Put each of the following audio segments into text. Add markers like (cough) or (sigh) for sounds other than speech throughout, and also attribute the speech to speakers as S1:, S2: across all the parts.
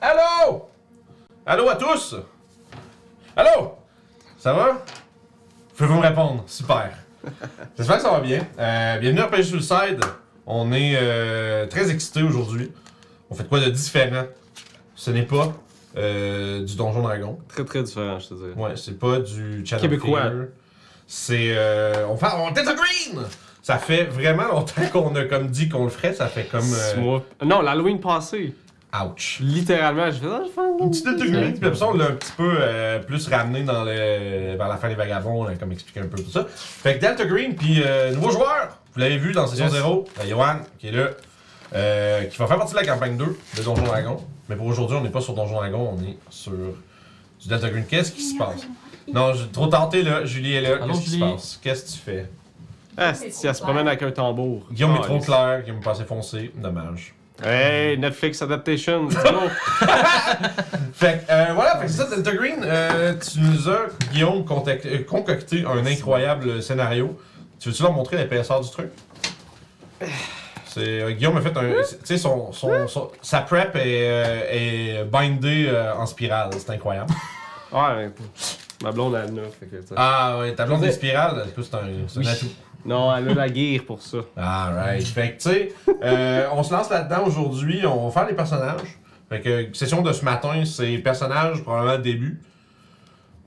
S1: Allô? Allô à tous? Allô? Ça va? Pouvez-vous me répondre? Super. J'espère que ça va bien. Euh, bienvenue à Pêche sur le Side. On est euh, très excités aujourd'hui. On fait de quoi de différent? Ce n'est pas euh, du Donjon Dragon.
S2: Très très différent, je te dirais.
S1: Ouais, c'est pas du Channel
S2: Québécois.
S1: Fear. C'est. euh, on fait. On était sur Green! Ça fait vraiment longtemps (laughs) qu'on a comme dit qu'on le ferait. Ça fait comme.
S2: Six
S1: euh,
S2: mois. Non, l'Halloween passé.
S1: ouch!
S2: Littéralement, j'ai fait ah, je fais un
S1: Une petite truc green, puis après ça, on l'a un petit peu euh, plus ramené dans le, vers la fin des vagabonds, là, comme expliquer un peu tout ça. Fait que Delta Green, puis euh, nouveau joueur, vous l'avez vu dans saison
S2: Yes.
S1: 0, euh, Johan, qui est là, euh, qui va faire partie de la campagne 2 de Donjon Dragon. Mais pour aujourd'hui, on n'est pas sur Donjon Dragon, on est sur du Delta Green. Qu'est-ce qui se passe? Non, j'ai trop tenté là, Julie est là,
S2: Allons,
S1: qu'est-ce qui se
S2: Julie.
S1: passe? Qu'est-ce que tu fais?
S2: Ah, si, elle se promène avec un tambour.
S1: Guillaume est
S2: Ah,
S1: trop
S2: yes.
S1: clair, Guillaume est passé foncé, dommage.
S2: Hey, Netflix Adaptation, let's go.
S1: Fait que euh, voilà, fait que c'est ça, Delta Green, euh, tu nous as, Guillaume, contact- euh, concocté un incroyable scénario. Tu veux-tu leur montrer l'épaisseur du truc? C'est, euh, Guillaume a fait un. Tu sais, son, son, son- sa prep est, euh, est bindée euh, en spirale, c'est incroyable.
S2: Ouais, ma blonde, elle l'a. fait que, tu sais.
S1: Ah ouais, ta blonde des spirales, du coup, c'est un, c'est un atout.
S2: Non, elle a la guerre pour ça.
S1: Alright. Fait que, tu sais, euh, on se lance là-dedans aujourd'hui. On va faire les personnages. Fait que, session de ce matin, c'est personnages, probablement début.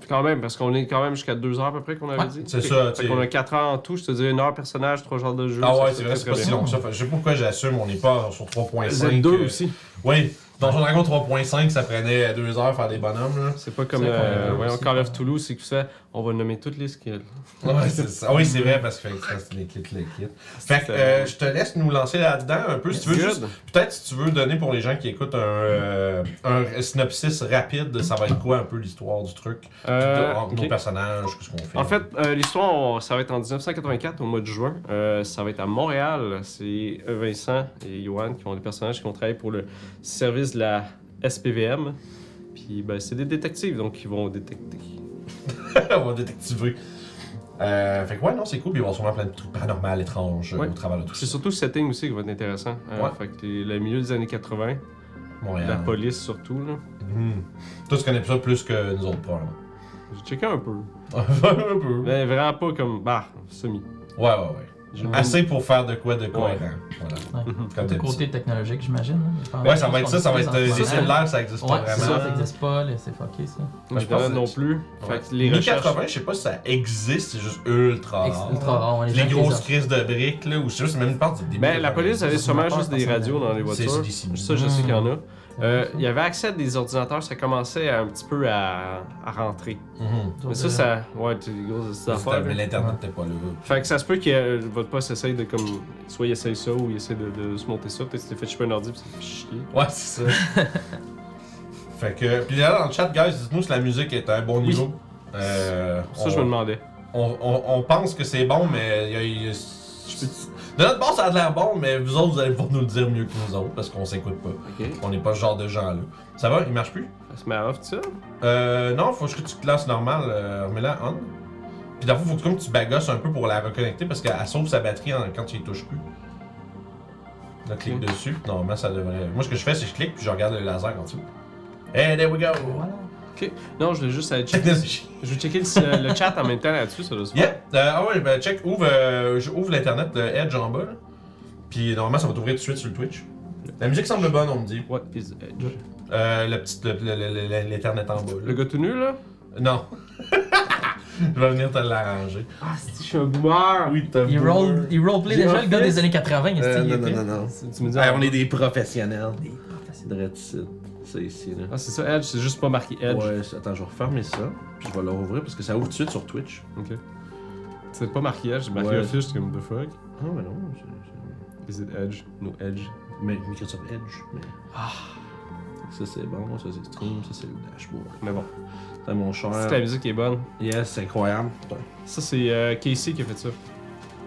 S2: Quand même, parce qu'on est quand même jusqu'à 2 heures à peu près qu'on avait dit.
S1: c'est ça, tu sais.
S2: Fait qu'on a 4 heures en tout, je te dirais 1 heure personnage, 3 genres de jeu.
S1: Ah
S2: ça,
S1: ouais, c'est vrai,
S2: très,
S1: c'est
S2: très
S1: pas
S2: bien.
S1: si long que ça. Fait que Je sais pas pourquoi j'assume, on n'est pas sur 3.5.
S2: Vous êtes deux
S1: euh,
S2: aussi.
S1: Oui, Donjon Dragon 3.5, ça prenait deux heures faire des bonhommes, là.
S2: C'est pas comme
S3: C'est
S2: euh,
S3: incroyable
S2: voyons,
S3: aussi.
S2: Call of Toulouse, c'est que ça, on va nommer toutes les skills.
S1: Ouais, c'est ça. Ah oui, c'est vrai, parce que fait que ça, c'est les kits, les kits. Fait que
S2: C'est,
S1: euh,
S2: euh,
S1: je te laisse nous lancer là-dedans un peu, si tu veux.
S2: Good.
S1: juste- Peut-être si tu veux donner pour les gens qui écoutent un, euh, un synopsis rapide, ça va être quoi un peu l'histoire du truc?
S2: Euh,
S1: Nos
S2: ok.
S1: personnages, qu'est-ce qu'on fait?
S2: En fait, euh, l'histoire, on- ça va être en 1984, au mois de juin. Euh, ça va être à Montréal. C'est euh, Vincent et Johan qui ont les personnages qui ont travaillé pour le service de la SPVM. Puis, ben, c'est des détectives, donc ils vont détecter.
S1: (laughs) on va détectiver. Euh, fait que ouais, non, c'est cool, puis ils vont sûrement plein de trucs paranormaux, étranges euh,
S2: Ouais.
S1: au travers de tout
S2: C'est
S1: ça.
S2: surtout le setting aussi qui va être intéressant. Euh,
S1: Ouais.
S2: Fait que les- le milieu des années 80, la
S1: Montréal.
S2: police surtout. Là.
S1: Mhm. Toi, tu connais ça plus que nous autres, probablement. (laughs)
S2: J'ai checké un peu.
S1: un peu. Ouais,
S2: Mais vraiment pas comme, bah, semi.
S1: ouais, ouais.
S2: J'ai-
S1: Assez pour faire de quoi de cohérent.
S2: Ouais.
S1: Voilà.
S3: Ouais.
S1: Comme
S3: Le
S1: d'habitude.
S3: Hmm. côté technologique, j'imagine. hein. Je pense-
S1: Ouais, ça
S3: je
S1: va être
S3: pense
S1: ça, ça
S3: qu'on
S1: va
S3: est
S1: être
S3: plus
S1: euh,
S3: en
S1: les
S3: ce moment.
S1: cellulaires, ça existe pas
S3: Ouais, c'est ça, ça
S1: vraiment.
S3: n'existe pas, les- c'est fucké ça.
S1: je pense
S2: Internet non
S1: que-
S2: plus.
S1: Ouais.
S2: Fait que les
S1: Mi-
S2: recherches.
S1: 80, je sais pas si ça existe, c'est juste ultra
S3: Ex-
S1: rare.
S3: Ultra rare, on les
S1: Ah. Les
S3: gens qui
S1: grosses
S3: sortent.
S1: crises de briques, là, ou je sais pas, c'est même une part du début.
S2: Ben, la police avait
S3: C'est
S2: sûrement
S3: sûrement
S2: juste
S3: pas
S2: des
S3: personnel.
S2: radios dans les
S1: C'est-
S2: voitures.
S1: c'est des
S2: Ça, je sais qu'il y en a. Euh,
S3: Ouais,
S2: Il y avait accès à des ordinateurs, ça commençait à- un petit peu à, à rentrer.
S1: Mhm.
S2: Mais ça, ça. Ouais, c'est des grosses
S1: C'était-
S2: affaires.
S1: Mais
S2: là.
S1: l'internet n'était pas là.
S2: Fait que ça se peut que euh, votre poste essaye de comme. Soit il essaye ça ou il essaye de, de se monter ça. Peut-être que tu t'es fait choper un ordi pis ça fait chier.
S1: (laughs) Ouais, c'est ça.
S2: (laughs)
S1: fait que. Puis là, dans le chat, guys, dites-nous si la musique est à un bon
S2: Oui.
S1: niveau. Euh,
S2: Ça,
S1: on-
S2: je me demandais.
S1: on, on- on pense que c'est bon, mais il y a- il y a- De notre part, ça a l'air bon, mais vous autres, vous allez pouvoir nous le dire mieux que nous autres, parce qu'on s'écoute pas.
S2: Ok.
S1: On n'est pas ce genre de gens-là. Ça va? Il marche plus?
S2: Ça se met à off, tout ça.
S1: Euh, non, faut juste que tu te lances normal. Euh, remets-la on. Puis d'un faut que comme tu bagosses un peu pour la reconnecter, parce qu'elle sauve sa batterie en- quand tu y touches plus. Donc, clique
S2: Ok.
S1: dessus, puis normalement, ça devrait... Moi, ce que je fais, c'est que je clique, puis je regarde le laser en dessous. Hey, there we go!
S3: Voilà.
S2: Non, je voulais juste aller checker.
S1: Technologie.
S2: je vais checker le, le chat en même temps là-dessus, ça doit se faire.
S1: Yeah! Euh, ah ouais, ben check, ouvre, euh, je- ouvre l'internet euh, Edge en bas. là. Puis normalement, ça va t'ouvrir tout de suite sur le Twitch. La musique semble bonne, on me dit.
S2: What is Edge?
S1: Euh, le petit, le- le- le- le- l'internet en bas.
S2: Le
S1: là.
S2: gars tout nu, là?
S1: Non. (laughs) je vais venir te l'arranger.
S2: Ah, c'est je suis un boomer!
S1: Oui, t'as
S3: Il roll- il roleplay
S2: The
S3: déjà le gars
S2: Office.
S3: des années 80, est-ce
S4: Euh,
S3: qu'il
S4: non,
S3: était-
S4: non, non, non.
S2: Tu me dis.
S4: Hey, on est des professionnels. Des professionnels. C'est ici, là.
S2: Ah, c'est ça, Edge, c'est juste pas marqué Edge.
S4: Ouais, c'est- attends, je vais refermer ça. Puis je vais le rouvrir parce que ça ouvre tout de suite sur Twitch.
S2: Ok. C'est pas marqué Edge, j'ai marqué
S4: Ouais.
S2: Office, j'étais comme The fuck.
S4: Ah, mais non. c'est- c'est-
S2: Is it Edge? No Edge.
S4: Mais Microsoft Edge. Mais... Ça, c'est bon. Ça, c'est stream. Ça, c'est le dashboard.
S2: Mais bon,
S4: C'est mon
S2: si la
S4: cher.
S2: musique est bonne.
S4: Yes, c'est incroyable.
S2: Ça, c'est euh, Casey qui a fait ça.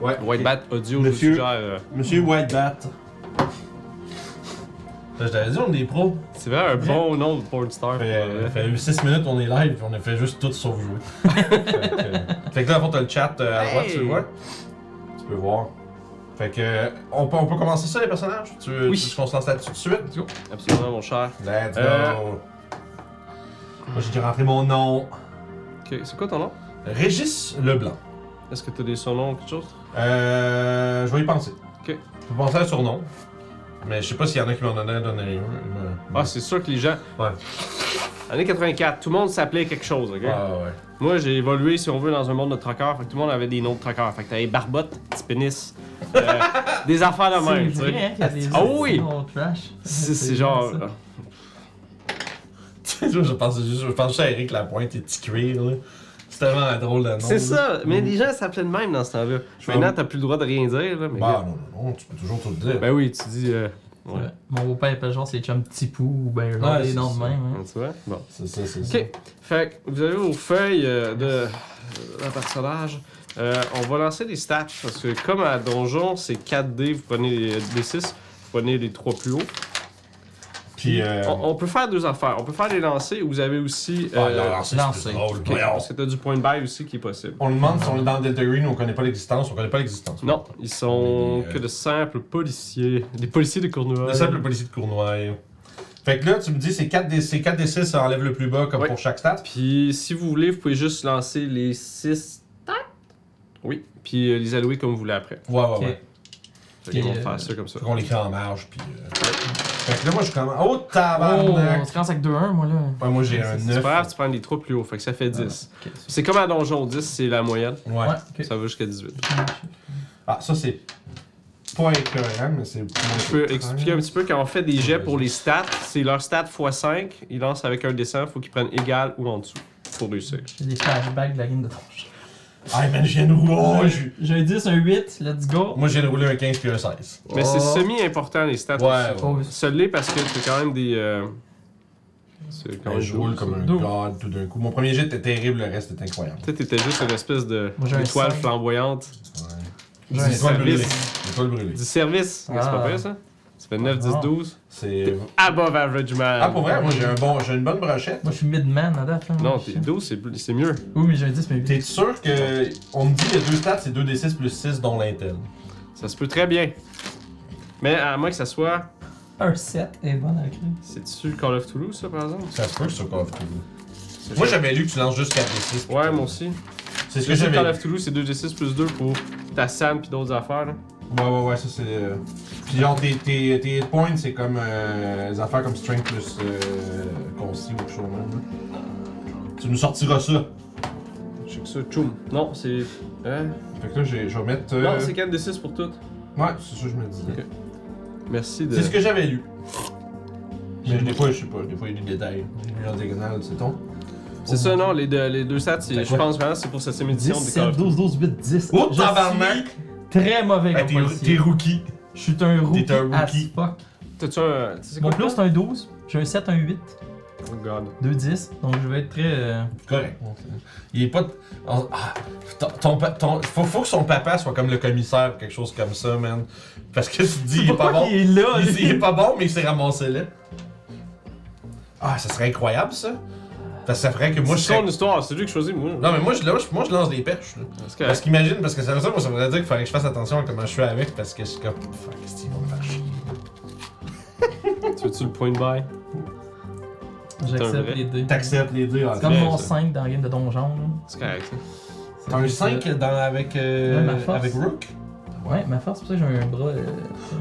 S1: Ouais.
S2: White Bat Audio,
S4: Monsieur.
S2: je vous suggère. euh,
S4: Monsieur White Bat.
S1: Je t'avais dit, on est des pros.
S2: c'est vraiment un bon nom de porn star.
S1: Ça
S2: pour,
S1: fait,
S2: euh,
S1: ça fait 6 minutes, on est live, puis on a fait juste tout sauf jouer. fait, que, fait que là, à fond, t'as le chat euh, à droite, tu le
S2: Hey!
S1: vois. Tu peux voir. Fait que, euh, on peut, on peut commencer ça, les personnages? Tu veux,
S2: Oui.
S1: tu veux qu'on se lance là-dessus tout de suite? Let's go.
S2: Absolument, mon cher.
S1: Let's
S2: Euh.
S1: go. Moi, j'ai dû rentrer mon nom.
S2: Ok, c'est quoi ton nom?
S1: Régis Leblanc.
S2: Est-ce que t'as des surnoms ou quelque chose?
S1: Euh, je vais y penser.
S2: Ok.
S1: Je vais penser à un surnom. Mais je sais pas s'il y en a qui m'en donnent donné un.
S2: Ah, c'est sûr que les gens.
S1: Ouais.
S2: Année 84, tout le monde s'appelait quelque chose, ok?
S1: Ah ouais.
S2: Moi, j'ai évolué, si on veut, dans un monde de traqueurs. Fait que tout le monde avait des noms de traqueurs. Fait que t'avais Barbotte, Petit Pénis, euh, (laughs) des affaires de même,
S3: C'est
S2: tu sais.
S3: vrai hein, qu'il y a des
S2: Ah oui!
S3: noms trash.
S2: (laughs) C'est- C'est
S3: vrai,
S2: genre. euh,
S3: ça.
S1: Tu sais, je pense juste, je pense juste à Eric Lapointe et T-Cuir, là. C'est tellement un drôle de nom.
S2: C'est
S1: là.
S2: ça, mais les gens s'appelaient de même dans ce temps-là.
S1: Je
S2: Maintenant,
S1: vais-
S2: t'as plus le droit de rien dire, là. Mais
S1: Bah non, non, non, tu peux toujours tout le dire.
S2: Ben oui, tu dis. euh, ouais.
S3: Ouais. Mon beau-père appelle genre ses chums Tipou ou ben genre
S1: Ouais,
S3: des
S1: c'est
S3: noms de
S1: ça.
S3: même. hein.
S2: Tu vois? Bon.
S1: C'est ça, c'est ça.
S2: Ok. Fait que vous avez vos feuilles euh, de euh, d'un personnage. Euh, on va lancer des stats parce que comme à donjon, c'est 4D, vous prenez les- des 6, vous prenez les 3 plus hauts.
S1: Puis, euh.
S2: On, on peut faire deux affaires. On peut faire les lancers ou vous avez aussi
S1: ah,
S2: euh,
S1: non, non, c'est
S3: lancé.
S1: c'est drôle.
S2: ok,
S1: Voyons.
S2: parce que t'as du point de bail aussi qui est possible.
S1: On demande si on est dans Delta Green ou on connaît pas l'existence. On connaît pas l'existence.
S2: Non, ils sont
S1: Mais, euh,
S2: que de simples policiers. Des policiers de Cournois.
S1: Le simple policier de Cournoyer. Fait que là, tu me dis, c'est 4 des, c'est 4 des 6, ça enlève le plus bas, comme
S2: Ouais.
S1: pour chaque stat.
S2: Puis si vous voulez, vous pouvez juste lancer les 6 stats. Oui, puis euh, les allouer comme vous voulez après.
S1: Ouais, ouais,
S3: Ok.
S1: ouais.
S2: Fait qu'on
S3: Ok,
S2: va
S3: euh,
S2: faire ça comme ça.
S1: Fait qu'on l'écrit en marge, puis. euh, Fait que là, moi, je commence. Oh, tabarnak!
S3: Oh, on se commence avec 2-1, moi là.
S1: Ouais, moi, j'ai un
S2: Oh, C'est
S1: 9.
S2: pas grave, tu prends les 3 plus hauts, fait que ça fait 10.
S3: Ok,
S2: Puis C'est comme à donjon, 10 c'est la moyenne,
S1: Ouais.
S3: Ouais, ok.
S2: ça va jusqu'à 18.
S1: Ah, ça, c'est pas écœurant, mais c'est.
S2: Je peux expliquer un petit peu, quand on fait des jets pour les stats, c'est leur stat x5, ils lancent avec un dessin, faut qu'ils prennent égal ou en dessous pour réussir.
S3: J'ai des flashbacks de la game de tronche.
S1: Ah, man, j'ai une roulée.
S3: J'ai- J'ai un 10, un 8, let's go.
S1: Moi, j'ai roulé un 15 puis un 16.
S2: Mais c'est
S3: Oh.
S2: semi-important les stats.
S1: Ouais, ouais.
S3: Oh,
S2: aussi. Ça l'est parce que t'as quand même des... euh, C'est
S1: Quand
S2: quand même
S1: Ben, je roule
S2: douze.
S1: comme un
S3: Douze.
S1: god tout d'un coup. Mon premier jet était terrible, le reste était incroyable.
S2: Peut-être t'étais juste une espèce de
S3: Moi, j'ai un
S2: étoile
S3: cinq.
S2: flamboyante
S1: Ouais.
S3: J'ai un
S1: Étoile
S2: service.
S1: brûlée. Étoile brûlée.
S2: du service. Mais C'est pas
S3: Ah.
S2: vrai ça? Ça fait 9, 10,
S3: Non.
S2: 12.
S1: C'est.
S2: Above average man.
S1: Ah, pour vrai, moi, j'ai un bon... j'ai une bonne brochette.
S3: Moi je suis midman à date. là.
S2: Non, t'es 12, c'est plus- c'est mieux.
S3: Oui, mais j'ai un 10, mais 8.
S1: T'es sûr que. On me dit qu'il y a deux stats, c'est 2d6 plus 6, dont l'intel.
S2: Ça se peut très bien. Mais à moins que ça soit.
S3: Un 7 est bon avec lui.
S2: C'est-tu Call of Toulouse, ça, par exemple
S1: Ça se peut que ce soit Call of Duty. Moi, j'avais lu que tu lances juste 4d6.
S2: Ouais, moi aussi.
S1: C'est ce que
S2: Le jeu de Call
S1: j'avais.
S2: of Toulouse, c'est 2d6 plus 2 pour ta Sam pis d'autres affaires. Là.
S1: Ouais, ouais, ouais, ça c'est. euh, Puis genre, tes, tes, tes hit points, c'est comme. euh, des affaires comme strength plus. Euh, concis ou quelque chose de même. là. Tu nous sortiras ça.
S2: Je sais que ça, tchoum. Non, c'est. Hein?
S1: Fait que là, j'ai- je vais mettre. euh,
S2: Non, c'est 4d6 pour toutes.
S1: Ouais, c'est ça que je me disais.
S2: Ok. Merci de.
S1: C'est ce que j'avais lu. Mais des fois, je sais pas, des fois, il y a des détails. J'ai lu en diagonale, c'est ton.
S2: C'est ça, non, les deux, les deux stats, c'est-
S1: Fait
S2: je
S1: quoi?
S2: pense vraiment que c'est pour cette émission de
S3: 10,
S2: Call
S3: 7,
S2: of Toulouse.
S3: 12, 12, 8, 10.
S1: Oh,
S3: Je
S1: tabarnak!
S3: suis Très mauvais
S1: Hey,
S3: comme
S1: t'es- T'es
S3: policier.
S1: rookie.
S3: Je suis un rookie.
S1: T'es un
S3: as
S1: rookie.
S3: fuck.
S2: T'as-tu un. tu sais
S3: Mon
S2: quoi,
S3: plus
S2: toi?
S3: c'est un 12, j'ai un 7, un 8,
S2: Oh god.
S3: 2, 10. Donc je vais être très. euh,
S1: Correct. Il est pas. on- ah, ton, ton pa- ton- faut, faut que son papa soit comme le commissaire, quelque chose comme ça, man. Parce que tu te dis, il est pas
S3: Pourquoi
S1: bon.
S3: qu'il est là,
S1: Il, il
S3: lui?
S1: est pas bon, mais il s'est ramassé là. Ah, ça serait incroyable, ça. Parce que ça ferait que moi, je
S2: C'est
S1: serais...
S2: son histoire, c'est lui qui choisit, moi.
S1: Non, mais moi, je, là, je- moi, je lance des perches. là.
S2: Parce que.
S1: Parce qu'imagine, parce que ça, ça, moi, ça voudrait dire qu'il fallait que je fasse attention à comment je suis avec, parce que je suis comme... Fuck, qu'est-ce qu'ils vont me faire chier.
S2: Tu veux-tu le point de bail? vrai.
S3: J'accepte les deux.
S1: T'acceptes les deux.
S3: C'est
S1: hein.
S3: comme
S2: Mais,
S3: mon
S2: ça.
S3: 5 dans la game de donjon. là.
S2: C'est correct, ça.
S3: C'est
S1: T'as un
S3: juste,
S1: 5
S3: euh,
S1: dans, avec, euh,
S3: Ouais, ma force.
S1: avec Rook.
S3: Ouais, ma force, c'est pour ça que j'ai un bras. euh,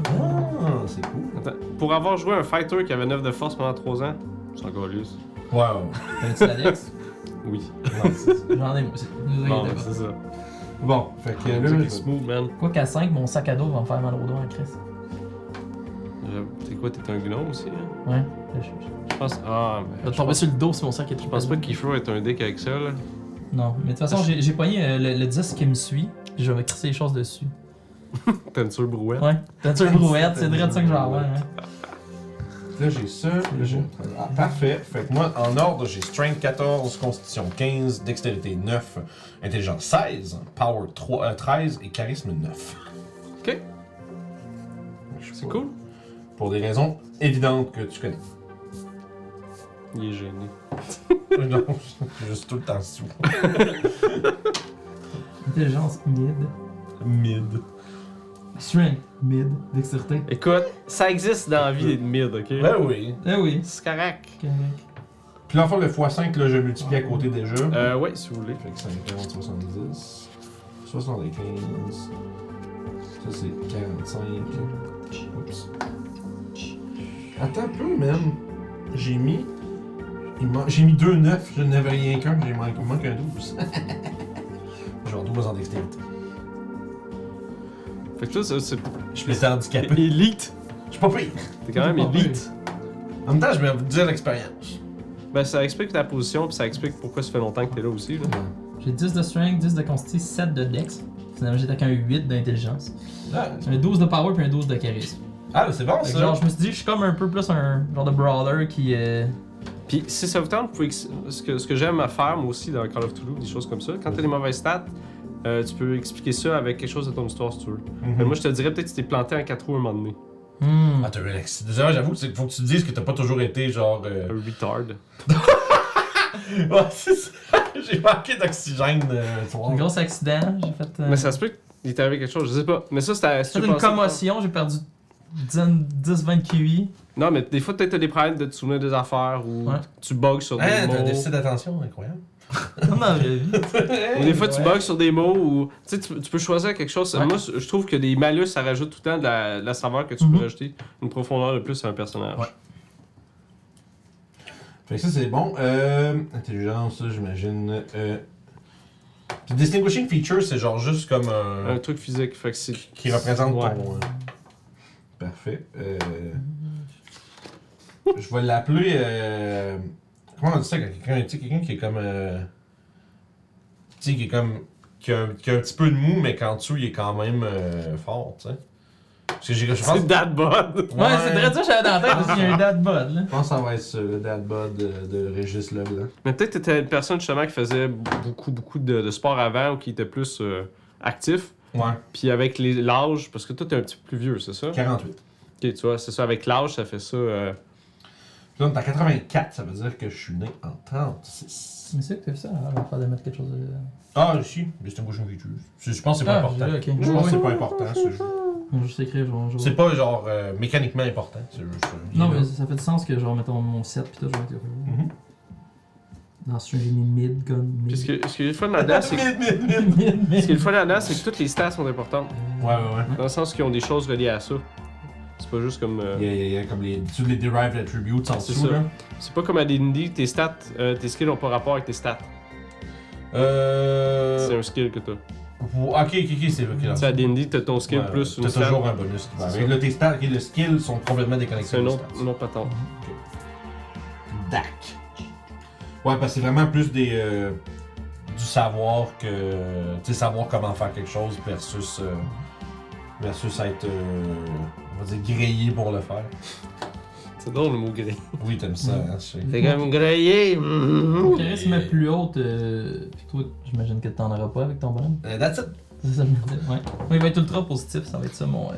S1: Ah, c'est cool.
S2: Attends, pour avoir joué un fighter qui avait 9 de force pendant 3 ans, c'est encore lui. ça.
S1: Ouais, ouais.
S3: T'as-tu Alex?
S2: Oui.
S1: ouais. Non, c'est-
S3: J'en ai. c'est- nous
S2: Non,
S3: inquiétez
S2: mais
S3: pas.
S2: c'est ça.
S1: Bon, fait que
S2: C'est
S1: là, je-
S2: smooth, man.
S3: Quoi qu'à 5, mon sac à dos va me faire mal au dos en Chris.
S2: Je- Euh, T'es quoi, t'es un gnome aussi, hein?
S3: Ouais. Je- je-
S2: Je pense. Ah, mais.
S3: Je vais tomber sur le dos si mon sac est trop
S2: Je pense pas qu'Ifro est un dick avec ça, là.
S3: Non, mais de toute façon, j'ai j'ai pogné euh, le, le disque qui me suit, puis je vais crisser les choses dessus.
S2: T'as une sur brouette.
S3: Ouais. T'as-tu une brouette? C'est vrai de ça que j'en vois, hein.
S1: Là, j'ai ça. là, j'ai- Ah, parfait. Fait que moi, en ordre, j'ai Strength 14, Constitution 15, Dextérité 9, Intelligence 16, Power 3, euh, 13 et Charisme 9.
S2: Ok. C'est cool.
S1: Pour des raisons évidentes que tu connais. (laughs)
S2: Il est gêné.
S1: non, je suis juste tout le temps sous.
S3: Intelligence humide.
S1: Mid.
S3: Strength, mid, dextérité.
S2: Écoute, ça existe dans la vie des mid, ok?
S1: Ben oui.
S3: Eh oui.
S2: C'est correct.
S1: Puis l'enfant, le x5, là, je multiplie à côté déjà.
S2: Euh, ouais, si vous voulez.
S1: Fait que 50, 70, 75. Ça, c'est 45. Oups. Attends un peu, même. J'ai mis. il man- J'ai mis 2 9, je n'avais rien qu'un, j'ai manqué, il manque un 12. (laughs) Genre 12 en dextérité.
S2: Fait que toi, c'est- c'est.
S1: Je suis plus handicapé.
S2: Elite.
S1: Je suis pas pire.
S2: T'es quand même
S3: Pas vrai.
S2: élite.
S1: En même temps, je vais vous dire l'expérience.
S2: Ben, ça explique ta position, puis ça explique pourquoi ça fait longtemps que t'es là aussi. Là.
S3: J'ai 10 de strength, 10 de consti, 7 de dex. Finalement, j'étais qu'un 8 d'intelligence.
S1: Ah,
S3: J'ai un 12 de power puis un 12 de charisme.
S1: ah, c'est bon
S3: Fait que
S1: ça.
S3: genre, je me suis dit, je suis comme un peu plus un genre de brawler qui euh,
S2: Puis si ça vous tente, vous pouvez ex- ce que, ce que j'aime à faire moi aussi dans Call of Toulouse, des choses comme ça, quand t'as des mauvaises stats, euh, tu peux expliquer ça avec quelque chose de ton histoire si tu veux.
S1: Mhm.
S2: Mais moi, je te dirais peut-être que tu t'es planté en 4 roues un moment donné.
S3: hmm,
S1: Ah, t'as eu un accident. Désolé, J'avoue que c'est- faut que tu te dises que t'as pas toujours été genre. euh,
S2: Un retard.
S1: Ouais, c'est ça. (laughs) J'ai manqué d'oxygène euh, soir.
S3: un gros accident. J'ai fait, euh,
S2: Mais ça se peut qu'il t'est arrivé quelque chose, je sais pas. Mais ça, c'était. si
S3: j'ai
S2: tu
S3: fait une
S2: pensais-
S3: commotion, j'ai perdu 10-20 QI.
S2: Non, mais des fois, peut-être t'as des problèmes de te souvenir des affaires ou
S3: Ouais.
S2: tu bugs sur des
S1: Hein, t'as un
S2: mots.
S1: déficit d'attention incroyable.
S3: Comme dans la vraie vie.
S2: Ou des fois, tu bugs sur des mots ou. Tu sais, tu tu peux choisir quelque chose.
S3: Ouais.
S2: Moi, je trouve que des malus, ça rajoute tout le temps de la, de la saveur que tu
S3: Mhm.
S2: peux rajouter une profondeur de plus à un personnage.
S3: Ouais.
S1: Fait que ça, c'est bon. Euh, intelligence, ça, j'imagine. Euh... Puis Distinguishing Feature, c'est genre juste comme un.
S2: Un truc physique. Fait que c'est.
S1: qui représente
S2: Euh, Ouais.
S1: ton. euh, Parfait. Euh... Je vais l'appeler. Euh... Comment on dit ça quand quelqu'un tu sais, quelqu'un qui est comme. euh, Tu sais, qui est comme. Qui a, un, qui a un petit peu de mou, mais qu'en dessous, il est quand même euh, fort, tu sais. Parce que j'ai. Je pense.
S2: C'est that bad.
S3: Ouais, c'est très dur, j'avais dans la tête parce qu'il y a un dad bod là.
S1: Je pense que ça va être ça, le dad bod de, de Régis Leblanc.
S2: Mais peut-être que t'étais une personne justement qui faisait beaucoup, beaucoup de, de sport avant ou qui était plus euh, actif.
S1: Ouais.
S2: Puis avec les- l'âge, parce que toi, t'es un petit peu plus vieux, c'est ça?
S1: 48.
S2: Ok, tu vois, c'est ça. Avec l'âge, ça fait ça. euh,
S1: Donc, t'as 84, ça veut dire que je suis né en 36.
S3: Mais c'est que t'as fait ça avant de faire de mettre quelque chose euh, de.
S1: Ah, si, mais c'est un bouchon vécu. Je pense que c'est pas
S3: Ah,
S1: important.
S3: j'ai- ok.
S1: Je pense que c'est
S3: Oui,
S1: pas important, ce jeu.
S3: Je vais juste écrire, genre, je vais-
S1: C'est pas genre euh, mécaniquement important. C'est juste. euh, il
S3: Non,
S1: est
S3: mais
S1: là.
S3: ça fait du sens que, genre, mettons mon set pis tout, je vais mettre le
S1: Mhm.
S3: Dans ce jeu, j'ai mis mid, gun, mid.
S2: Puis ce que ce qui est le fun là-dedans, c'est que.
S3: mid, (laughs)
S2: Ce qui est
S3: mid.
S2: le fun là-dedans, c'est que toutes les stats sont importantes.
S1: Ouais, ouais, ouais.
S2: Dans le sens qu'ils ont des choses reliées à ça. C'est pas juste comme. euh,
S1: Il y, a, il y a comme les, tous les derived attributes en
S2: C'est
S1: dessous,
S2: ça.
S1: là.
S2: C'est pas comme à D&D, tes stats, euh, tes skills ont pas rapport avec tes stats. C'est
S1: Euh.
S2: un skill que t'as.
S1: Ok, ok, ok, c'est ok. là.
S2: Tu sais, à D&D, t'as ton skill
S1: Ouais,
S2: plus une
S1: T'as
S2: stat.
S1: toujours un bonus qui va
S2: C'est
S1: avec.
S2: ça.
S1: Là, tes stats et le skill sont complètement déconnectés.
S2: C'est un
S1: des
S2: autre,
S1: stats.
S2: une autre patente.
S1: DAC. Ouais, parce que c'est vraiment plus des. euh, du savoir que. Tu sais, savoir comment faire quelque chose versus. euh, versus être. euh, on va dire grillé pour le faire.
S2: C'est drôle le mot gré.
S1: Oui, t'aimes ça, hein, je sais.
S2: T'es comme grillé.
S3: Mon
S2: mhm.
S3: charisme est plus haute, euh, pis toi, j'imagine que t'en auras pas avec ton bonhomme.
S1: Euh, that's it.
S3: C'est ça, je me dis. Ouais. Ouais, il va être ultra positif, ça va être ça, mon. euh,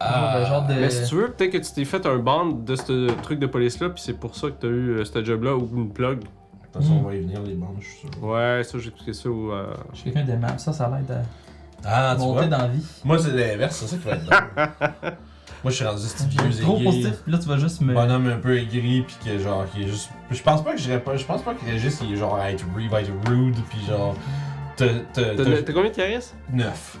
S1: Ah,
S3: mon, euh, genre de.
S2: Mais si tu veux, peut-être que tu t'es fait un band de ce truc de police-là, puis c'est pour ça que t'as eu euh, ce job-là ou une plug.
S1: De toute façon,
S3: Mm.
S1: on va y venir, les bandes, je suis sûr.
S2: Ouais, ça, j'ai expliqué ça au. euh,
S3: Je suis quelqu'un de map, ça, ça l'aide à
S1: Ah, tu vois.
S3: monter dans la vie.
S1: Moi, c'est l'inverse, c'est ça qui va être drôle. (laughs) Moi, je suis rendu ce
S3: Je suis
S1: vieux
S3: trop
S1: aigri,
S3: positif, pis là, tu vas juste me.
S1: Bonhomme un peu aigri, puis que genre, qui est juste. Je pense pas que j'irais pas. Je pense pas que Régis, il est genre, à être rude, il va être rude, puis genre. te- te-
S2: T'as
S1: te-
S2: t'as combien de charisme?
S1: 9.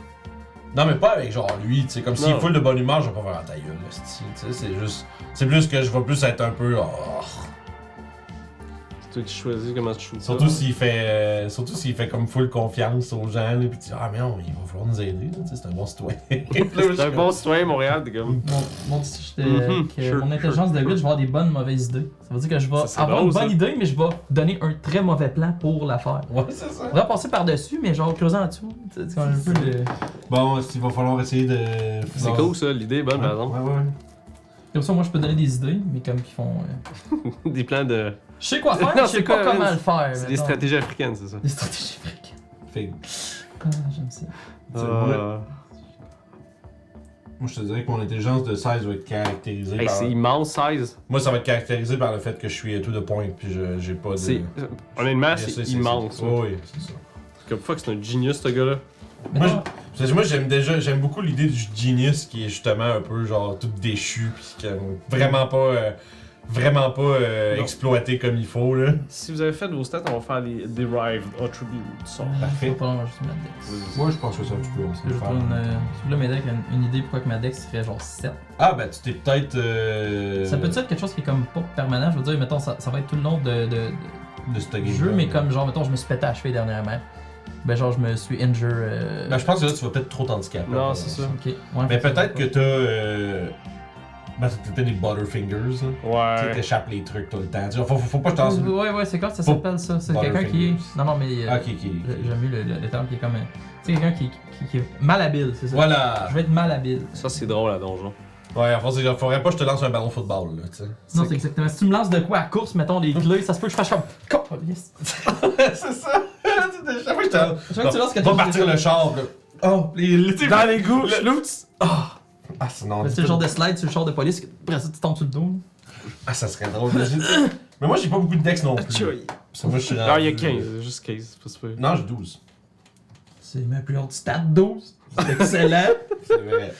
S1: Non, mais pas avec genre lui, tu sais, comme s'il
S2: Non.
S1: est full de bonne humeur, je vais pas faire la taille, là, c'ti, tu sais, c'est juste. C'est plus que je vais plus être un peu. oh.
S2: C'est toi qui choisis comment tu shoots ça.
S1: Surtout s'il fait. euh, surtout s'il fait comme full confiance aux gens, là, pis tu dis, ah, mais non, il va falloir nous aider, là, tu sais, c'est un bon
S2: (laughs)
S1: citoyen.
S2: T'es un bon citoyen de Montréal, t'es comme.
S3: Mon, mon, j'étais- euh,
S2: Mhm,
S3: que
S2: sure,
S3: mon intelligence de 8, je vais avoir des bonnes mauvaises idées. Ça veut dire que je vais
S2: Ça, c'est
S3: avoir
S2: drôle,
S3: une bonne
S2: ça.
S3: idée, mais je vais donner un très mauvais plan pour la faire.
S1: Ouais, c'est ça.
S3: On va passer par-dessus, mais genre creuser en dessous. Tu sais, C'est un peu le.
S1: Bon, il va falloir essayer de.
S2: C'est cool ça, l'idée est bonne par exemple.
S1: Ouais, ouais.
S3: Comme ça, moi, je peux donner des idées, mais comme qui font. euh,
S2: Des plans de.
S3: Je
S2: (laughs)
S3: sais quoi faire,
S2: Non,
S3: mais je
S2: c'est
S3: sais pas
S2: quoi,
S3: comment
S2: Vince?
S3: le faire.
S2: C'est des
S3: mettons.
S2: stratégies africaines, c'est ça.
S3: Des stratégies fric.
S1: Fait que,
S3: Ah, j'aime ça.
S1: C'est
S2: Euh,
S1: moi, je te dirais que mon intelligence de 16 va être caractérisée
S2: hey,
S1: par.
S2: c'est immense, 16.
S1: Moi, ça va être caractérisé par le fait que je suis tout de point, puis je- j'ai pas de.
S2: C'est- euh,
S1: Je
S2: Honnêtement,
S1: sais,
S2: c'est immense.
S1: Oui, c'est ça.
S2: Comme fuck, c'est un genius ce gars-là.
S1: Moi,
S3: Mettons,
S1: je- Parce que moi, j'aime déjà, j'aime beaucoup l'idée du genius qui est justement un peu genre tout déchu, puis qui a vraiment pas, euh, vraiment pas euh,
S2: Non.
S1: exploité comme il faut là.
S2: Si vous avez fait vos stats, on va faire les Derived Attributes. ça.
S1: Parfait.
S3: Je vais probablement juste mettre Dex.
S1: Moi, je pense que ça tu peux.
S3: Parce que je trouve une. euh, parce que Là, mes decks, une, une idée pourquoi que ma deck serait genre 7.
S1: Ah ben, tu t'es peut-être. euh,
S3: Ça peut être quelque chose qui est comme pas permanent. Je veux dire, mettons, ça, ça va être tout le long de, de-
S1: de ce
S3: de
S1: game
S3: jeu, mais comme genre, mettons, je me suis pété à la cheville dernièrement. Ben, genre, je me suis injure. euh,
S1: Ben, je pense que là, tu vas peut-être trop t'handicaper.
S2: Non, c'est ça.
S3: Ok. Ouais,
S1: Mais
S3: fait
S1: peut-être que
S3: ça,
S1: t'as. Euh... Ben, t'as peut-être des butterfingers, là. Tu sais,
S2: Ouais.
S1: t'échappes les trucs tout le temps. Tu- Faut, faut, faut pas que je t'en.
S3: Ouais, ouais, ouais, c'est quoi ça
S1: Faut-
S3: s'appelle ça C'est quelqu'un qui est.
S1: Butterfingers.
S3: Non, non, mais. euh,
S1: Ah, ok, ok.
S3: j'ai- J'aime mieux le, le- le terme qui est comme. euh, Tu sais, quelqu'un qui, qui, qui est malhabile, c'est ça
S1: Voilà!
S3: Je vais être malhabile.
S2: Ça, c'est drôle à donjon.
S1: Ouais, en fait, il faudrait pas que je te lance un ballon de football, là, tu sais.
S3: Non, c'est exactement. Si tu me lances de quoi à course, mettons les clés, ça se peut que je fasse comme. Cop! Yes!
S1: (laughs) c'est ça! Chaque fois que je te lance.
S3: Je veux que tu lances quelque
S1: Va
S3: chose.
S1: partir le char, là. Oh, les. les- tu sais,
S2: les goûts,
S1: Ah, sinon.
S3: C'est le genre de slide sur le char de police, que- après ça, tu tombes sur le dos.
S1: Ah, ça serait drôle. mais j'ai- (laughs) Mais moi, j'ai pas beaucoup de decks non plus. Parce que moi, je suis
S2: Ah, il y a
S1: rendu- euh,
S2: 15, juste 15, c'est pas super.
S1: Non, j'ai 12.
S3: C'est ma plus haute stat 12. C'est excellent.
S1: C'est vrai.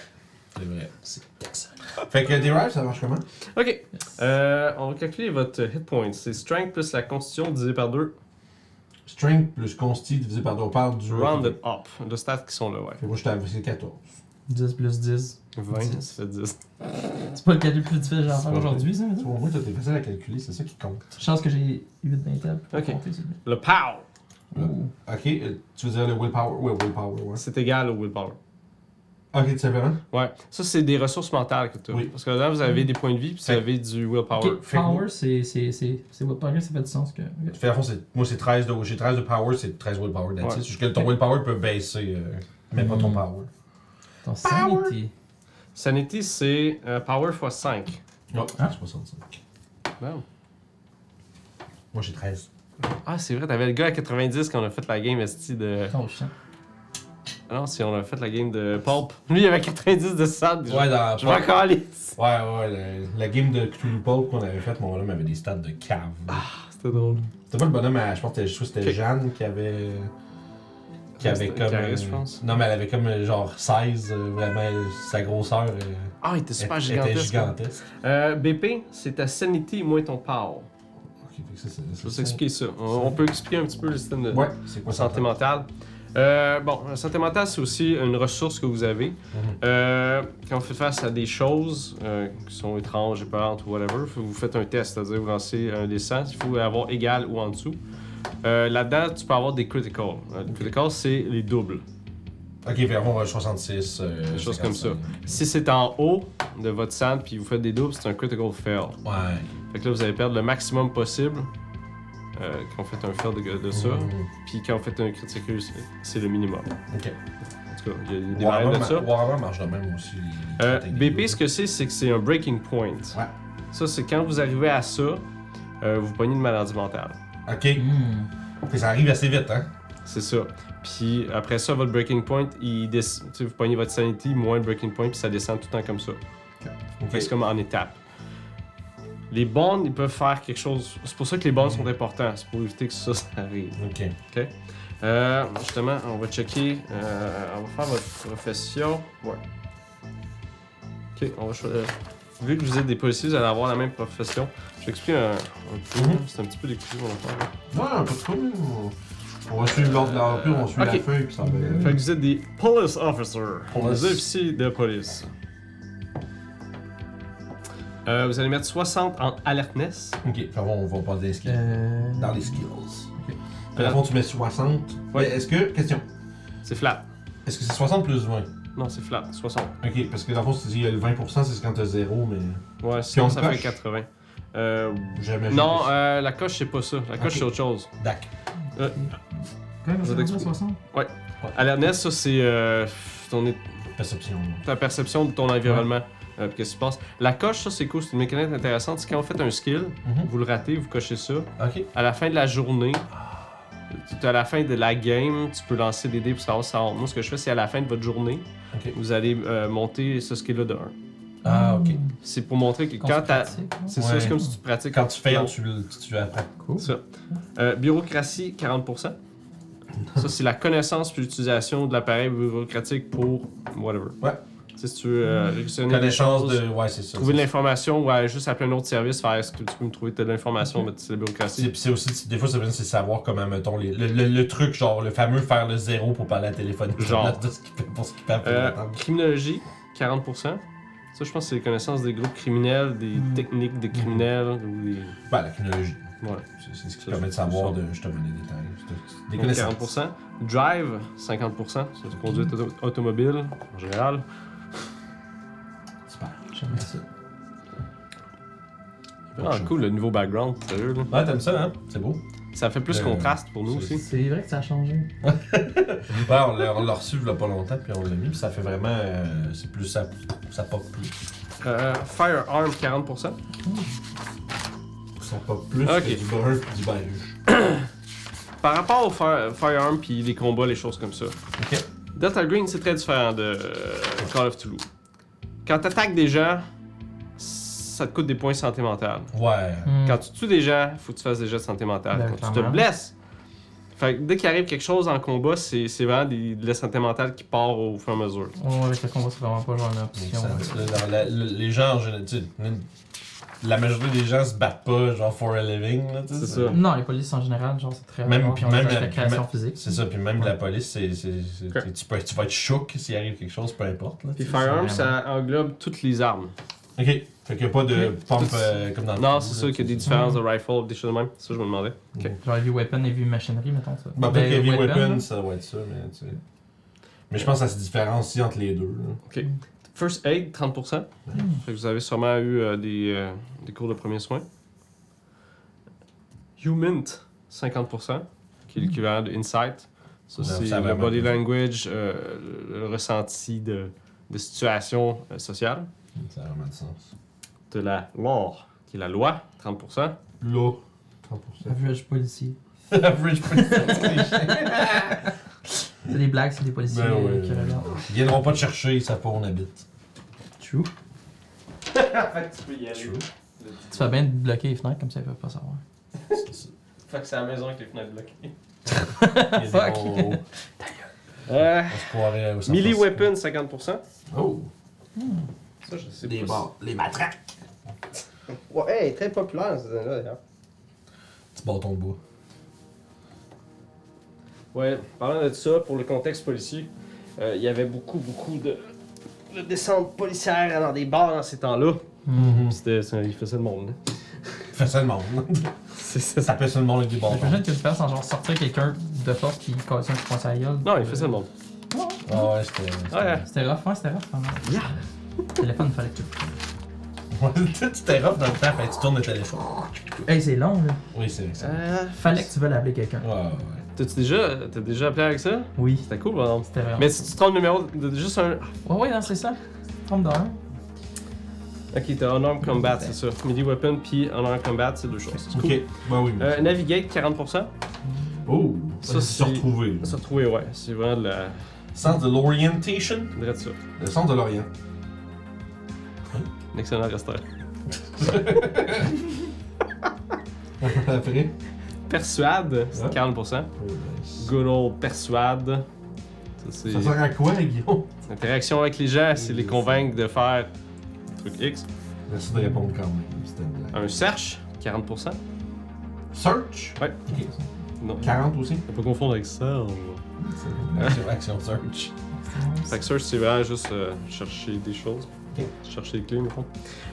S1: C'est vrai.
S3: c'est excellent.
S1: Fait que des rives, ça marche comment?
S2: Ok, euh, on va calculer votre hit point. C'est strength plus la constitution divisé par 2,
S1: String plus consti divisé par deux, on parle du.
S2: rounded up. De stats qui sont là, ouais.
S1: Fait que moi, j'étais à c'est 14.
S3: 10 plus 10.
S2: 20, ça fait 10.
S3: C'est pas le calcul plus difficile que j'ai à
S1: C'est
S3: faire
S1: pas
S3: aujourd'hui, ça.
S1: Tu vois, au moins, t'as été facile à calculer, c'est ça qui compte.
S3: Chance que j'ai 8 d'intel pour
S2: Ok.
S3: compter celui-là.
S2: Le pow,
S3: Ouh.
S1: Ok, euh, tu veux dire le willpower? Ouais, willpower, ouais.
S2: c'est égal au willpower.
S1: Ok, tout simplement.
S2: Ouais, ça c'est des ressources mentales que tu as.
S1: Oui.
S2: Parce que là, vous avez des points de vie, puis vous
S1: Fait-
S2: avez du willpower.
S3: Ok,
S1: Fait que-
S3: power, c'est. c'est- C'est c'est what power, ça fait du sens que. ok.
S1: Fait à fond, c'est- moi, c'est 13 de, j'ai 13 de power, c'est 13 willpower
S2: Ouais.
S1: d'attitude. Jusque ton willpower peut baisser, euh, mais pas ton
S3: Hmm.
S1: power.
S3: Ton sanity.
S2: Sanity, c'est euh, power x 5.
S1: Non,
S3: Hein?
S1: 65.
S2: Wow.
S1: Moi, j'ai 13.
S2: Ah, c'est vrai, t'avais le gars à 90 quand on a fait la game esti de.
S3: Oh, chien.
S2: Ah Non, si on a fait la game de Pulp. Lui, il avait 90 de SAD. déjà.
S1: Ouais, dans,
S2: Je m'en calisse.
S1: Ouais, ouais, le- la game de Cthulhu Pulp qu'on avait faite, mon bonhomme avait des stats de cave.
S2: C'était drôle.
S1: C'était pas le bonhomme, à- je pense que c'était- je trouve que c'était
S2: Ok.
S1: Jeanne qui avait. Qui
S2: Ah,
S1: avait
S2: c'était
S1: comme.
S2: Clarisse,
S1: euh,
S2: je pense.
S1: Non, mais elle avait comme euh, genre 16, euh, vraiment, euh, sa grosseur. euh,
S2: Ah, il était super
S1: était-
S2: gigantesque.
S1: Était gigantesque.
S2: Euh, BP, c'est ta sanity moins ton power.
S1: Ok, fait que ça, c'est-
S2: Je vais vous
S1: c'est-
S2: expliquer ça. On, on peut expliquer un petit peu le système de
S1: Ouais, c'est quoi ça?
S2: santé mentale. Euh, bon, la santé mentale, c'est aussi une ressource que vous avez.
S1: Mm-hmm.
S2: Euh, quand vous faites face à des choses euh, qui sont étranges, épeurantes ou whatever, vous faites un test, c'est-à-dire vous lancez un des 100, il faut avoir égal ou en dessous. Euh, Là-dedans, tu peux avoir des criticals. Euh, les criticals, c'est les doubles.
S1: Ok, fait qu'on va 66. euh,
S2: Des choses comme ça.
S1: 55.
S2: Si c'est en haut de votre sand puis vous faites des doubles, c'est un critical fail.
S1: Ouais.
S2: Fait que là, vous allez perdre le maximum possible euh, quand vous faites un fail de, de ça.
S1: Mhm.
S2: Puis quand vous faites un critical, c'est- c'est le minimum.
S1: Ok.
S2: En tout cas, il y a des variables
S1: Warhammer,
S2: de ça.
S1: ma- Warhammer marche de même aussi. les- les
S2: Euh,
S1: stratégies.
S2: BP, ce que c'est, c'est que c'est un breaking point.
S1: Ouais.
S2: Ça, c'est quand vous arrivez à ça, euh, vous pognez une maladie mentale.
S1: Ok,
S3: Hmm.
S1: Fait que ça arrive assez vite, hein?
S2: C'est ça. Puis après ça, votre breaking point, il des- tu sais, vous pognez votre sanity moins le breaking point, puis ça descend tout le temps comme ça.
S1: Ok.
S2: Fait que C'est comme en étape. Les bonds, ils peuvent faire quelque chose. C'est pour ça que les bonds sont importants. C'est pour éviter que ça, ça arrive.
S1: Ok.
S2: Euh, justement, on va checker. euh, on va faire votre profession. Ouais. Ok, on va cho- euh, Vu que vous êtes des policiers, vous allez avoir la même profession. Je vais expliquer un, un petit peu.
S1: Mhm.
S2: C'est un petit peu décousu mon affaire. là.
S1: Ouais, un peu trop. On va suivre l'ordre de la puis on suit
S2: Ok.
S1: la feuille, puis ça va.
S2: Fait que vous êtes des police officers.
S1: Police.
S2: Des officiers de police. Euh, vous allez mettre 60 en alertness.
S1: Ok, fait qu'on on va pas des skills.
S3: Euh.
S1: Dans les skills. Ok. Fait qu'à
S2: Euh,
S1: fond, tu mets 60.
S2: Ouais.
S1: Mais est-ce que. Question.
S2: C'est flat.
S1: Est-ce que c'est 60 plus 20
S2: Non, c'est flat. 60.
S1: Ok, parce que dans le fond, si il y a le 20%, c'est quand t'as 0, mais.
S2: Ouais, sinon
S1: on
S2: ça fait
S1: coche?
S2: 80. Euh,
S1: Jamais.
S2: non, euh, la coche, c'est pas ça. La coche,
S1: Ok.
S2: c'est autre chose.
S1: Dac.
S3: Quand même,
S2: Vous êtes
S3: rendu à
S2: expliqué.
S3: 60.
S2: Alertness, ça, c'est euh, ton é-
S1: Perception.
S2: ta perception de ton environnement. euh, Qu'est-ce qui se passe? La coche, ça, c'est cool. C'est une mécanique intéressante. C'est quand vous faites un skill,
S1: Mhm.
S2: vous le ratez, vous cochez ça.
S1: Ok.
S2: À la fin de la journée, tout à la fin de la game, tu peux lancer des dés pour savoir si ça rentre. Moi, ce que je fais, c'est à la fin de votre journée,
S1: Ok.
S2: vous allez euh, monter ce skill-là de 1.
S3: Hmm.
S1: Ah, ok.
S2: C'est pour montrer que quand t'as.
S3: Concentratique, ouais.
S2: C'est ça,
S1: Ouais.
S2: c'est comme si tu pratiques.
S1: Quand tu fais, tu, tu, tu apprends.
S2: Euh, bureaucratie, 40%. Ça, c'est la connaissance puis l'utilisation de l'appareil bureaucratique pour whatever.
S1: Ouais.
S2: Tu sais, si tu veux euh, réquisitionner des
S1: Connaissance
S2: choses,
S1: de. Ouais, c'est ça.
S2: Trouver
S1: c'est
S2: de
S1: ça.
S2: l'information ou aller juste appeler un autre service, faire est-ce que tu peux me trouver de l'information, mais c'est la
S1: C'est-
S2: bureaucratie.
S1: Puis c'est aussi, des fois, ça vient, c'est savoir comment, mettons, les- le, le- le truc, genre le fameux faire le zéro pour parler à téléphone. (laughs)
S2: Genre.
S1: Pour ce qu'il fait- pour ce qu'il fait après
S2: Euh,
S1: l'attendre.
S2: criminologie, 40%. Ça, je pense que c'est les connaissances des groupes criminels, des
S3: Mm.
S2: techniques des criminels ou des.
S1: Ben, la chronologie.
S2: Ouais.
S1: C'est- C'est ce qui
S2: Ça,
S1: permet de
S2: je trouve
S1: savoir
S2: ça.
S1: de justement les détails. C'est- c'est Des
S2: Donc,
S1: connaissances.
S2: 40%. Drive, 50%. Ça, c'est conduite auto- automobile, en général.
S1: Super.
S3: J'aime
S1: Merci.
S3: ça.
S2: Ah, cool, le nouveau background, sérieux. là.
S1: Ouais, t'aimes ça, hein? C'est beau.
S2: Ça fait plus
S1: Euh,
S2: contraste pour nous aussi.
S3: C'est vrai que ça a changé.
S1: Ouais, Ben, on l'a on l'a reçu il y a pas longtemps, puis on l'a mis, puis ça fait vraiment. euh, c'est plus. Ça, ça pop plus.
S2: Euh, firearm, 40%.
S1: Ça pop plus
S2: Ok.
S1: que du brun puis du beige.
S2: Par rapport au fire- firearm puis les combats, les choses comme ça.
S1: Ok.
S2: Delta Green, c'est très différent de euh, Call of Toulouse. Quand t'attaques des gens, ça te coûte des points de santé mentale.
S1: Ouais.
S2: Quand tu tues des gens, faut que tu fasses des jets de santé mentale.
S3: Hmm. Ben,
S2: Quand tu te
S3: clairement.
S2: blesses, fait que dès qu'il arrive quelque chose en combat, c'est c'est vraiment des- de la santé mentale qui part au fur et à mesure.
S3: Oh, avec le combat, c'est vraiment pas genre une option.
S1: Ça, là, dans la- le- les gens en général, tu sais, la majorité des gens se battent pas genre for a living. là, tu sais,
S2: C'est ça.
S3: Non, les polices en général, genre, c'est très
S1: Même-
S3: rare
S1: puis
S3: qu'ils ont
S1: même
S3: des
S1: la-
S3: récréations
S1: même-
S3: physiques.
S1: C'est ça, puis même la police, c'est, c'est- c'est-
S2: Ok.
S1: tu, peux, tu vas être choc s'il arrive quelque chose, peu importe. Là,
S2: Puis
S1: tu sais,
S2: Firearm,
S3: c'est vraiment-
S2: ça englobe toutes les armes.
S1: c'est- Ok, fait qu'il n'y a pas de
S2: Ok.
S1: pompe euh, comme dans le
S2: Non,
S1: film,
S2: c'est
S1: là,
S2: sûr
S1: tu
S2: qu'il y a
S1: sais.
S2: des différences de rifle, des choses de même. Ça, je me demandais. Ok.
S3: Genre heavy weapon, heavy machinery, mettons ça.
S1: Bah, peut-être
S3: Ben,
S1: Heavy
S3: weapon,
S1: Weapon, ça va être ça, mais tu sais. Mais je pense que ça se différencie entre les deux. là.
S2: First Aid, 30%.
S3: Hmm.
S2: Fait que vous avez sûrement eu euh, des, euh, des cours de premiers soins. Humint, 50%, qui est l'équivalent de Insight. Ça,
S1: Non,
S2: c'est
S1: ça va
S2: le
S1: même
S2: body
S1: pas.
S2: language, euh, le- le ressenti de, de situation euh, sociale.
S1: Ça a vraiment du sens.
S2: De la lore, qui est la loi,
S1: Là,
S2: 30%.
S3: là. Average policier.
S1: 30%. (laughs) Average
S2: (laughs)
S3: C'est des blagues, c'est des policiers
S1: Ben
S3: euh,
S1: ouais.
S3: qui regardent.
S1: Ils viendront pas te chercher, ils savent pas où on habite.
S2: (laughs)
S3: True.
S2: fait que tu peux y
S1: Tu vois?
S3: Tu fais bien de bloquer les fenêtres comme ça, ils peuvent pas savoir.
S1: C'est ça.
S2: Fait que c'est à la maison avec les fenêtres bloquées.
S1: Ils
S3: Fuck.
S1: viendront-
S2: Euh,
S1: Oh, On se croirait au San
S2: melee
S1: Francisco.
S2: weapon, 50%.
S1: Oh!
S2: Ça, je sais
S1: Des
S2: pas.
S1: barres, les matraques!
S2: Ouais, très populaire, cette là d'ailleurs.
S1: Petit bâton de bois.
S2: Ouais, parlant de ça, pour le contexte policier, euh, il y avait beaucoup, beaucoup de, de descentes policières dans des bars dans ces temps-là. C'était, ça, il faisait le monde. hein.
S1: Fais ça le monde.
S2: (laughs)
S1: (laughs)
S2: C'est ça.
S1: Ça fait ça le monde avec des bâtons.
S3: (laughs) J'imagine que tu fasses en genre sortir quelqu'un de force qui casse un coup de poing sur la gueule.
S2: Non, il faisait le monde.
S1: Ah ouais, c'était. c'était-
S2: Ouais.
S3: C'était rough, ouais, c'était rough. vraiment.
S2: Yeah.
S3: Téléphone, fallait que tu.
S1: (laughs) Ouais, tu t'es rough dans le temps, fait que tu tournes le téléphone.
S3: Hey, c'est long, là.
S1: Oui, c'est vrai. c'est vrai.
S2: Euh,
S3: Fallait que tu veuilles appeler quelqu'un.
S1: Ouais, ouais, ouais.
S2: T'as-tu déjà, t'as déjà appelé avec ça?
S3: Oui.
S2: C'était cool, par exemple.
S3: C'était vraiment.
S2: Mais si tu trompes le numéro de de juste un.
S3: Ouais, ouais, non, c'est ça. Tombe dans un.
S2: Ok, t'as Unarmed Combat, c'est ça. Melee Weapon puis Unarmed Combat, c'est deux choses. C'est cool.
S1: Ok, bah oui.
S2: Euh, Navigate, 40%.
S1: Oh!
S2: ça,
S1: Ça,
S2: c'est-
S1: c'est retrouvé.
S2: Ça, trouvé, ouais. C'est vraiment de la.
S1: Sens de l'orientation.
S2: de ça.
S1: Le sens de l'orient. (laughs)
S2: Un excellent restaurant.
S1: Après.
S2: Persuade, c'est
S1: Ouais.
S2: 40%.
S1: Ça
S2: Good old persuade. Ça, c'est
S1: sert à quoi, Guillaume?
S2: l'interaction avec les gens, c'est les convaincre de faire truc X.
S1: Merci de répondre quand même. C'était une blague.
S2: Un search, 40%.
S1: Search?
S2: Ouais.
S1: Ok.
S2: Non,
S1: 40 aussi?
S2: faut pas confondre avec ça.
S1: Action, action search.
S2: Fait que search, c'est vraiment juste euh, chercher des choses.
S1: Ok.
S2: Chercher des clés, mettons.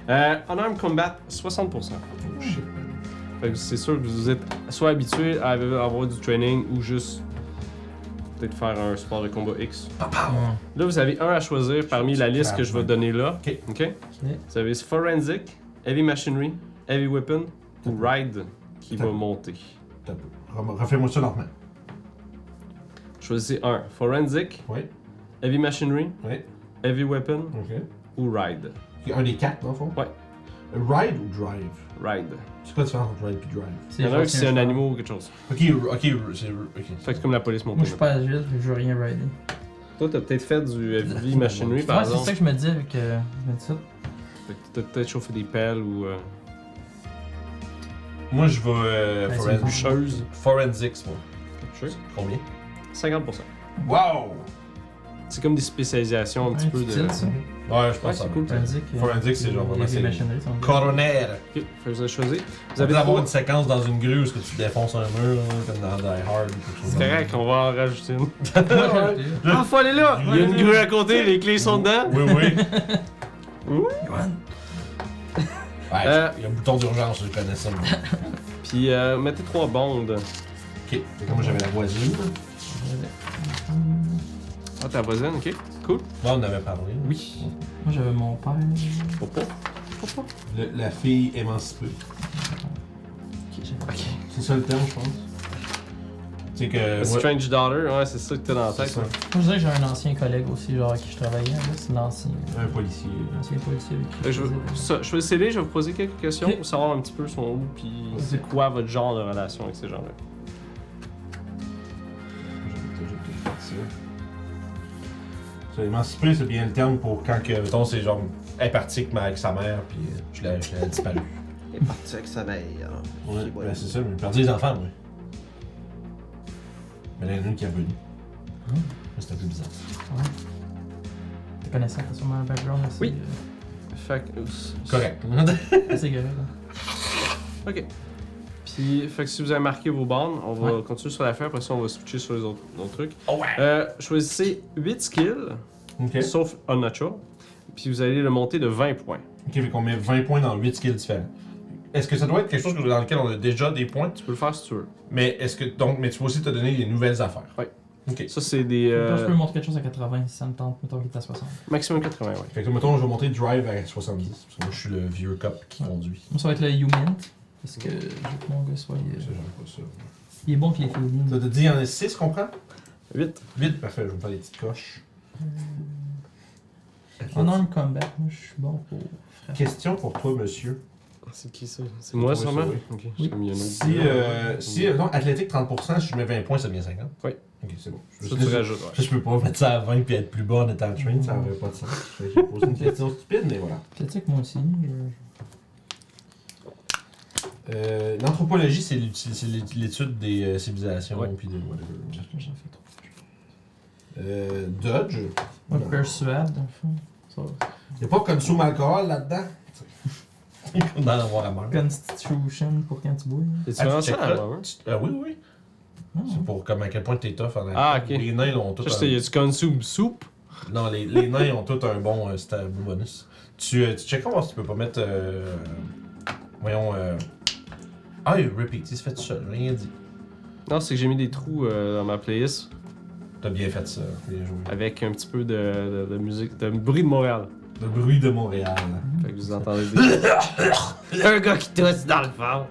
S2: Euh, Unarmed combat, 60%.
S1: Oh shit. man.
S2: Fait que c'est sûr que vous êtes soit habitué à avoir du training ou juste peut-être faire un sport de combat X.
S3: Ah,
S1: Papa!
S2: Là, vous avez un à choisir parmi la liste que je vais donner là.
S1: Ok.
S2: Vous avez Forensic, Heavy Machinery, Heavy Weapon ou Ride qui va monter.
S1: T'as peu. Re- Refais-moi ça lentement.
S2: Choisissez un. Forensic,
S1: Oui,
S2: Heavy Machinery,
S1: oui.
S2: Heavy Weapon
S1: Ok.
S2: ou Ride.
S1: Ok, Un des quatre, dans le fond?
S2: Ouais.
S1: Ride ou drive?
S2: Ride.
S1: C'est quoi la différence entre ride et drive?
S2: Il y en a un qui c'est un animal ou quelque chose.
S1: Ok, r- ok, r- c'est. r- Ok.
S2: Fait que c'est comme la police
S3: Moi, je
S2: montée.
S3: suis pas agile, fait que je veux rien rider.
S2: Toi, t'as peut-être fait du Heavy Machinery par
S3: (laughs) Ouais, c'est
S2: exemple.
S3: ça que je me dis avec. euh, je me dis ça.
S2: Fait que T'as peut-être chauffé des pelles ou euh,
S1: Moi, je vais. Euh,
S3: Vas-y,
S1: foren-
S3: vas-y.
S2: bûcheuse.
S1: Forensics, moi.
S2: Sure.
S1: Combien
S2: 50%.
S1: Wow!
S2: C'est comme des spécialisations un petit peu de.
S3: Utile, ça.
S1: Ouais, je pense
S2: Ouais,
S1: que ça
S2: c'est
S1: va.
S2: cool.
S3: Forensic. euh,
S1: Forensic, c'est genre
S3: il y a
S1: vraiment
S3: des
S1: c'est-
S3: machineries, ça.
S1: Coroner.
S2: Ok, fait que vous avez choisi. Vous
S1: Vous
S2: avez
S1: avez avoir
S2: trois.
S1: une séquence dans une grue où est-ce que tu défonces un mur, hein, comme dans Die Hard ou quelque chose
S2: C'est
S1: comme ça.
S2: correct, on va en rajouter une.
S3: Moi, j'ai
S1: (laughs)
S3: acheté.
S2: (laughs) Ah, faut aller là! Il y a une grue à côté, les clés sont dedans.
S1: Oui, oui.
S2: (laughs) Ouh.
S1: Ouais,
S2: Euh.
S1: il y a un bouton d'urgence, je connais ça. moi.
S2: Puis euh, mettez trois bondes.
S1: Ok, c'est comme j'avais la voisine.
S2: Ah, ta voisine, ok. Cool.
S1: Là, on en avait parlé.
S2: Oui.
S3: Moi, j'avais mon père.
S2: Pourquoi? Pourquoi?
S1: Le- la fille émancipée.
S2: Ok.
S1: C'est ça le terme, je pense. C'est que. ouais,
S2: Strange Daughter, ouais, c'est ça que t'as dans la
S1: c'est
S2: tête.
S1: ça.
S3: Je dirais que j'ai un ancien collègue aussi, genre, avec qui je travaillais. là, C'est l'ancien.
S1: Un policier. là.
S3: L'ancien policier avec qui
S2: Fait que Euh, Je vais, ça, je vais le sceller, je vais vous poser quelques questions
S3: Ok.
S2: pour savoir un petit peu son où, puis c'est quoi votre genre de relation avec ces gens-là.
S1: J'avais toujours tout fait ça. Ça, émancipé, c'est bien le terme pour quand que, mettons, c'est genre, elle est partie mais avec sa mère, puis euh, je l'ai je
S5: (laughs)
S1: l'ai disparu.
S5: Il est parti avec sa mère. hein,
S1: Ouais,
S5: C'est bon.
S1: ben c'est ça, mais perdu les enfants, oui. Mais là, il y en a une qui est revenue.
S5: Hein?
S3: Hum.
S1: C'était un peu bizarre.
S3: Tu connais ça, t'as sûrement un background assez.
S2: Oui. Fait que. s- s-
S1: Correct.
S3: euh, Assez gueule, là.
S2: Ok. Puis, fait que si vous avez marqué vos bornes, on va continuer sur l'affaire, après ça on va switcher sur les autres, autres trucs.
S1: oh (laughs) ouais!
S2: Euh, choisissez 8 skills,
S1: Ok.
S2: sauf unnatural, puis vous allez le monter de 20 points.
S1: Ok, fait qu'on met 20 points dans 8 skills différents. Est-ce que ça doit être quelque chose que- dans lequel on a déjà des points?
S2: Tu peux le faire si tu veux.
S1: Mais est-ce que. Donc, mais tu peux aussi te donner des nouvelles affaires.
S2: Ouais.
S1: Ok.
S2: Ça, c'est des.
S3: Mettons, Je
S2: euh,
S3: peux monter quelque chose à 80 si ça me tente, mettons qu'il est à 60.
S2: maximum 80, ouais.
S1: Fait que mettons, je vais monter drive à 70. Parce que moi, je suis le vieux cop qui conduit.
S3: Moi, ça va être le human. Parce que je veux que mon gars soit.
S1: Ça,
S3: Il,
S1: j'aime pas ça.
S3: il est bon qu'il est féminin.
S1: Ça te dit, il y en a 6 qu'on prend?
S2: 8.
S1: 8, parfait, je vais me faire des petites coches.
S3: En arm combat, moi, je suis bon pour.
S1: Question pour toi, monsieur.
S2: C'est qui ça C'est moi
S1: toi,
S2: sûrement
S1: c'est
S2: Ok, j'ai mis un autre.
S1: Si, euh, si euh, non, athlétique 30%, si je mets 20 points, ça devient 50.
S2: Oui.
S1: Ok, c'est bon. Je,
S2: Ça,
S1: je-
S2: tu
S1: je-
S2: rajoutes, ouais.
S1: je peux pas mettre ça à 20 puis être plus bas en étant train, ça aurait pas de sens. Fait que J'ai posé une question stupide, mais voilà.
S3: Athlétique, moi aussi. je-
S1: Euh, L'anthropologie, c'est l'uti- c'est l'é- l'étude des euh, civilisations.
S2: Ouais.
S1: Puis des, whatever.
S3: je- J'en fais trop.
S1: Euh, Dodge.
S3: Moi, persuade, dans le fond. Ça va.
S1: Y'a pas consomme alcool là-dedans? Comme (laughs) dans la voir à mort.
S3: Constitution pour quand tu bois.
S2: Et tu
S1: Ah,
S2: rends
S1: tu
S2: ça
S1: checkes
S2: avant, hein?
S1: ça? Euh, oui, oui, oui.
S3: Non.
S1: C'est pour comme à quel point t'es tough en
S2: Ah,
S1: alcool.
S2: ok.
S1: Les nains l'ont tout.
S2: Ça,
S1: en-
S2: c'était, y a-tu consume soupe?
S1: Non, les, les nains ont tous un bon euh, stab bonus. Tu, euh, tu checkes voir si tu peux pas mettre. euh, voyons. Euh... Ah, il repeat, il se fait tout seul, rien dit.
S2: Non, c'est que j'ai mis des trous euh, dans ma playlist
S1: T'as bien fait ça, bien joué.
S2: avec un petit peu de, de- de musique, de bruit de Montréal.
S1: Le bruit de Montréal.
S2: Fait que vous entendez (laughs) des... un gars qui tousse dans le fond.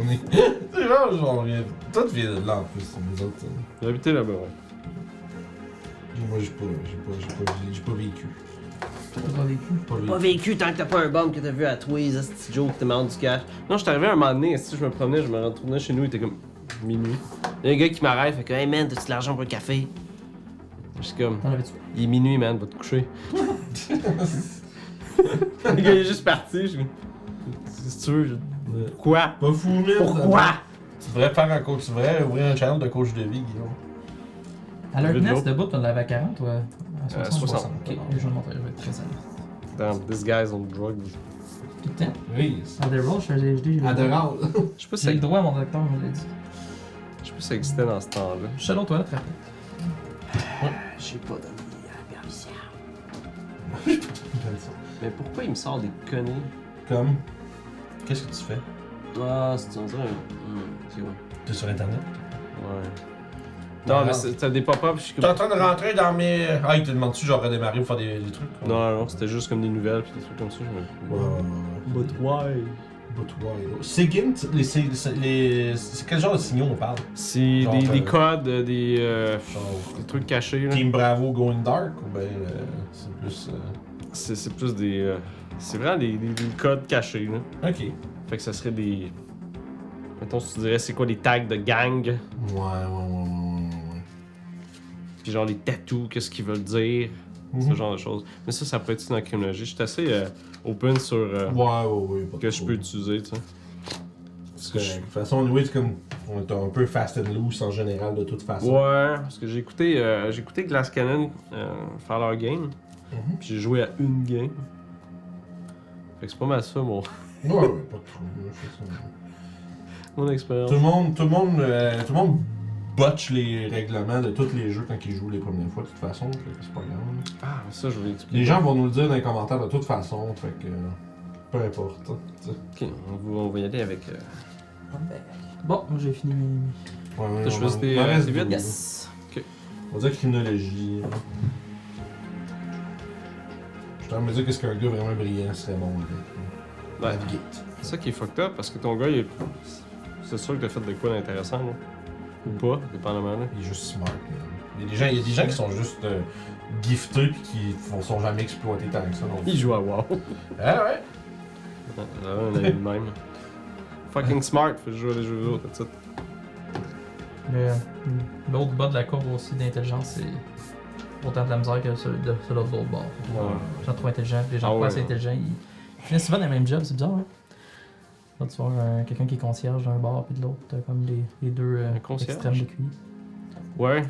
S1: On est. (laughs) C'est genre, genre, on vient- Toi, tu viens de là en plus, nous autres. euh,
S2: Vous habitez là-bas, ouais.
S1: Moi, j'ai pas, j'ai pas, j'ai pas, j'ai pas vécu.
S3: T'as pas vécu.
S1: Pas vécu.
S5: Pas vécu tant que t'as pas un bombe que t'as vu à Twiz, ce Joe, que t'es mort du cash.
S2: Non, je suis arrivé un moment donné, si je me promenais, je me retournais chez nous, il était comme minuit. Il y a un gars qui m'arrête, fait que Hey man, t'as-tu de l'argent pour le café? Je suis comme,
S3: T'en avais-tu?
S2: il est minuit man, va te (laughs) coucher. le gars il est juste parti, je suis comme, si tu veux, je-
S1: Ouais.
S2: quoi?
S1: Pas fou, man.
S2: Pourquoi?
S1: Tu devrais faire un coach, tu devrais ouvrir un channel de coach de vie, Guillaume.
S3: Alertness de bout, t'en avais à 40 ou à à 60?
S2: 60.
S3: Ok, je vais le montrer, je vais être très alerte.
S2: Damn, this guy's on drugs.
S3: Putain,
S1: Oui.
S3: à The Roll, je faisais HD. j'ai-
S1: Adorable.
S2: Je sais pas si ça-
S3: J'ai le droit à mon docteur, je vous l'ai dit.
S2: je sais pas si ça existait dans ce temps-là.
S3: Je suis allé aux toilettes rapide.
S5: J'ai pas donné la permission.
S1: J'aime ça.
S5: Mais pourquoi il me sort des conneries?
S1: Comme. Qu'est-ce que tu fais
S5: Ah, c'est on dirait un. Hmm, c'est bon.
S1: T'es sur internet
S2: Ouais. Non, mais c'est- t'as des pop-ups, je suis
S1: T'es en
S2: comme.
S1: train de rentrer dans mes. Ah, il te demande-tu, genre, redémarrer ou faire des, des trucs quoi?
S2: Non, non, non, c'était juste comme des nouvelles puis des trucs comme ça. Je
S1: Ouais, ouais, ouais, ouais.
S2: me... But why?
S1: But why? Segint, les, c'est- c'est- les, c'est quel genre de signaux on parle
S2: C'est
S1: Genre,
S2: des,
S1: euh,
S2: des codes, euh, des, euh,
S1: Genre.
S2: des trucs cachés là.
S1: Team Bravo Going Dark ou ben. euh, c'est plus. euh,
S2: C'est c'est plus des. euh, c'est vraiment des, des- des codes cachés là.
S1: Ok. Ouais,
S2: Fait que ça serait des. Mettons, si tu dirais c'est quoi les tags de gang,
S1: ouais, ouais, ouais, ouais, ouais.
S2: puis genre les tattoos, qu'est-ce qu'ils veulent dire, ce
S1: Mhm.
S2: genre de choses. Mais ça, ça pourrait être dans la criminologie. Je suis assez euh, open sur euh,
S1: Ouais, ouais, ouais. pas de
S2: que je peux
S1: problème.
S2: utiliser, tu sais.
S1: C'est correct. De toute façon, oui, c'est comme. On est un peu fast and loose en général, de toute façon.
S2: Ouais, parce que j'ai écouté, euh, j'ai écouté Glass Cannon euh, faire leur game.
S1: Mhm.
S2: Puis j'ai joué à une game. Fait que c'est pas mal ça mon, (laughs)
S1: Ouais, ouais, pas de trouble, c'est ça.
S2: mon expérience.
S1: Tout le monde, tout le monde, euh, tout le monde botche les règlements de tous les jeux quand ils jouent les premières fois, de toute façon. fait que C'est pas grave.
S2: Ah, ça je voulais expliquer.
S1: Les gens vont nous le dire dans les commentaires de toute façon, fait que. euh, Peu importe. hein, tu sais.
S2: Ok, on va, on va y aller avec. euh,
S3: Bon, moi j'ai fini mes.
S1: Ouais, ouais,
S2: T'as
S1: on
S2: choisi
S1: en-
S2: tes,
S1: on en
S2: euh,
S1: reste
S2: tes huit?
S1: douze.
S5: Yes.
S1: On va dire criminologie. hein. Je suis en train de me dire qu'est-ce qu'un gars vraiment brillant serait bon avec. hein.
S2: ouais.
S1: Navigate.
S2: C'est ça qui est fucked up parce que ton gars, il est... c'est sûr que t'as fait de quoi d'intéressant là. Ou pas, dépendamment là.
S1: Il est juste smart. hein. Il y a des gens, il y a des gens qui sont juste euh, giftés pis qui ne sont jamais exploités tant que ça. non plus.
S2: Il joue à WoW. (laughs)
S1: Ah ouais?
S2: Ouais, J'avais un ami de même. Fucking smart, faut jouer à des jeux vidéo, t'as ça.
S3: L'autre bas de la courbe aussi d'intelligence, c'est autant de la misère que celui de, celui de l'autre bord. Les gens trop intelligents, puis les gens
S2: Ah
S3: pas
S2: ouais,
S3: assez
S2: ouais.
S3: intelligents, ils finissent souvent dans le même job, c'est bizarre, hein? Là, tu vois un- quelqu'un qui est concierge d'un bar puis de l'autre, t'as comme les, les deux euh,
S2: Un concierge?
S3: extrêmes de QI.
S2: Ouais.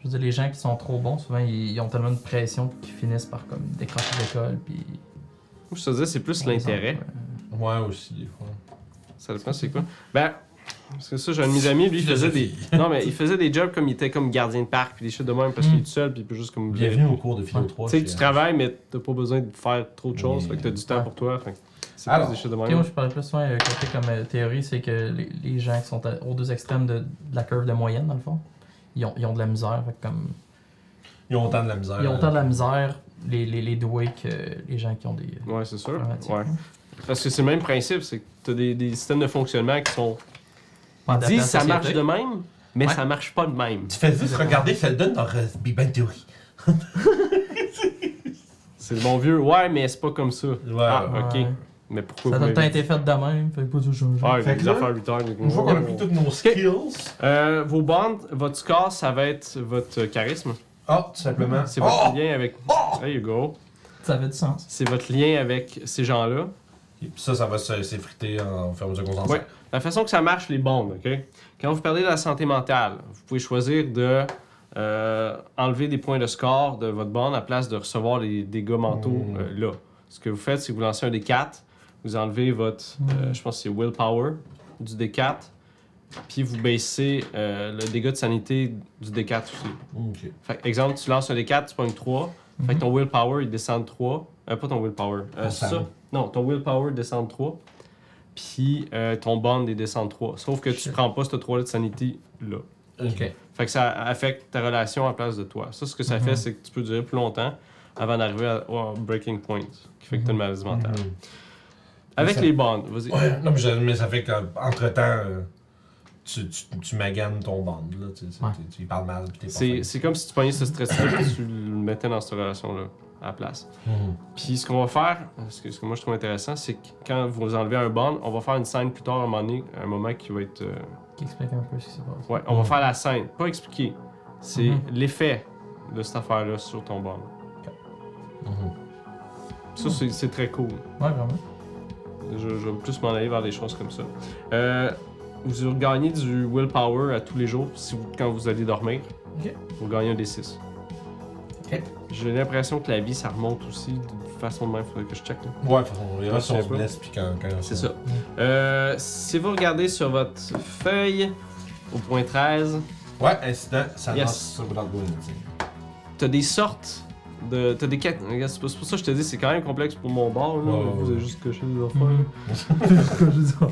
S3: Je veux dire, les gens qui sont trop bons, souvent, ils, ils ont tellement de pression qu'ils finissent par comme décrocher l'école, puis...
S2: Moi, je te disais, c'est plus l'intérêt.
S1: Ouais, aussi, des fois.
S2: Ça dépend c'est quoi. Ben, parce que ça, j'ai un de mes amis, lui, il
S1: (laughs)
S2: faisait des. Non, mais il faisait des jobs comme il était comme gardien de parc, puis des choses de même,
S3: Hmm.
S2: parce qu'il est tout seul, puis il peut juste comme. oublier.
S1: Bienvenue au cours de Philo euh, 3.
S2: Tu sais, tu
S1: chez-
S2: travailles, mais t'as pas besoin de faire trop de choses,
S1: Oui.
S2: fait que t'as du temps pour toi. Fait que c'est
S1: Alors,
S2: plus des choses de
S3: Ok, moi,
S2: même.
S3: je parlais plus souvent euh, côté comme euh, théorie, c'est que les, les gens qui sont à- aux deux extrêmes de, de la curve de moyenne, dans le fond, ils ont, ils ont de la misère. fait que comme,
S1: Ils ont autant de la misère.
S3: ils ont
S1: là.
S3: autant de la misère, les, les, les doués, que les gens qui ont des...
S2: Ouais, c'est sûr.
S3: problématiques.
S2: Ouais. Parce que c'est le même principe, c'est que t'as des, des systèmes de fonctionnement qui sont.
S3: Pas adaptés
S2: Dis,
S3: à la
S2: ça marche
S3: société.
S2: de même, mais
S1: Ouais.
S2: ça marche pas de même.
S1: Tu fais juste regarder Sheldon dans euh, Big Bang Theory.
S2: C'est le bon vieux. Ouais, mais c'est pas comme ça.
S1: Ouais,
S2: Ah,
S1: ouais.
S2: ok.
S3: Ouais.
S2: Mais pourquoi
S3: Ça a tout
S2: vous
S3: le temps
S2: m'avez dit-
S3: été fait de même, fait que pas tout changer.
S2: Ouais,
S1: Fait
S2: les
S1: que là,
S2: affaires 8 heures.
S1: Une fois qu'on a pris toutes nos skills.
S2: Euh, vos bandes, votre score, ça va être votre charisme.
S1: Ah, tout simplement.
S2: C'est votre
S1: Oh!
S2: lien avec. There you go.
S3: Ça avait du sens.
S2: C'est votre lien avec ces gens-là.
S1: Et puis ça, ça va se- s'effriter en fermeture concentrée.
S2: Ouais. La façon que ça marche, les bandes, OK? Quand vous perdez de la santé mentale, vous pouvez choisir de euh, enlever des points de score de votre bande à place de recevoir les dégâts mentaux
S1: Mm.
S2: euh, là. Ce que vous faites, c'est que vous lancez un D4, vous enlevez votre, euh, je pense que c'est willpower du D4, puis vous baissez euh, le dégât de sanité du D4 aussi.
S1: Ok.
S2: Fait que, exemple, tu lances un D4, tu pognes 3. Fait que ton willpower, il descend de 3. Euh, pas ton willpower. Euh,
S1: Mhm. Ton
S2: ça.
S1: talent.
S2: Non, ton willpower descend de 3. Puis euh, ton bond, il descend de 3. Sauf que tu
S3: Shit.
S2: prends pas ce 3-là de sanité là.
S1: Ok.
S2: Fait que ça affecte ta relation à la place de toi. Ça, ce que ça
S1: Mhm.
S2: fait, c'est que tu peux durer plus longtemps avant d'arriver à- au breaking point, qui fait que t'as une maladie mentale.
S1: Mhm.
S2: Avec
S1: Ça-
S2: les bonds, vas-y.
S1: Ouais, non, mais, je- mais ça fait qu'entre-temps, euh, tu, tu, tu maganes ton bande, là. Tu, sais,
S3: Ouais.
S1: tu, tu y parles mal, pis t'es pas
S2: C'est
S1: fin.
S2: c'est comme si tu pognais ce stress-là et tu le mettais dans cette relation-là, à la place.
S1: Mhm.
S2: Puis ce qu'on va faire, ce que, ce que moi je trouve intéressant, c'est que quand vous enlevez un bond, on va faire une scène plus tard, à un moment donné, un moment qui va être. euh,
S3: Qui explique un peu ce qui se passe.
S2: Ouais, on va faire la scène. Pas expliquer. C'est
S3: Mhm.
S2: l'effet de cette affaire-là sur ton bond.
S1: Mhm.
S2: Ça, c'est- c'est très cool.
S3: Ouais, vraiment.
S2: Je, je vais plus m'en aller vers des choses comme ça. Euh, vous gagnez du willpower à tous les jours si vous- quand vous allez dormir.
S1: Ok.
S2: Vous gagnez un D6.
S1: Ok.
S2: J'ai l'impression que la vie, ça remonte aussi de façon de même. Faudrait que je check. là.
S1: Ouais, de toute façon, on verra si
S2: Je
S1: on
S2: sais
S1: se
S2: pas.
S1: blesse, pis quand. quand
S2: C'est ça. Euh, si vous regardez sur votre feuille, au point 13,
S1: Ouais, incident, ça
S2: Yes.
S1: lance sur le Bloodborne, tu sais.
S2: t'as des sortes de. T'as des quêtes. Regarde, C'est pas- c'est pour ça que je te dis, c'est quand même complexe pour mon bord. Là,
S1: Ouais, ouais,
S2: vous
S1: ouais.
S2: avez juste coché les affaires.
S1: (laughs)
S3: Mhm.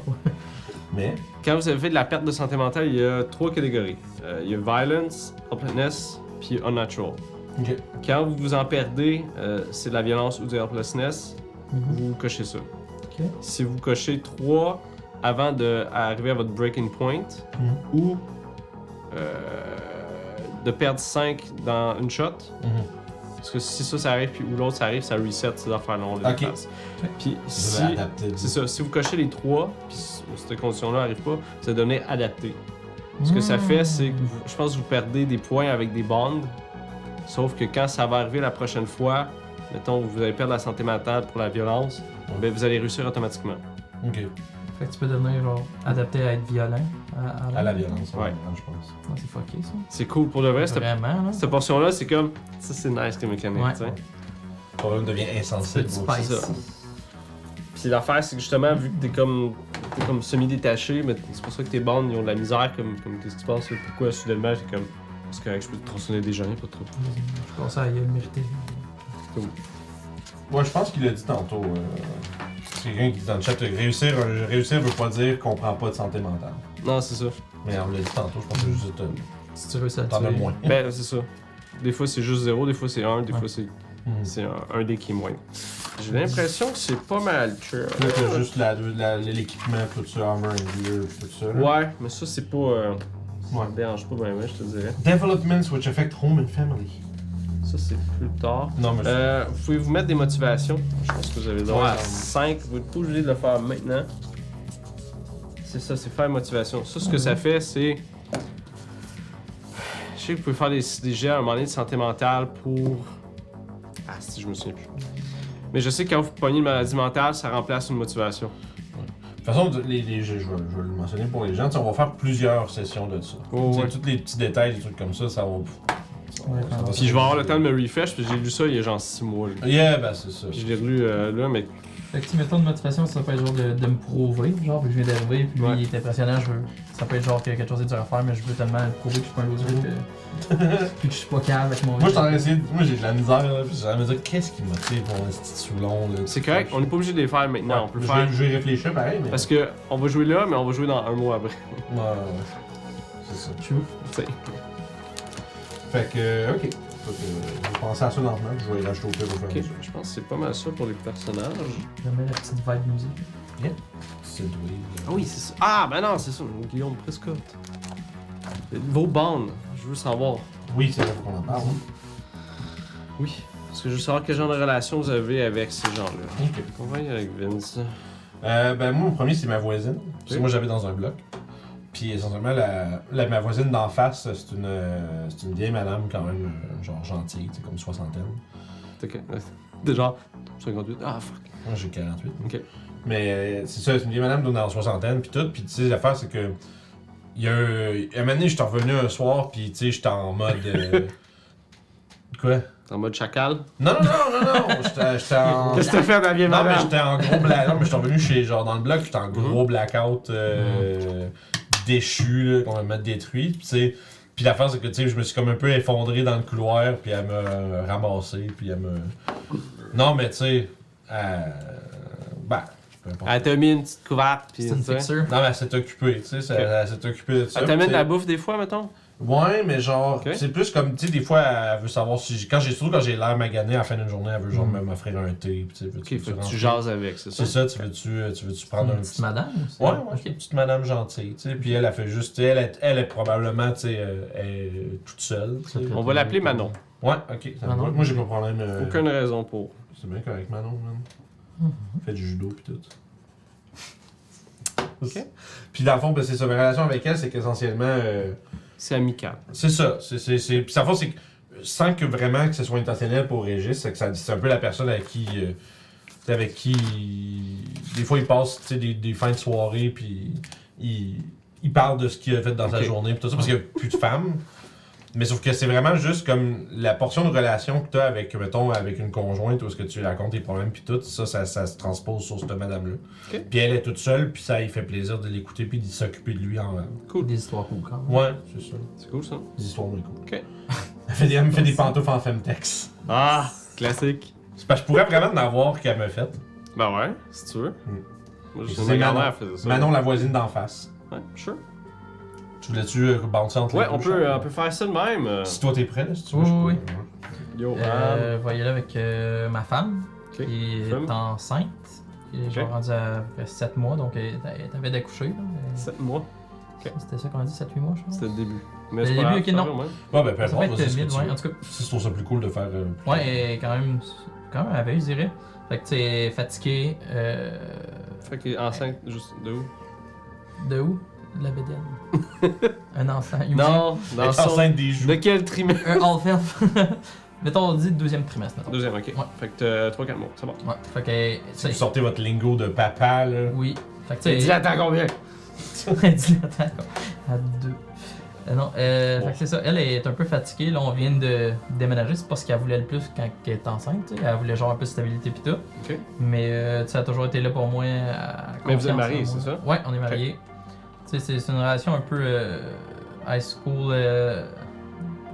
S1: Mais,
S2: Quand vous avez fait de la perte de santé mentale, il y a trois catégories Euh, il y a violence, helplessness, puis unnatural.
S1: ok.
S2: Quand vous vous en perdez, euh, c'est de la violence ou du helplessness,
S3: Mhm.
S2: vous cochez ça.
S3: Ok.
S2: Si vous cochez 3 avant d'arriver à votre breaking point,
S1: Mm-hmm.
S2: ou euh, de perdre 5 dans une shot,
S1: Mhm.
S2: parce que si ça, ça arrive, puis ou l'autre, ça arrive, ça reset ces affaires-là, on les
S1: Ok.
S2: efface. Puis
S1: Je
S2: si,
S1: vais adapter.
S2: c'est ça, si vous cochez les 3, puis c- cette condition-là n'arrive pas, ça devenir adapté. Ce que ça
S3: Hmm.
S2: fait, c'est que vous- je pense que vous perdez des points avec des bonds. Sauf que quand ça va arriver la prochaine fois, mettons, vous allez perdre la santé mentale pour la violence, ben, vous allez réussir automatiquement.
S1: Ok.
S3: Fait que tu peux devenir genre adapté à être violent. À,
S1: À la violence, ouais,
S2: Ouais.
S1: je pense.
S3: Non, C'est fucké ça.
S2: C'est cool pour le vrai. Cette,
S3: Vraiment là.
S2: cette portion-là, c'est comme. Ça, c'est nice comme mécanique,
S3: Ouais.
S2: tu sais.
S1: Ton homme devient insensible.
S3: Petit
S1: aussi.
S3: spice.
S2: c'est ça. Puis l'affaire, c'est que justement, vu que t'es comme, t'es comme semi-détaché, mais c'est pour ça que tes bandes ils ont de la misère, comme, comme qu'est-ce que tu penses, là, pourquoi soudainement, c'est comme, c'est correct, je peux te tronçonner des gens, pas trop.
S3: Je pense à le mériter.
S1: Moi, je pense qu'il l'a dit tantôt. euh, C'est quelqu'un qui dit dans le chat euh, réussir, euh, réussir veut pas dire qu'on prend pas de santé mentale.
S2: Non, c'est ça.
S1: Mais on l'a dit tantôt, je pense que c'est juste euh,
S3: Si tu réussis à le
S1: t'en as
S3: tuer.
S1: moins.
S2: ben, c'est ça. Des fois, c'est juste 0, des fois, c'est 1, des
S3: Ouais.
S2: fois, c'est,
S1: Mhm.
S2: c'est un, un dé qui est moyen. J'ai l'impression que c'est pas mal, tu vois.
S1: Là, t'as juste la- la- l'équipement, tout ça, armor and gear, tout ça. là.
S2: Ouais, mais ça, c'est pas. Euh, ça
S1: Ouais.
S2: me dérange pas, ben, ben, je te dirais.
S1: Developments which affect home and family.
S2: Ça, c'est plus tard.
S1: Non, mais
S2: Euh, vous pouvez vous mettre des motivations. Je pense que vous avez le droit
S1: Ouais,
S2: à
S1: j'en ai.
S2: 5. Vous êtes pas obligé de le faire maintenant. C'est ça, c'est faire motivation. Ça, ce que ça fait, c'est. Je sais que vous pouvez faire des, des jets à un moment donné de santé mentale pour. Ah, si, je me souviens plus. Mais je sais que quand vous pognez une maladie mentale, ça remplace une motivation.
S1: De toute façon, les, les- je, je vais, je vais le mentionner pour les gens, tu sais, on va faire plusieurs sessions de ça.
S2: Oh,
S1: Tu sais,
S2: ouais.
S1: Tous les petits détails, des trucs comme ça, ça va. ça va-
S3: Ouais,
S1: ça va
S3: ouais.
S1: se-
S2: Puis je vais avoir le temps de me refresh, puis j'ai lu ça il y a genre 6 mois. là.
S1: Yeah, ben c'est ça.
S2: Je l'ai lu euh, là, mais
S3: Fait que tu mets tant de motivation, ça peut être genre de, de me prouver, genre, vu que je viens d'arriver, puis lui,
S2: Ouais.
S3: il est impressionnant, je veux. Ça peut être genre que quelque chose est dur à faire, mais je veux tellement le prouver que je suis pas un loser, que,
S1: (laughs)
S3: puis que je suis pas calme avec mon.
S1: Moi, je t'en ai essayé. Moi, j'ai de la misère, là. Puis j'ai de la misère. Qu'est-ce qui me motive pour un petit soulon, là?
S2: c'est correct, on n'est pas obligé de les faire
S1: Ouais,
S2: maintenant. on peut
S1: je
S2: le
S1: vais-
S2: faire.
S1: Je vais y réfléchir pareil, mais.
S2: Parce que on va jouer là, mais on va jouer dans un mois après. (laughs)
S1: Ouais, ouais, ouais. c'est ça.
S2: tu sais.
S1: Fait que, euh, ok. Fait que, euh, je pensais à ça lentement, puis je vais y rajouter au pire au fur et à
S2: Ok,
S1: mesure.
S2: je pense que c'est pas mal ça pour les personnages.
S3: J'aimais la petite vibe musique.
S1: C'est doué. là.
S2: Ah oui, c'est ça. Ah, ben non, c'est ça, Guillaume Prescott. Vos bandes, je veux savoir.
S1: Oui, c'est vrai, faut qu'on en parle. hein.
S2: Oui. Parce que je veux savoir quel genre de relation vous avez avec ces gens-là.
S1: Ok.
S2: On va y aller avec Vince.
S1: Euh, ben moi, mon premier, c'est ma voisine. Parce que
S2: Ok.
S1: moi, j'habite dans un bloc. Puis essentiellement, la, la- ma voisine d'en face, c'est une, euh, c'est une vieille madame quand même, euh, genre gentille, tu sais, comme soixantaine.
S2: Ok. (laughs) Déjà, 58. Ah, fuck.
S1: Moi, j'ai 48.
S2: Ok.
S1: Mais euh, c'est ça, c'est une vieille madame dans la soixantaine, puis tout. Puis tu sais, l'affaire, c'est que. Il y a un. À un moment donné, j'étais revenu un soir, puis tu sais, j'étais en mode.
S2: (laughs)
S1: euh, Quoi?
S2: T'es en mode chacal.
S1: Non, non, non, non, non! J'étais j'étais en.
S2: (laughs) Qu'est-ce que t'as fait à la vieille
S1: Non, mais
S2: madame?
S1: j'étais en
S2: (laughs)
S1: gros blackout. Non, mais j'étais revenu chez, genre, dans le bloc, j'étais en
S2: Mhm.
S1: gros blackout euh, déchu, là, complètement détruit. Puis, tu sais, puis l'affaire, c'est que, tu sais, je me suis comme un peu effondré dans le couloir, puis elle m'a euh, ramassé, puis elle me. Non, mais tu sais, euh, ben, peu importe.
S2: Elle t'a Ah, mis une petite couverte, pis
S3: C'est une
S2: tu sais.
S3: fixture.
S1: Non, mais elle s'est occupée, tu sais, ça-
S2: Ah. Ok.
S1: elle s'est occupée de ça.
S2: Elle t'amène
S1: puis,
S2: de la bouffe des fois, mettons?
S1: Ouais, mais genre,
S2: Ok.
S1: c'est plus comme, tu sais, des fois, elle veut savoir si. j'ai- Quand j'ai surtout quand j'ai l'air magané à la fin d'une journée, elle veut genre
S3: Mhm.
S1: m'offrir un thé, puis tu sais,
S2: Ok,
S1: veux-tu
S2: faut que tu
S1: rentrer?
S2: jases hein. Hmm, avec, c'est ça?
S1: C'est ça, tu veux-tu euh, tu veux-tu prendre un
S3: Une
S1: petit.
S3: petite madame aussi.
S1: Ouais, ouais,
S3: Ok.
S1: c'est une petite madame gentille, tu sais. Puis elle, elle fait juste, elle, est- elle est probablement, tu sais, euh, elle est toute seule, tu sais.
S2: On va l'appeler Manon.
S1: Ouais, ok. ça me
S3: Manon.
S1: va. Moi, j'ai pas de problème. euh,
S2: Aucune raison pour.
S1: C'est bien correct, Manon, man.
S3: Mhm.
S1: Fait du judo, puis tout.
S2: Ok.
S1: Puis dans le fond, ben, c'est ça. Ma relation avec elle, c'est qu'essentiellement, euh,
S2: C'est amical.
S1: c'est ça. C'est, c'est, c'est... Puis dans le fond, c'est que, sans que vraiment que ce soit intentionnel pour Régis, c'est que ça, c'est un peu la personne avec qui. euh, c'est avec qui. il- Des fois, il passe tu sais, des, des fins de soirée, puis il, il parle de ce qu'il a fait dans sa
S2: Ok.
S1: journée, puis tout ça, parce qu'il n'y a plus de femmes. Mais sauf que c'est vraiment juste comme la portion de relation que tu as avec, mettons, avec une conjointe, où est-ce que tu lui racontes tes problèmes, puis tout, ça, ça, ça se transpose sur cette madame-là.
S2: Ok.
S1: Puis elle est toute seule, puis ça, il fait plaisir de l'écouter, puis de s'occuper de lui en.
S3: Cool. Des histoires cool quand même.
S1: Ouais, c'est ça.
S2: C'est cool, ça?
S1: Les histoires moins cool.
S2: Ok.
S1: (laughs) Elle, fait des, elle me fait des pantoufles en femtex.
S2: Ah, classique.
S1: C'est parce que je pourrais vraiment en avoir qu'elle me fait.
S2: Ben ouais, si tu veux.
S1: Mm.
S2: Moi,
S1: Et
S2: je
S1: c'est
S2: ma
S1: Manon.
S2: grand-mère faisait ça.
S1: Manon, la voisine d'en face.
S2: Ouais, sure.
S1: Tu voulais-tu euh, bouncer entre
S2: Ouais,
S1: les
S2: on
S1: deux,
S2: peut, euh,
S1: Charles?
S2: on peut faire ça de même. euh,
S1: Si toi t'es prêt, là, si tu veux. je
S3: Oui,
S1: peux-
S2: Yo,
S3: Euh, je vais y aller avec euh, ma femme,
S2: Ok.
S3: qui est
S2: Femme.
S3: enceinte. Qui est
S2: Ok.
S3: genre rendue à à peu près 7 mois, donc elle elle t'avait d'accoucher. là, mais-
S2: 7 mois,
S3: C'était ça qu'on a dit, 7-8 mois, je pense.
S2: c'était le début.
S3: Le
S2: Mais c'est pas
S3: début,
S2: grave,
S3: ok,
S2: ça
S3: non.
S2: va, ouais.
S1: Ouais, ben peu
S3: Ça peut
S1: importe,
S3: être
S1: vas-y. ce que
S3: 1000,
S1: tu
S3: ouais.
S1: veux.
S3: En tout cas,
S1: Si tu trouves ça plus cool de faire. euh, plus
S3: Ouais, elle est quand même, quand même avait, je dirais. Fait que tu es fatigué. euh,
S2: Fait qu'il est enceinte juste de où
S3: de où De la BDN. un enfant humain.
S2: Non, dans
S1: Être
S2: son.
S1: enceinte des joues.
S2: De quel trimestre
S3: Un all-filf. (laughs) mettons, on dit deuxième trimestre, mettons.
S2: Deuxième, ok.
S3: Ouais.
S2: Fait que t'as 3-4 mois, c'est bon.
S3: Ouais, fait que.
S1: Si vous
S3: c'est-
S1: sortez votre lingot de papa, là.
S3: Oui, Fait que, tu sais,
S5: Dis-le à temps combien?
S3: (laughs) Elle dit la tête, quoi. à deux. Euh, non, euh, fait que c'est ça. Elle est un peu fatiguée. Là, on vient de déménager. C'est pas ce qu'elle voulait le plus quand elle était enceinte. tu sais. Elle voulait genre un peu de stabilité pis tout.
S2: Ok.
S3: Mais euh, tu sais, elle a toujours été là pour moi. à- à
S2: Mais vous êtes
S3: confiance en
S2: mariés,
S3: moi.
S2: c'est ça?
S3: Ouais, on est mariés. Tu sais, c'est- c'est une relation un peu euh, high school euh,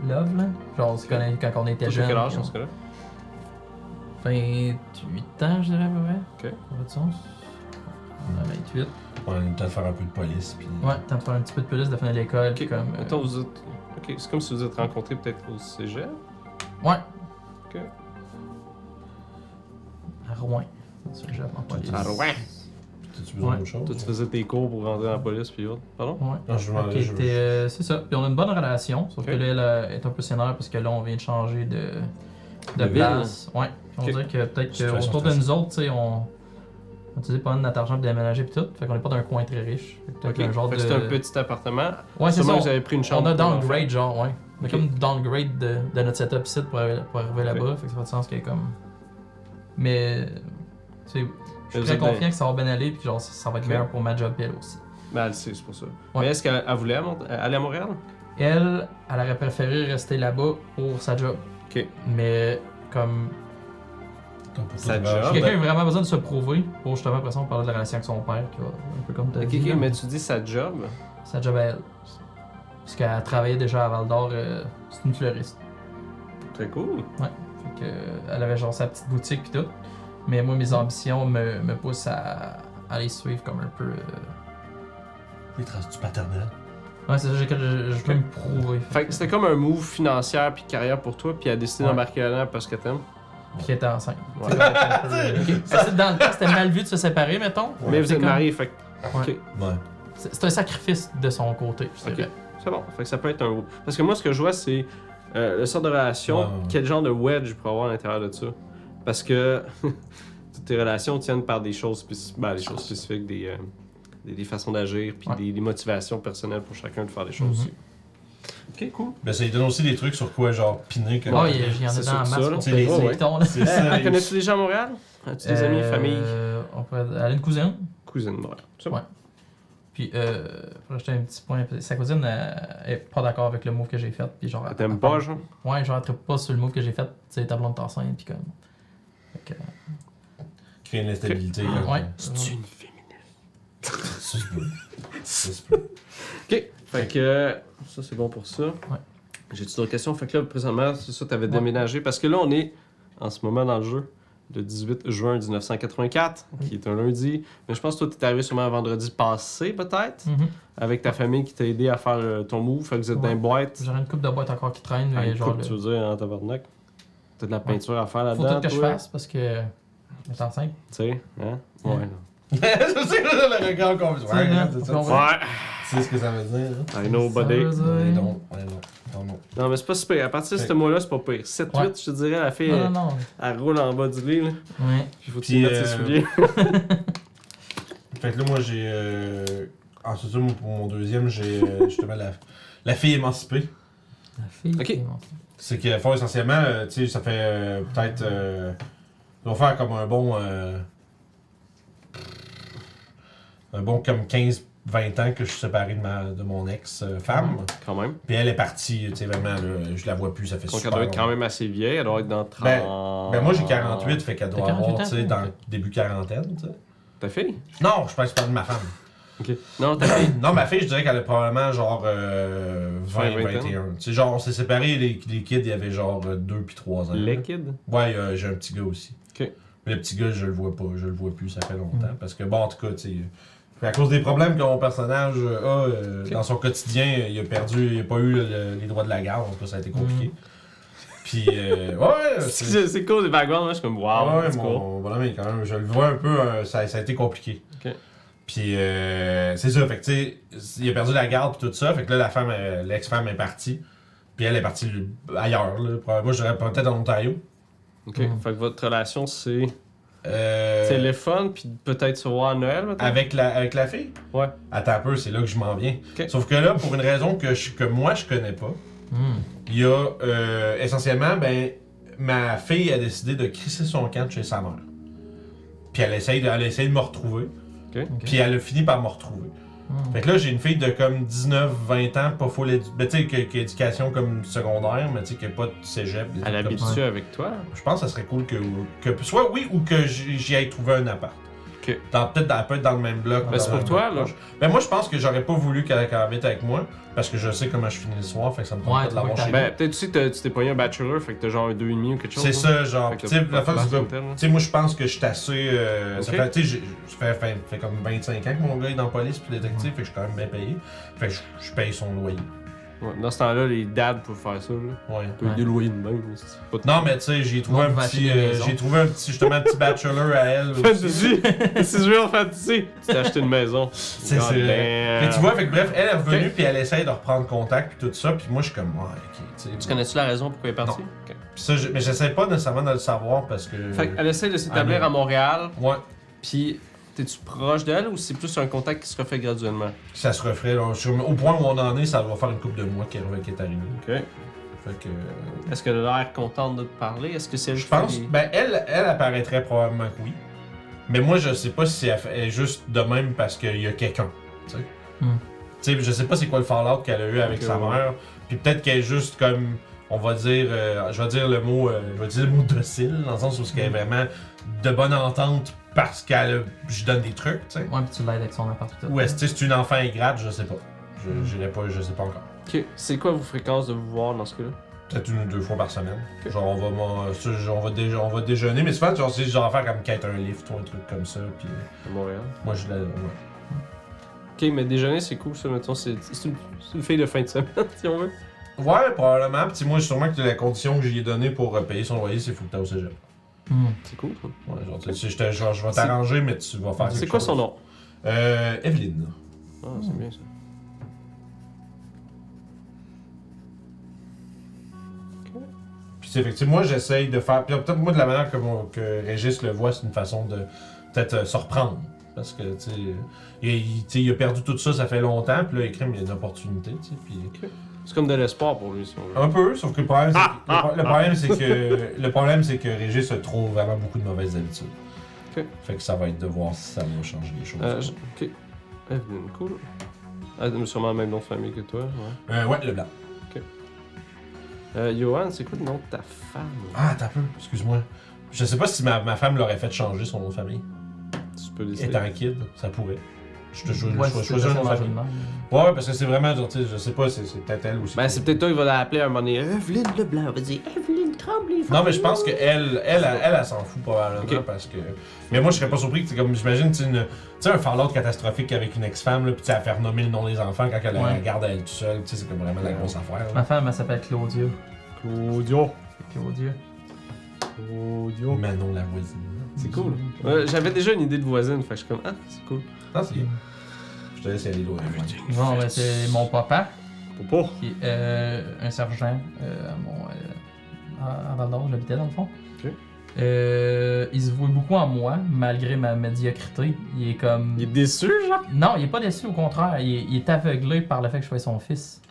S3: love, là. Genre, on se connaît quand on était
S2: Toi,
S3: jeune.
S2: T'as quel âge
S3: puis on-
S2: dans ce cas-là
S3: 28 ans, je dirais, à peu près.
S2: Ok.
S3: Ça va de sens? On a 28.
S1: On a eu le temps de faire un peu de police. Puis...
S3: Ouais, t'en faire un petit peu de plus de la fin de l'école. puis
S2: Ok,
S3: comme, euh,
S2: Attends, vous êtes. Ok, c'est comme si vous êtes rencontrés peut-être au cégep.
S3: Ouais.
S2: Ok.
S3: À Rouen. Sur le Japon, pas
S1: Tout
S3: les-
S1: à
S2: Rouen.
S1: T'as-tu besoin
S3: Ouais.
S1: d'autre chose?
S2: Toi, tu faisais tes cours pour rentrer dans la police, puis autres. Pardon
S3: Ouais.
S1: Non, je vais
S3: Ok, t'es, euh, c'est ça. Puis on a une bonne relation, sauf
S2: Ok.
S3: que là, elle euh, est un peu scénaire parce que là, on vient de changer de, de,
S5: De ville.
S3: place. Ouais. Puis on
S2: Ok.
S3: dirait que peut-être
S1: Situation
S3: qu'autour de nous autres, tu sais, on. On utilisait pas mal de notre argent pour déménager pis tout. Fait qu'on est pas d'un coin très riche. Fait que peut-être
S2: Ok,
S3: un genre
S2: fait que
S3: de.
S2: c'était un petit appartement.
S3: Ouais, c'est ça.
S2: Sûrement,
S3: on-
S2: vous avez pris une chambre.
S3: On a
S2: pour
S3: downgrade, genre, ouais. Mais
S2: Ok.
S3: comme downgrade de, de notre setup site pour, arriver- pour arriver là-bas, fait que ça fait du sens qu'il y ait comme. Mais. Tu sais, je suis
S2: vous
S3: très
S2: êtes
S3: confiant
S2: bien.
S3: que ça va bien aller, puis genre, ça, ça va être
S2: ben. Ok.
S3: meilleur pour ma job, puis elle aussi.
S2: l'enfant. Ben, elle sait, c'est pour ça. Mais est-ce qu'elle elle voulait à Mont- aller à Montréal
S3: Elle, elle aurait préféré rester là-bas pour sa job.
S2: Ok.
S3: Mais, comme.
S2: Ça
S3: si
S2: Ah,
S3: quelqu'un
S2: ben.
S3: a vraiment besoin de se prouver pour justement, après ça, on parlait de la relation avec son père, qui va un peu comme t'as
S2: Ok,
S3: dit,
S2: ok,
S3: là,
S2: mais tu dis sa job.
S3: Sa job à elle. Parce qu'elle travaillait déjà à Val d'Or, euh, c'est une fleuriste.
S2: Très cool.
S3: Fait que, euh, elle avait genre sa petite boutique pis tout. Mais moi,
S2: Mm.
S3: mes ambitions me, me poussent à, à les suivre comme un peu. euh,
S1: Les traces du paternel.
S3: Ouais, c'est ça, j'ai- je, je veux me prouver.
S2: Fait que c'était comme un move financière puis carrière pour toi, puis elle a décidé
S3: Ouais.
S2: d'embarquer là-dedans parce qu'elle t'aime.
S3: Puis qu'elle était enceinte.
S2: (laughs) Ouais.
S3: C'est correct, un peu, euh, ok. Parce que Dans le temps, c'était mal vu de se séparer, mettons.
S2: Mais vous
S3: C'est
S2: êtes
S3: comme-
S2: mariés, fait que
S1: Ouais.
S3: C'est c'est un sacrifice de son côté, je
S2: Ok.
S3: dirais.
S2: c'est bon. Fait que ça peut être un. Parce que moi, ce que je vois, c'est euh, le sort de relation,
S1: Ouais, ouais, ouais.
S2: quel genre de wedge pour avoir à l'intérieur de ça. Parce que (laughs) toutes tes relations tiennent par des choses, spécif- ben, des choses spécifiques, des, euh, des, des façons d'agir, puis
S3: Ouais. Mhm.
S2: des, des motivations personnelles pour chacun de faire des choses aussi. Ok, cool.
S1: Mais Ben, ça lui donne aussi des trucs sur quoi, genre, piner.
S3: Ouais,
S1: Comme...
S3: Oh, Ah, il y- il y en a
S2: c'est
S3: dans la
S2: sûr que ça,
S3: masse
S2: là.
S3: pour
S1: C'est
S3: payer
S1: les-
S3: les
S2: ouais.
S3: pitons, là.
S1: C'est ça.
S2: Eh, Connais-tu des gens à Montréal As-tu des amis,
S3: Euh,
S2: famille
S3: On pourrait aller à une cousine.
S2: Cousine, ouais. C'est bon.
S3: Ouais. Puis, euh, pour ajouter un petit point, sa cousine elle, elle est pas d'accord avec le move que j'ai fait. Puis genre, elle-
S2: Ah, T'aimes
S3: elle
S2: pas,
S3: parle-
S2: genre
S3: Ouais, genre, elle trippe pas sur le move que j'ai fait, tu sais, ta blonde t'enseigne, pis comme. Fait que,
S1: Créer une instabilité. comme-
S3: ouais.
S2: C'est une féminine.
S1: Ça se
S3: (laughs)
S1: peut. Ça se peut.
S2: Ok, fait que euh, ça c'est bon pour ça. J'ai-tu d'autres questions? Fait que là, présentement, c'est ça, t'avais déménagé. Parce que là, on est en ce moment dans le jeu, le 18 juin 1984, qui est un lundi. Mais je pense que toi, t'es arrivé sûrement vendredi passé, peut-être,
S3: Mhm.
S2: avec ta famille qui t'a aidé à faire euh, ton move. Fait que vous êtes dans
S3: Ouais.
S2: une boîte.
S3: J'aurais une coupe de boîte encore qui traîne,
S2: Ah,
S3: mais
S2: une
S3: genre.
S2: coupe,
S3: le-
S2: tu veux dire, en tabarnak. T'as de la peinture à faire
S3: Faut
S2: là-dedans.
S3: tout que je
S2: toi.
S3: fasse parce que. euh, elle est enceinte.
S2: Tu sais, hein? Ouais.
S3: Ouais.
S2: là.
S1: Je sais, là, le regard qu'on veut.
S3: C'est
S1: Ouais,
S3: vrai.
S1: c'est ça.
S3: Ouais.
S1: Tu sais ce que ça veut dire, là?
S2: I know, buddy.
S3: Ça
S1: On
S3: veut
S1: est
S3: dire-
S1: donc, on est donc, on est donc.
S2: Non, mais c'est pas super. À partir de ce
S1: Ouais.
S2: mois-là, c'est pas pire. 7-8,
S3: Ouais.
S2: je te dirais, la fille,
S3: Non,
S2: elle,
S3: non, non.
S2: elle roule en bas du lit, là.
S3: Ouais.
S2: Puis faut que
S1: Puis,
S2: tu mettes ses
S1: euh,
S2: souliers.
S1: Fait que là, moi, j'ai. Euh... En ce moment, pour mon deuxième, j'ai
S3: (laughs)
S1: euh, justement la... la fille émancipée.
S3: La fille.
S2: Ok.
S3: qui est morte.
S1: C'est qu'elles font essentiellement, euh, tu sais, ça fait euh, peut-être. Euh, ils vont faire comme un bon. euh, un bon comme 15-20 ans que je suis séparé de, ma, de mon ex-femme.
S2: Quand même.
S1: Puis elle est partie, tu sais, vraiment, là, je la vois plus, ça fait
S2: Donc
S1: super
S2: elle doit être
S1: longtemps.
S2: quand même assez vieille, elle doit être dans 30...
S1: Ben,
S2: Ah.
S1: Ben moi j'ai 48, fait qu'elle doit
S3: T'as
S1: avoir,
S3: 48 ans,
S1: tu sais,
S3: ok.
S1: dans début quarantaine, tu sais.
S2: Ta fille?
S1: Non, je pense que je parle de ma femme. (clears throat)
S2: Ok. Non, ta fille.
S1: Non, ma fille, je dirais qu'elle a probablement genre euh, 20,
S2: Vingt, vingt
S1: 21. Tu sais, genre, on s'est séparés, les, les kids, il y avait genre 2 puis 3 ans.
S2: Les kids?
S1: Ouais, euh, j'ai un petit gars aussi.
S2: Ok.
S1: Mais Le petit gars, je le vois pas, je le vois plus, ça fait longtemps.
S3: Mm.
S1: Parce que, bon, en tout cas, tu sais. euh, À cause des problèmes que mon personnage euh, a euh,
S2: Ok.
S1: dans son quotidien, euh, il a perdu, il a pas eu le- les droits de la garde, en tout cas, ça a été compliqué.
S3: Mm.
S1: Puis, euh,
S3: (laughs)
S1: ouais, c'est-
S2: C'est c'est cool, les backgrounds, là, je suis comme
S1: ah
S2: wow,
S1: ouais,
S2: c'est
S1: mon,
S2: cool.
S1: mon bonhomme, il est quand même, je le vois un peu, euh, ça, ça a été compliqué.
S2: Ok.
S1: Puis, euh, c'est ça, fait que, tu sais, il a perdu la garde, puis tout ça, fait que là, la femme, euh, l'ex-femme est partie. Puis elle est partie ailleurs, là. Moi, je dirais peut-être en Ontario.
S2: Ok,
S3: Mm.
S2: fait que votre relation, c'est
S1: Euh,
S2: téléphone, puis peut-être se voir à Noël, maintenant?
S1: Avec la, avec la fille?
S2: Ouais.
S1: Attends un peu, c'est là que je m'en viens.
S2: Ok.
S1: Sauf que là, pour une raison que, je- que moi, je connais pas,
S3: Hmm.
S1: il y a euh, essentiellement, ben, ma fille a décidé de crisser son camp de chez sa mère. Puis elle essaye de, elle essaye de me retrouver.
S2: Ok.
S1: Puis elle a fini par me retrouver.
S3: Hmm.
S1: Fait que là, j'ai une fille de comme 19, 20 ans, pas full édu- ben, tu sais, que- qui a éducation comme secondaire, mais tu sais, qui a pas de cégep. des
S2: Elle
S1: trucs comme ça.
S2: habitue avec toi.
S1: Je pense que ça serait cool que, que soit oui ou que j'y j'y aille trouver un appart.
S2: Ok.
S1: Dans- Peut-être dans- elle peut être dans le même bloc.
S2: Ben, c'est
S1: dans
S2: pour
S1: la
S2: toi,
S1: même
S2: là.
S1: proche. Ben, moi, je pense que j'aurais pas voulu qu'elle qu'elle habite avec moi parce que je sais comment je finis le soir, fait que ça me tente
S3: Ouais,
S1: pas de l'avoir
S3: faut que
S1: chez moi.
S2: Ben, peut-être aussi, t'as- tu t'es pogné un bachelor, fait que t'as genre un 2,5 ou quelque chose.
S1: C'est
S2: là.
S1: ça, genre.
S2: Fait que
S1: Tu sais,
S2: t'as
S1: la
S2: pas
S1: fois,
S2: de place
S1: je veux-
S2: au tel, là.
S1: tu sais, moi, je pense que je suis assez. euh, ça
S2: Ok.
S1: fait, tu sais, j'ai- ça fait, fait- fait comme 25 ans que mon gars est dans la police puis détective, fait que je suis quand même bien payé. Fait que je, je paye son loyer.
S2: Ouais, Dans ce temps-là, les dads peuvent faire ça, là.
S1: Ouais.
S2: Tu peux
S3: Ouais.
S2: délouer de même, là, c'est pas de
S1: Non, mais tu sais, j'ai trouvé
S3: Non,
S1: un
S3: on va
S1: petit.
S3: acheter des
S1: euh,
S3: maisons.
S1: j'ai trouvé un petit, justement, un petit bachelor à
S2: (laughs)
S1: elle. aussi.
S2: Fantasy! C'est real fantasy! Tu t'es acheté une maison.
S1: C'est-
S2: God
S1: c'est-
S2: damn.
S1: Fait que tu vois, fait que bref, elle est revenue
S2: Ok.
S1: puis elle essaye de reprendre contact puis tout ça, puis moi je suis comme ouais, ok, tu sais.
S2: Tu connais-tu la raison pourquoi elle est partie? Ok.
S1: Puis ça, je- mais j'essaie pas nécessairement de le savoir parce que.
S2: Fait euh, qu'elle essaie de s'établir
S1: Allô.
S2: à Montréal,
S1: Ouais,
S2: puis t'es-tu proche d'elle ou c'est plus un contact qui se refait graduellement?
S1: ça se referait. là. Sur- au point où on en est, ça va faire une couple de mois qu'elle qu'elle est arrivée.
S2: Ok.
S1: Fait que.
S2: Est-ce qu'elle a l'air contente de te parler? Est-ce que c'est elle
S1: Je
S2: qui
S1: pense.
S2: fait les-
S1: Ben, elle, elle apparaîtrait probablement que oui. Mais moi, je sais pas si elle fait- elle est juste de même parce qu'il y a quelqu'un. Tu sais.
S3: Hmm.
S1: Tu sais, je sais pas c'est quoi le fallout qu'elle a eu avec
S2: Ok,
S1: sa
S2: ouais.
S1: mère. Puis peut-être qu'elle est juste comme. On va dire. euh, je vais dire le mot. euh, je vais dire le mot docile, dans le sens où ce qu'elle est vraiment de bonne entente parce qu'elle. a- Je donne des trucs,
S2: euh,
S1: tu sais.
S3: Ouais, puis tu l'aides avec son appart et tout.
S1: Ou est-ce que c'est une enfant ingrate, je sais pas. Je, je l'ai pas, je sais pas encore.
S2: Ok. C'est quoi vos fréquences de vous voir dans ce cas-là?
S1: Peut-être une ou deux fois par semaine. Genre, on va, m'en- ça, genre, on va, déje- on va déjeuner, mais souvent, genre, c'est genre faire comme quête un lift ou un truc comme ça. Puis euh,
S2: À Montréal.
S1: moi, je la. ouais.
S2: Ok, mais déjeuner, c'est cool, ça, mettons. C'est c'est une, c'est une fille de fin de semaine, (laughs) si on veut.
S1: Ouais, probablement. Puis moi, sûrement que la condition que j'y ai donnée pour euh, payer son loyer, c'est faut que t'ailles au cégep.
S3: Hmm.
S2: C'est cool, ça.
S1: Ouais, genre, tu sais, je te- genre, je vais t'arranger, mais tu vas faire.
S2: C'est
S1: quelque
S2: quoi
S1: chose.
S2: son nom?
S1: Euh, Evelyne.
S2: Ah, c'est bien ça.
S1: Puis c'est effectivement, moi, j'essaye de faire. Puis là, peut-être moi, de la manière que, mon- que Régis le voit, c'est une façon de peut-être euh, se reprendre. Parce que, tu sais, euh, il, il- tu sais, il a perdu tout ça, ça fait longtemps, puis là, il crée, mais il y a une opportunité, tu sais. Puis...
S2: C'est comme de l'espoir pour lui, si on veut.
S1: Un peu, sauf que le problème, c'est
S2: Ah,
S1: que, le pro- le problème, c'est que, le problème, c'est que Régis se trouve vraiment beaucoup de mauvaises habitudes.
S2: Ok.
S1: Fait que ça va être de voir si ça va changer les choses.
S2: Euh, je- ok. Evelyn, cool. Ah, t'as sûrement le même nom de famille que toi. Ouais.
S1: Euh, ouais, le blanc.
S2: Euh, Johan, c'est quoi le nom de ta femme
S1: Ah, t'as peu, excuse-moi. Je sais pas si ma, ma femme l'aurait fait changer son nom de famille.
S2: Tu peux décider.
S1: Étant kid, ça pourrait. Je te jure,
S3: Ouais,
S1: je vais
S3: c'est
S1: choisir
S3: ça,
S1: un nom de
S3: ça,
S1: famille.
S3: ça,
S1: Ouais, ouais, parce que c'est vraiment genre, tu sais, je sais pas, c'est c'est peut-être elle ou
S2: Ben, c'est peut-être toi qui va l'appeler à un moment donné. Evelyn Leblanc, on va dire Evelyn Tremblay.
S1: Non, mais je pense qu'elle, elle, elle, elle, elle s'en fout probablement
S2: Ok.
S1: parce que. Mais moi, je serais pas surpris que, tu sais, comme j'imagine, tu sais, une- tu sais, un fallout catastrophique avec une ex-femme, là, puis tu sais, à faire nommer le nom des enfants quand elle
S3: Ouais.
S1: la regarde à elle toute seule, tu sais, c'est comme vraiment la
S2: Ouais.
S1: grosse affaire.
S3: Ma
S1: là.
S3: femme, elle s'appelle Claudia.
S2: Claudio.
S3: Claudia.
S2: Claudio.
S1: Manon la voisine.
S2: C'est cool. Ouais, J'avais déjà une idée de voisine, fait que je suis comme, ah, c'est cool.
S1: Non, c'est. Je te laisse y aller loin.
S3: Bon, ben, c'est mon papa,
S2: Pour
S3: qui est euh, un sergent euh, à mon. euh, à- à Val d'Or, j'habitais dans le fond.
S2: Ok.
S3: Euh, il se voit beaucoup en moi, malgré ma médiocrité. Il est comme.
S2: Il est déçu, genre.
S3: Non, il est pas déçu, au contraire. Il est, il est aveuglé par le fait que je sois son fils.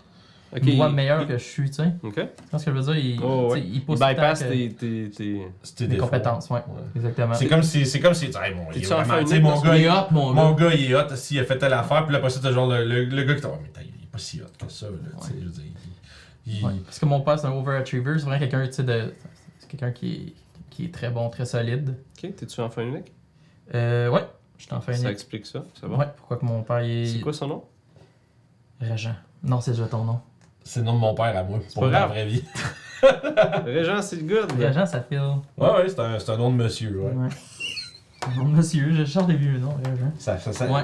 S2: Ok.
S3: Il me voit
S2: il-
S3: meilleur que je suis, tu sais.
S2: Ok.
S3: Tu vois ce que je veux dire? Il,
S2: Oh, ouais.
S3: tu sais, il
S2: Il
S3: pousse tout le temps
S2: bypass
S3: que-
S2: tes. tes, tes...
S1: C'était
S3: des compétences, ouais.
S1: Ouais.
S3: Exactement.
S1: C'est comme si. C'est comme si. Hey, mon, il est
S2: T'es-tu en
S1: vraiment-
S2: fin
S1: tu sais,
S2: unique
S1: mon
S2: dans ce
S1: gars,
S3: Il est
S1: il-
S3: hot, mon
S1: mon
S3: gars.
S1: gars, il est hot, s'il a fait telle affaire, puis là, après ça, t'as genre le, le, le gars qui t'a dit, mais t'as- il est pas si hot que ça, là, tu sais, je veux dire. il- il-
S3: Ouais. Parce que mon père, c'est un overachiever. C'est vraiment quelqu'un, tu sais, de... C'est quelqu'un qui est... qui est très bon, très solide.
S2: Ok, t'es-tu enfant unique?
S3: Euh, ouais. Je t'en fais
S2: Ça
S3: une.
S2: explique ça, c'est bon.
S3: Ouais, pourquoi que mon père, il est...
S2: C'est quoi son nom?
S3: Régent. Non, c'est déjà ton nom.
S1: C'est le nom de mon père à moi, pour
S2: pas
S1: la
S2: grave.
S1: vraie vie.
S2: Régent, c'est le good.
S3: Régent, ça file.
S1: Ouais, ouais, c'est un, c'est un nom de monsieur, ouais.
S3: Ouais. Mon monsieur, je cherche des vieux noms, Régent.
S1: Ça, ça, ça-
S3: Ouais.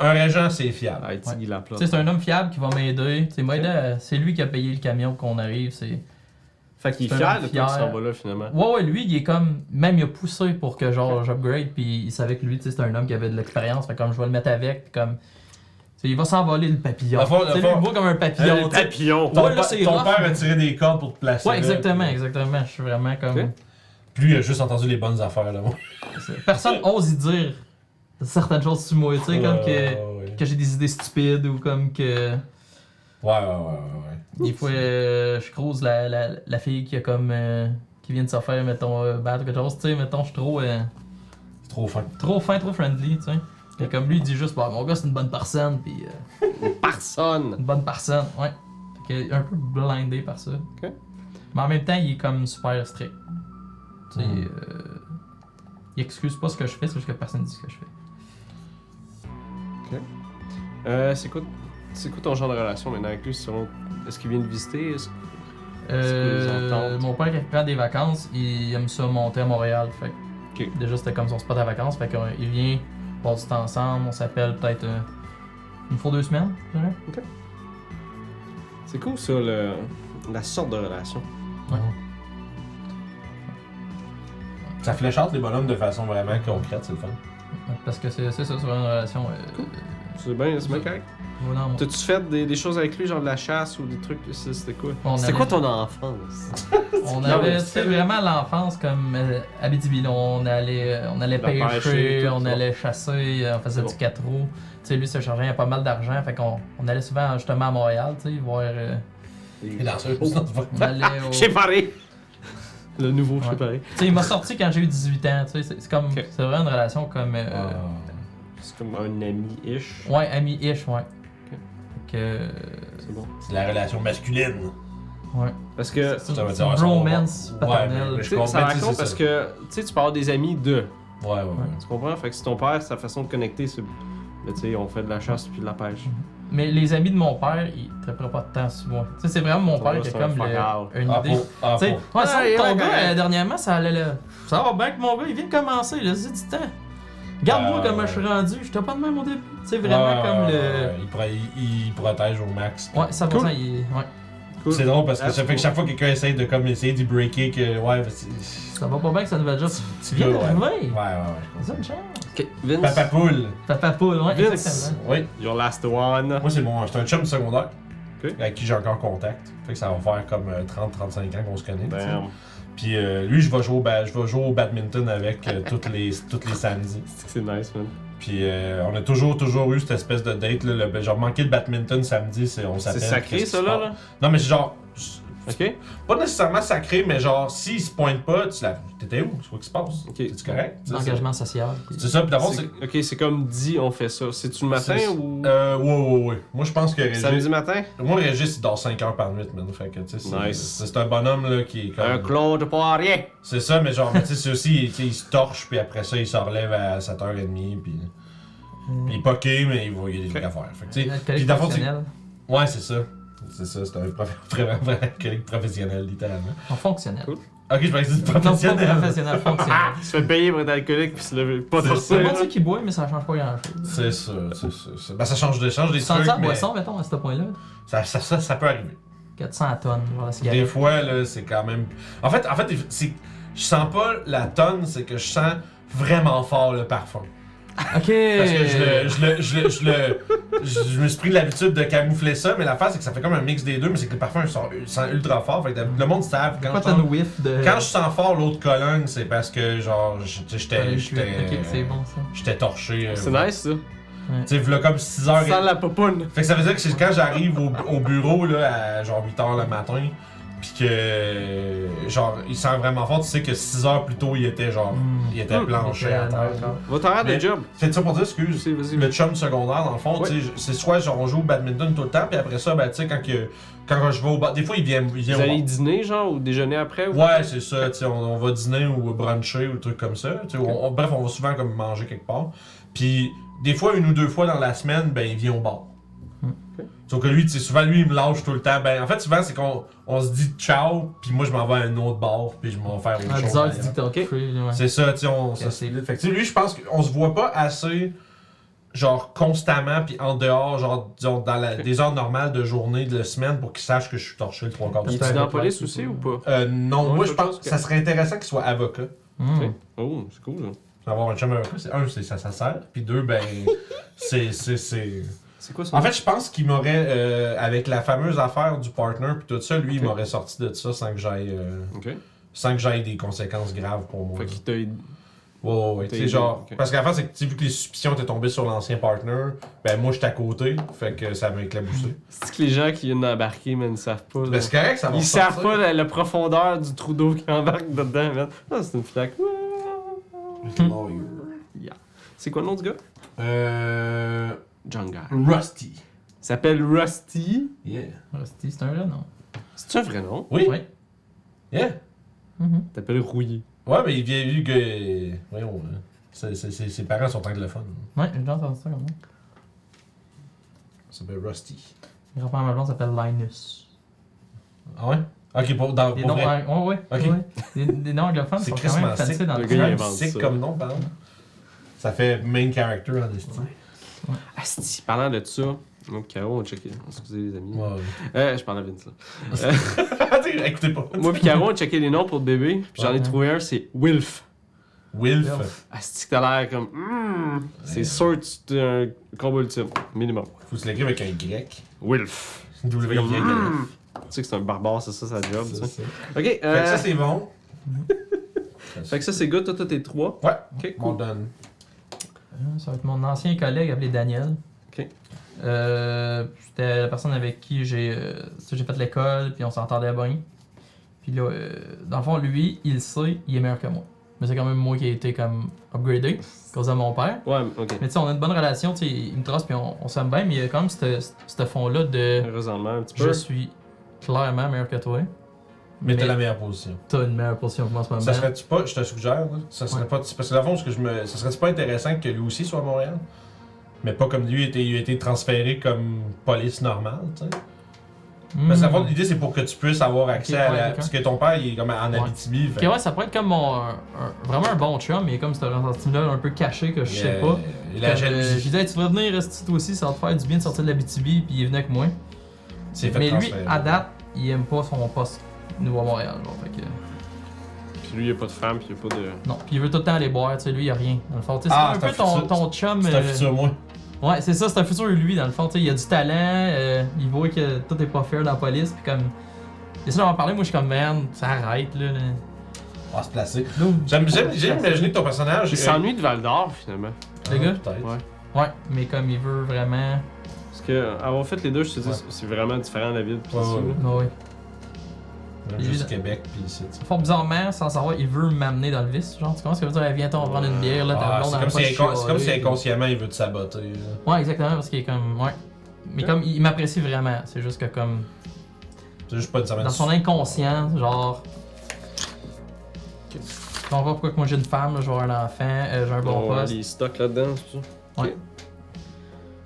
S1: Un régent, c'est fiable.
S2: Ah, il dit,
S3: Ouais.
S2: il la
S3: Tu sais, c'est un homme fiable qui va m'aider. Tu sais, moi, là, C'est lui qui a payé le camion qu'on arrive. C'est...
S2: Fait qu'il est
S3: C'est un
S2: fier
S3: homme
S2: de toi qui
S3: fier.
S2: s'en va là, finalement.
S3: Ouais, ouais, lui, il est comme. Même il a poussé pour que genre j'upgrade, puis il savait que lui, tu sais, c'était un homme qui avait de l'expérience, fait comme je vais le mettre avec, puis comme. Tu sais, il va s'envoler le papillon.
S1: Dans le fond- dans le
S3: C'est lui,
S1: fond-
S3: il me voit comme un papillon. tu sais.
S2: papillon!
S1: Ton,
S3: Ouais, là,
S1: pa-
S3: c'est
S1: ton
S3: rough,
S1: père a
S3: mais-
S1: tiré des cordes pour te placer.
S3: Ouais,
S1: là,
S3: exactement,
S1: puis-
S3: exactement. Je suis vraiment comme.
S2: Ok.
S1: Puis lui, il a juste entendu les bonnes affaires, là.
S3: c'est- Personne ose y dire certaines choses sur moi, tu sais, comme que,
S1: Ouais, ouais,
S3: que j'ai des idées stupides ou comme que.
S1: ouais, ouais, ouais.
S3: Des fois, euh, je croise la, la, la fille qui a comme. euh, qui vient de se faire, mettons, euh, battre ou quelque chose, tu sais, mettons, je suis trop. euh,
S1: C'est trop fin.
S3: trop fin, trop friendly, tu sais. Mais comme lui, il dit juste, bah, mon gars, c'est une bonne personne, puis euh,
S2: Personne!
S3: une bonne personne, ouais. Fait qu'il est un peu blindé par ça. Mais en même temps, il est comme super strict. Tu sais, il, euh, il excuse pas ce que je fais, c'est juste que personne ne dit ce que je fais.
S2: Euh, c'est quoi, c'est quoi ton genre de relation maintenant avec lui? selon- Est-ce qu'il vient te visiter? Est-ce- que les
S3: Euh,
S2: ententes?
S3: mon père, quand il prend des vacances, il aime ça monter à Montréal. Fait que
S2: Ok.
S3: Déjà, c'était comme son spot à vacances. Fait qu'il vient, on passe du temps ensemble, on s'appelle peut-être euh, une fois deux semaines, je dirais.
S2: C'est cool ça, le- la sorte de relation. Mhm.
S1: Ça fléchante les bonhommes de façon vraiment concrète, c'est le fun.
S3: Parce que c'est c'est ça, c'est vraiment une relation. euh,
S2: C'est bien, c'est bien correct.
S3: euh, non,
S2: T'as-tu fait des, des choses avec lui, genre de la chasse ou des trucs? c'est- C'était quoi?
S3: on
S5: C'est
S3: avait-
S5: quoi ton
S3: (laughs)
S5: enfance?
S3: On
S2: Non,
S3: avait
S2: mais
S3: tu sais, vraiment l'enfance comme euh, Abitibi, là, on allait, euh, on allait
S2: La
S3: pêcher,
S2: pêcher, tout
S3: on
S2: ça.
S3: allait chasser, euh, on faisait
S2: C'est
S3: du
S2: bon.
S3: 4 roues. Tu sais, lui, se chargeait il a pas mal d'argent, fait qu'on on allait souvent justement à Montréal, tu sais, voir. euh,
S1: Et dans ce
S2: Oh.
S1: dans ce-
S2: (laughs)
S3: on allait au...
S2: Chez Paris! Le nouveau
S3: Ouais.
S2: chez Paris.
S3: Tu sais, il m'a sorti quand j'ai eu 18 ans, tu sais, c'est c'est comme,
S2: Ok.
S3: c'est vraiment une relation comme, euh,
S2: C'est comme un ami-ish.
S3: ouais, ami-ish,
S2: Ok.
S3: ouais. Fait que, euh,
S2: C'est bon.
S1: C'est la relation masculine.
S3: ouais.
S2: Parce que
S3: C'est
S1: ça veut
S3: une
S1: dire, ouais, ça va
S3: romance
S1: voir. Ouais,
S3: paternelle.
S1: mais-
S2: Tu sais, ça
S1: comprends, tu sais,
S2: raconte
S1: c'est
S2: parce
S1: ça.
S2: que tu sais, tu parles des amis de.
S1: Ouais, ouais, ouais.
S2: Tu comprends? Fait que c'est ton père, sa façon de connecter, c'est. Mais tu sais, on fait de la chasse puis de la pêche.
S3: mais, les amis de mon père, ils traiteraient pas de temps sur moi. Tu sais, c'est vraiment mon
S2: Ça
S3: père
S2: va,
S3: qui a
S2: c'est
S3: comme
S2: un
S3: le-
S2: fuck
S3: une
S1: Ah,
S3: idée.
S1: pour, ah,
S3: T'sais,
S1: pour.
S3: ouais, ça,
S2: Ouais,
S3: ton
S2: ouais,
S3: gars,
S2: ouais.
S3: euh, dernièrement, ça allait là. Ça va bien que mon gars, il vient de commencer, là, c'est du temps. Regarde-moi
S1: Ah,
S3: comment
S1: ouais.
S3: je suis rendu, j'étais pas de même au début. C'est
S1: Ouais,
S3: vraiment comme
S1: ouais,
S3: le.
S1: ouais, il, pro- il, il protège au max.
S3: Ouais, 100%,
S2: Cool.
S3: il est- ouais,
S2: Cool.
S1: C'est drôle parce que
S2: Ah,
S1: ça
S2: c'est
S1: fait que
S2: cool.
S1: chaque fois que quelqu'un essaye de comme essayer d'y breaker, que ouais, c'est.
S3: ça va pas bien que ça nouvelle job.
S1: Tu
S3: Tu viens
S1: ouais.
S3: d'arriver!
S1: Ouais, ouais, ouais. je
S3: C'est
S1: comprends.
S3: une chance!
S5: Ok, Vince.
S1: Papa poule.
S3: Papa Poule, ouais,
S2: Vince.
S3: exactement.
S1: Oui.
S2: Your last one.
S1: Moi, c'est bon. C'est un chum secondaire.
S2: Ok.
S1: Avec qui j'ai encore contact. Fait que ça va faire comme euh, 30-35 ans qu'on se connaît. tu sais.
S2: Bam.
S1: Puis euh, lui, je vais jouer au, ba- je vais jouer au badminton avec euh, (laughs) toutes les, toutes les samedis.
S2: C'est que c'est nice, man.
S1: Puis euh, on a toujours, toujours eu cette espèce de date. Là, le, ben, genre, manquer le badminton samedi, c'est, on
S2: C'est
S1: s'appelle.
S2: sacré,
S1: qu'est-ce qui
S2: ça,
S1: se
S2: là,
S1: passe?
S2: là.
S1: Non, mais c'est genre. c'est
S2: Ok?
S1: Pas nécessairement sacré, mais genre, s'il se pointe pas, tu la... t'étais où? C'est quoi qui se passe?
S2: Ok.
S1: T'es-tu correct? Tu sais,
S3: L'engagement social.
S1: c'est- C'est ça, puis d'abord, c'est.
S2: C'est- Ok, c'est comme dit, on fait ça. C'est-tu le matin
S1: c'est-
S2: ou.
S1: Euh, ouais, ouais, ouais. Moi, je pense que Régis.
S2: Samedi matin?
S1: Moi, Régis, il dort 5 heures par nuit, man. Fait que, tu sais, c'est.
S2: Nice.
S1: C'est c'est un bonhomme, là, qui est comme.
S2: Un Claude Poirier!
S1: C'est ça, mais genre, mais tu sais, c'est aussi, il- tu sais, il se torche, puis après ça, il se relève à 7h30, puis.
S3: Hmm.
S1: puis il est poqué, mais il, va, il y a des trucs à faire. Fait que, tu sais, puis
S3: L'alcoolique
S1: dans le fond, tu-
S3: fonctionnel.
S1: Ouais, c'est ça. C'est ça, c'est un prof... (laughs) vraiment vrai alcoolique professionnel, littéralement.
S3: En fonctionnel.
S2: Cool.
S1: Ok, je pensais que c'est
S3: Non, pas
S1: professionnel.
S3: professionnel,
S1: (laughs)
S3: fonctionnel.
S2: Tu fais payer pour être alcoolique puis se lever pas
S1: C'est ça.
S2: de ça.
S3: C'est
S2: là.
S3: pas ça qui boit, mais ça change pas grand-chose.
S1: C'est ça, c'est ça. c'est- Ben, ça change de change des trucs,
S3: Sentir la
S1: mais
S3: boisson, mettons, à ce point-là,
S1: ça, ça, ça, ça peut arriver.
S3: 400 tonnes, genre la
S1: Des
S3: cigarette.
S1: fois, là, c'est quand même. En fait, en fait, c'est. Je sens pas la tonne, c'est que je sens vraiment fort le parfum.
S3: Ok!
S1: Parce que je
S3: Euh.
S1: le, je le, je le, je le- je- je me suis pris l'habitude de camoufler ça, mais l'affaire c'est que ça fait comme un mix des deux, mais c'est que le parfum sort- sent ultra fort, fait que le monde savent quand
S3: Pourquoi
S1: je
S3: t'as une
S1: sens,
S3: whiff de.
S1: quand je sens fort l'autre colonne, c'est parce que genre je- tu sais, j'étais
S3: Ah, Ok, c'est
S1: j'étais euh,
S3: bon ça.
S1: j'étais torché. euh,
S2: C'est nice, ça.
S1: Tu sais, v'là comme 6 heures.
S2: Sans
S1: et-
S2: la popoune.
S1: Fait que ça veut dire que c'est quand j'arrive au, au bureau là à genre 8 heures le matin, puis que genre il sent vraiment fort, tu sais que 6 heures plus tôt il était genre
S3: Mm.
S1: il était
S2: Mm.
S1: planché à terre.
S3: ah,
S2: Va t'en rendre
S1: Mais-
S2: le job.
S1: C'est ça pour dire excuse.
S2: Vas-y, vas-y.
S1: le chum secondaire, dans le fond,
S2: Ouais.
S1: tu sais, je- c'est soit genre, on joue au badminton tout le temps, puis après ça, ben, tu sais, quand, que- quand je vais au ba- Des fois, il vient, il vient
S2: Vous
S1: au
S2: allez dîner, genre, ou déjeuner après? Ou...
S1: Ouais, c'est ça, tu sais, on, on va dîner ou bruncher ou truc comme ça. tu sais, on- on- bref, on va souvent comme manger quelque part. Puis, des fois, une ou deux fois dans la semaine, ben, il vient au bar.
S3: Hmm.
S1: Sauf que lui, tu sais, souvent, lui, il me lâche tout le temps. Ben, en fait, souvent, c'est qu'on on se dit ciao, puis moi, je m'en vais à un autre bar, puis je m'en vais faire autre
S3: À
S1: chose.
S3: 10 heures, Ah, tu dis que t'as
S2: Ok.
S3: occupé, là, ouais.
S1: C'est ça, tu sais, on. ça,
S3: c'est-
S1: c'est- fait que, tu sais, lui, je pense qu'on se voit pas assez, genre, constamment, puis en dehors, genre, disons, dans la- des heures normales de journée, de la semaine, pour qu'il sache que je suis torché le trois quarts
S2: Il
S1: du
S2: est
S1: temps.
S2: dans la police aussi ou pas?
S1: Euh, non,
S2: Ouais,
S1: moi,
S2: je
S1: je pense
S2: pense
S1: que ça serait intéressant qu'il soit avocat. Hmm.
S3: Mm.
S2: Ok. Oh, c'est cool, ça.
S1: Avoir un chum avocat, c'est un, c'est ça, ça sert, puis deux,
S2: (laughs)
S1: ben. c'est. c'est- c'est-
S2: C'est quoi ça?
S1: En fait, je pense qu'il m'aurait, euh, avec la fameuse affaire du partner, puis tout ça, lui, il
S2: Ok.
S1: m'aurait sorti de ça sans que j'aille. euh,
S2: Ok.
S1: Sans que j'aille des conséquences graves pour moi.
S2: Fait
S1: là.
S2: qu'il t'a aidé.
S1: Ouais, ouais, ouais.
S2: T'as
S1: Tu sais,
S2: aidé,
S1: genre,
S2: ok.
S1: parce qu'à la fin, c'est que tu sais, vu que les suspicions étaient tombées sur l'ancien partner, ben moi j'étais à côté, fait que ça m'a
S2: (laughs)
S1: éclaboussé.
S2: C'est que les gens qui viennent d'embarquer, mais ne savent pas. là?
S1: Ben c'est correct, ça va
S2: Ils
S1: ressortir.
S2: savent pas
S1: (laughs)
S2: la, la profondeur du trou d'eau qui embarque dedans, man. Ah, c'est une flaque.
S4: Lawyer.
S2: Ah. C'est quoi le nom du gars?
S1: Euh.
S2: John Guy.
S1: Rusty.
S2: Il s'appelle Rusty.
S1: Yeah.
S3: Rusty, c'est un vrai nom.
S2: C'est un vrai nom?
S1: Oui?
S3: Oui.
S1: Yeah.
S3: Mhm.
S2: Il s'appelle Rouillé.
S1: Ouais, mais il vient vu que. Voyons, hein. C'est- c'est- c'est- ses parents sont anglophones.
S3: Ouais, j'ai déjà entendu ça comme nom.
S1: Il s'appelle Rusty.
S3: Mon Grand-père Mablon s'appelle Linus.
S1: Ah ouais? Ok, pour, dans,
S3: Des
S1: pour
S3: noms,
S1: vrai.
S3: ang- ouais, ouais,
S1: Ok.
S3: ouais. Des, des noms
S1: (laughs)
S3: anglophones
S1: C'est
S3: sont quand même
S1: Christmas, hein, c'est-
S3: fancy dans
S2: le
S3: le
S1: C'est
S2: gars, il
S1: même
S3: film.
S2: invente
S1: sick
S2: ça.
S1: comme nom, par exemple. Ça fait main character en destin.
S2: Asti, parlant de ça. Donc, Caro, on checkait. Excusez les amis.
S1: Ouais.
S2: (laughs) Euh, je parle à Vince là.
S1: Attends, écoutez pas.
S2: Moi puis Caro, on checkait les noms pour bébé. Puis j'en ai
S3: Ouais.
S2: trouvé un, c'est Wilf.
S1: Wilf.
S2: Asti, que t'as l'air comme. hmm, C'est sûr que tu t'es un combo ultime, minimum.
S1: Faut se l'écrire avec un Y.
S2: Wilf.
S1: W
S2: Comme,
S1: Y.
S2: hmm, Tu sais que c'est un barbare, c'est ça sa job. tu
S1: C'est ça.
S2: sais. Ok,
S1: Fait
S2: euh,
S1: que ça, c'est bon.
S2: fait que ça c'est good, toi toi, t'es trois.
S1: Ouais.
S2: Ok,
S1: On
S2: cool.
S1: donne.
S3: Euh, Ça va être mon ancien collègue appelé Daniel.
S2: Ok.
S3: Euh, C'était la personne avec qui j'ai euh, tu sais, j'ai fait l'école, puis on s'entendait bien. Puis là, euh, dans le fond, lui, il le sait, il est meilleur que moi. Mais c'est quand même moi qui ai été comme upgradé, à cause de mon père.
S2: Ouais, ok.
S3: Mais tu sais, on a une bonne relation, tu sais, il me trace, puis on, on s'aime bien, mais il y a quand même ce ce fond-là de
S2: Heureusement, un petit peu.
S3: je suis clairement meilleur que toi.
S1: Mais t'as
S3: Mais-
S1: la meilleure position.
S3: T'as une meilleure position que moi en ce moment.
S1: Ça serait-tu pas, je te suggère, là, ça serait
S3: Ah, ben. Ouais.
S1: pas, parce que dans le fond, ce que je me, ça serait-tu pas intéressant que lui aussi soit à Montréal? Mais pas comme lui, il a été, il a été transféré comme police normale, tu sais.
S3: Hmm.
S1: Parce que dans le fond, l'idée, c'est pour que tu puisses avoir accès
S3: Ok,
S1: à
S3: ouais,
S1: la,
S3: d'accord.
S1: parce que ton père, il est comme en
S3: Ouais.
S1: Abitibi, fait
S3: Ok, ouais, ça pourrait être comme mon, un- un- vraiment un bon chum, mais comme ce ressentiment-là un peu caché que je sais
S1: Euh,
S3: pas.
S1: La
S3: Comme, euh, je
S1: jalousie
S3: disais, Hey, tu devrais venir rester toi aussi, ça va te faire du bien de sortir de la BTB, puis il est venu avec moi.
S1: s'est fait
S3: Mais lui,
S1: transférer.
S3: à date, il aime pas son poste nouveau à Montréal. genre, fait que,
S2: Puis lui, il a pas de femme, puis il a pas de.
S3: non, puis il veut tout le temps aller boire, tu sais, lui, il a rien. Dans le fond, tu sais,
S1: Ah,
S3: c'est
S1: c'est
S3: un
S1: un
S3: peu ton,
S1: futur-
S3: ton chum.
S1: C'est un
S3: euh,
S1: futur moi.
S3: Ouais, c'est ça, c'est un futur lui, dans le fond. tu sais, Il a du talent, euh, il voit que tout est pas fair dans la police, puis comme. Et ça, j'en parlais, moi, je suis comme, man, ça arrête, là. là.
S1: On va se placer.
S3: Nous,
S1: J'aime, j'aime, j'aime imaginer ton personnage.
S2: Il s'ennuie de Val d'Or finalement.
S1: Ah,
S3: Le gars?
S1: peut-être.
S2: Euh, Ouais.
S3: Ouais, mais comme il veut vraiment.
S2: Parce que euh, avoir fait les deux, je te dis,
S1: Ouais.
S2: c'est vraiment différent la ville. puis
S1: Ouais,
S2: c'est
S1: ouais.
S2: sûr, là.
S3: Ouais, ouais.
S1: Même juste Québec, puis c'est.
S3: Fort bizarrement, sans savoir, il veut m'amener dans le vice. Genre, tu comprends ce que je veux dire? Viens, on va prendre une bière, là,
S1: Ah,
S3: t'as
S1: c'est
S3: blonde,
S1: comme, si
S3: elle
S1: incon-
S3: va
S1: c'est comme si
S3: chialer.
S1: inconsciemment il veut te saboter. là.
S3: Ouais, exactement, parce qu'il est comme. Ouais. Mais comme, il m'apprécie vraiment. C'est juste que, comme.
S1: C'est juste pas une semaine
S3: Dans son inconscient, genre. Je comprends pas pourquoi que moi j'ai une femme, là, je vais avoir un enfant, euh, j'ai un
S1: Oh,
S3: bon
S2: Bon,
S3: poste.
S2: les stocks là-dedans, c'est ça.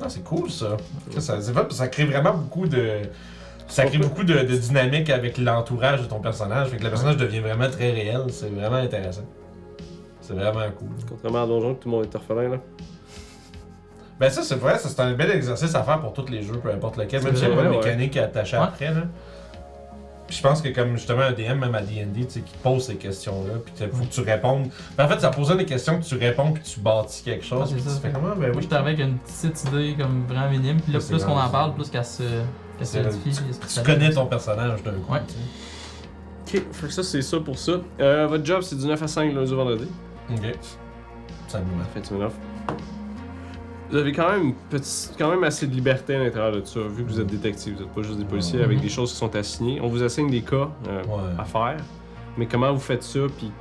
S1: Ah, c'est cool ça. Ça, c'est vrai, ça crée vraiment beaucoup de. Ça crée beaucoup de, de dynamique avec l'entourage de ton personnage. Fait que le personnage devient vraiment très réel. C'est vraiment intéressant. C'est vraiment cool.
S2: Contrairement à Donjon, que tout le monde est orphelin là.
S1: Ben ça c'est vrai, ça, c'est un bel exercice à faire pour tous les jeux, peu importe lequel, même
S3: C'est
S1: s'il n'y a pas
S2: vrai,
S1: de
S2: ouais.
S1: mécanique attachée
S3: Ouais.
S1: après là. Puis je pense que comme justement un DM, même à D&D, tu sais, qui te pose ces questions-là, puis il faut que tu répondes. Ben, en fait, ça posait des questions que tu réponds, puis tu bâtis quelque chose,
S3: Ah, c'est
S1: puis
S3: ça,
S1: tu fais
S3: fait-
S1: comment, ben
S3: Moi,
S1: oui.
S3: j'étais avec une petite idée, comme vraiment minime, puis là,
S1: C'est
S3: plus qu'on en
S1: grave,
S3: parle,
S1: ça.
S3: plus qu'elle se. qu'elle se
S1: C'est-
S3: modifie, qu'est-ce que
S1: Tu
S3: ça
S1: connais
S3: fait.
S1: ton personnage d'un coup.
S3: Ouais.
S1: tu sais.
S2: Ok, fait que ça, c'est ça pour ça. Euh, votre job, c'est du 9 à 5 lundi au vendredi.
S1: Ok. Ça me va.
S2: Fait que tu m'en offres. Vous avez quand même, petit- quand même assez de liberté à l'intérieur de ça, vu que vous êtes détective, vous n'êtes pas juste des policiers avec des choses qui sont assignées. On vous assigne des cas euh,
S1: Ouais. Ah,
S2: à faire, mais comment vous faites ça, puis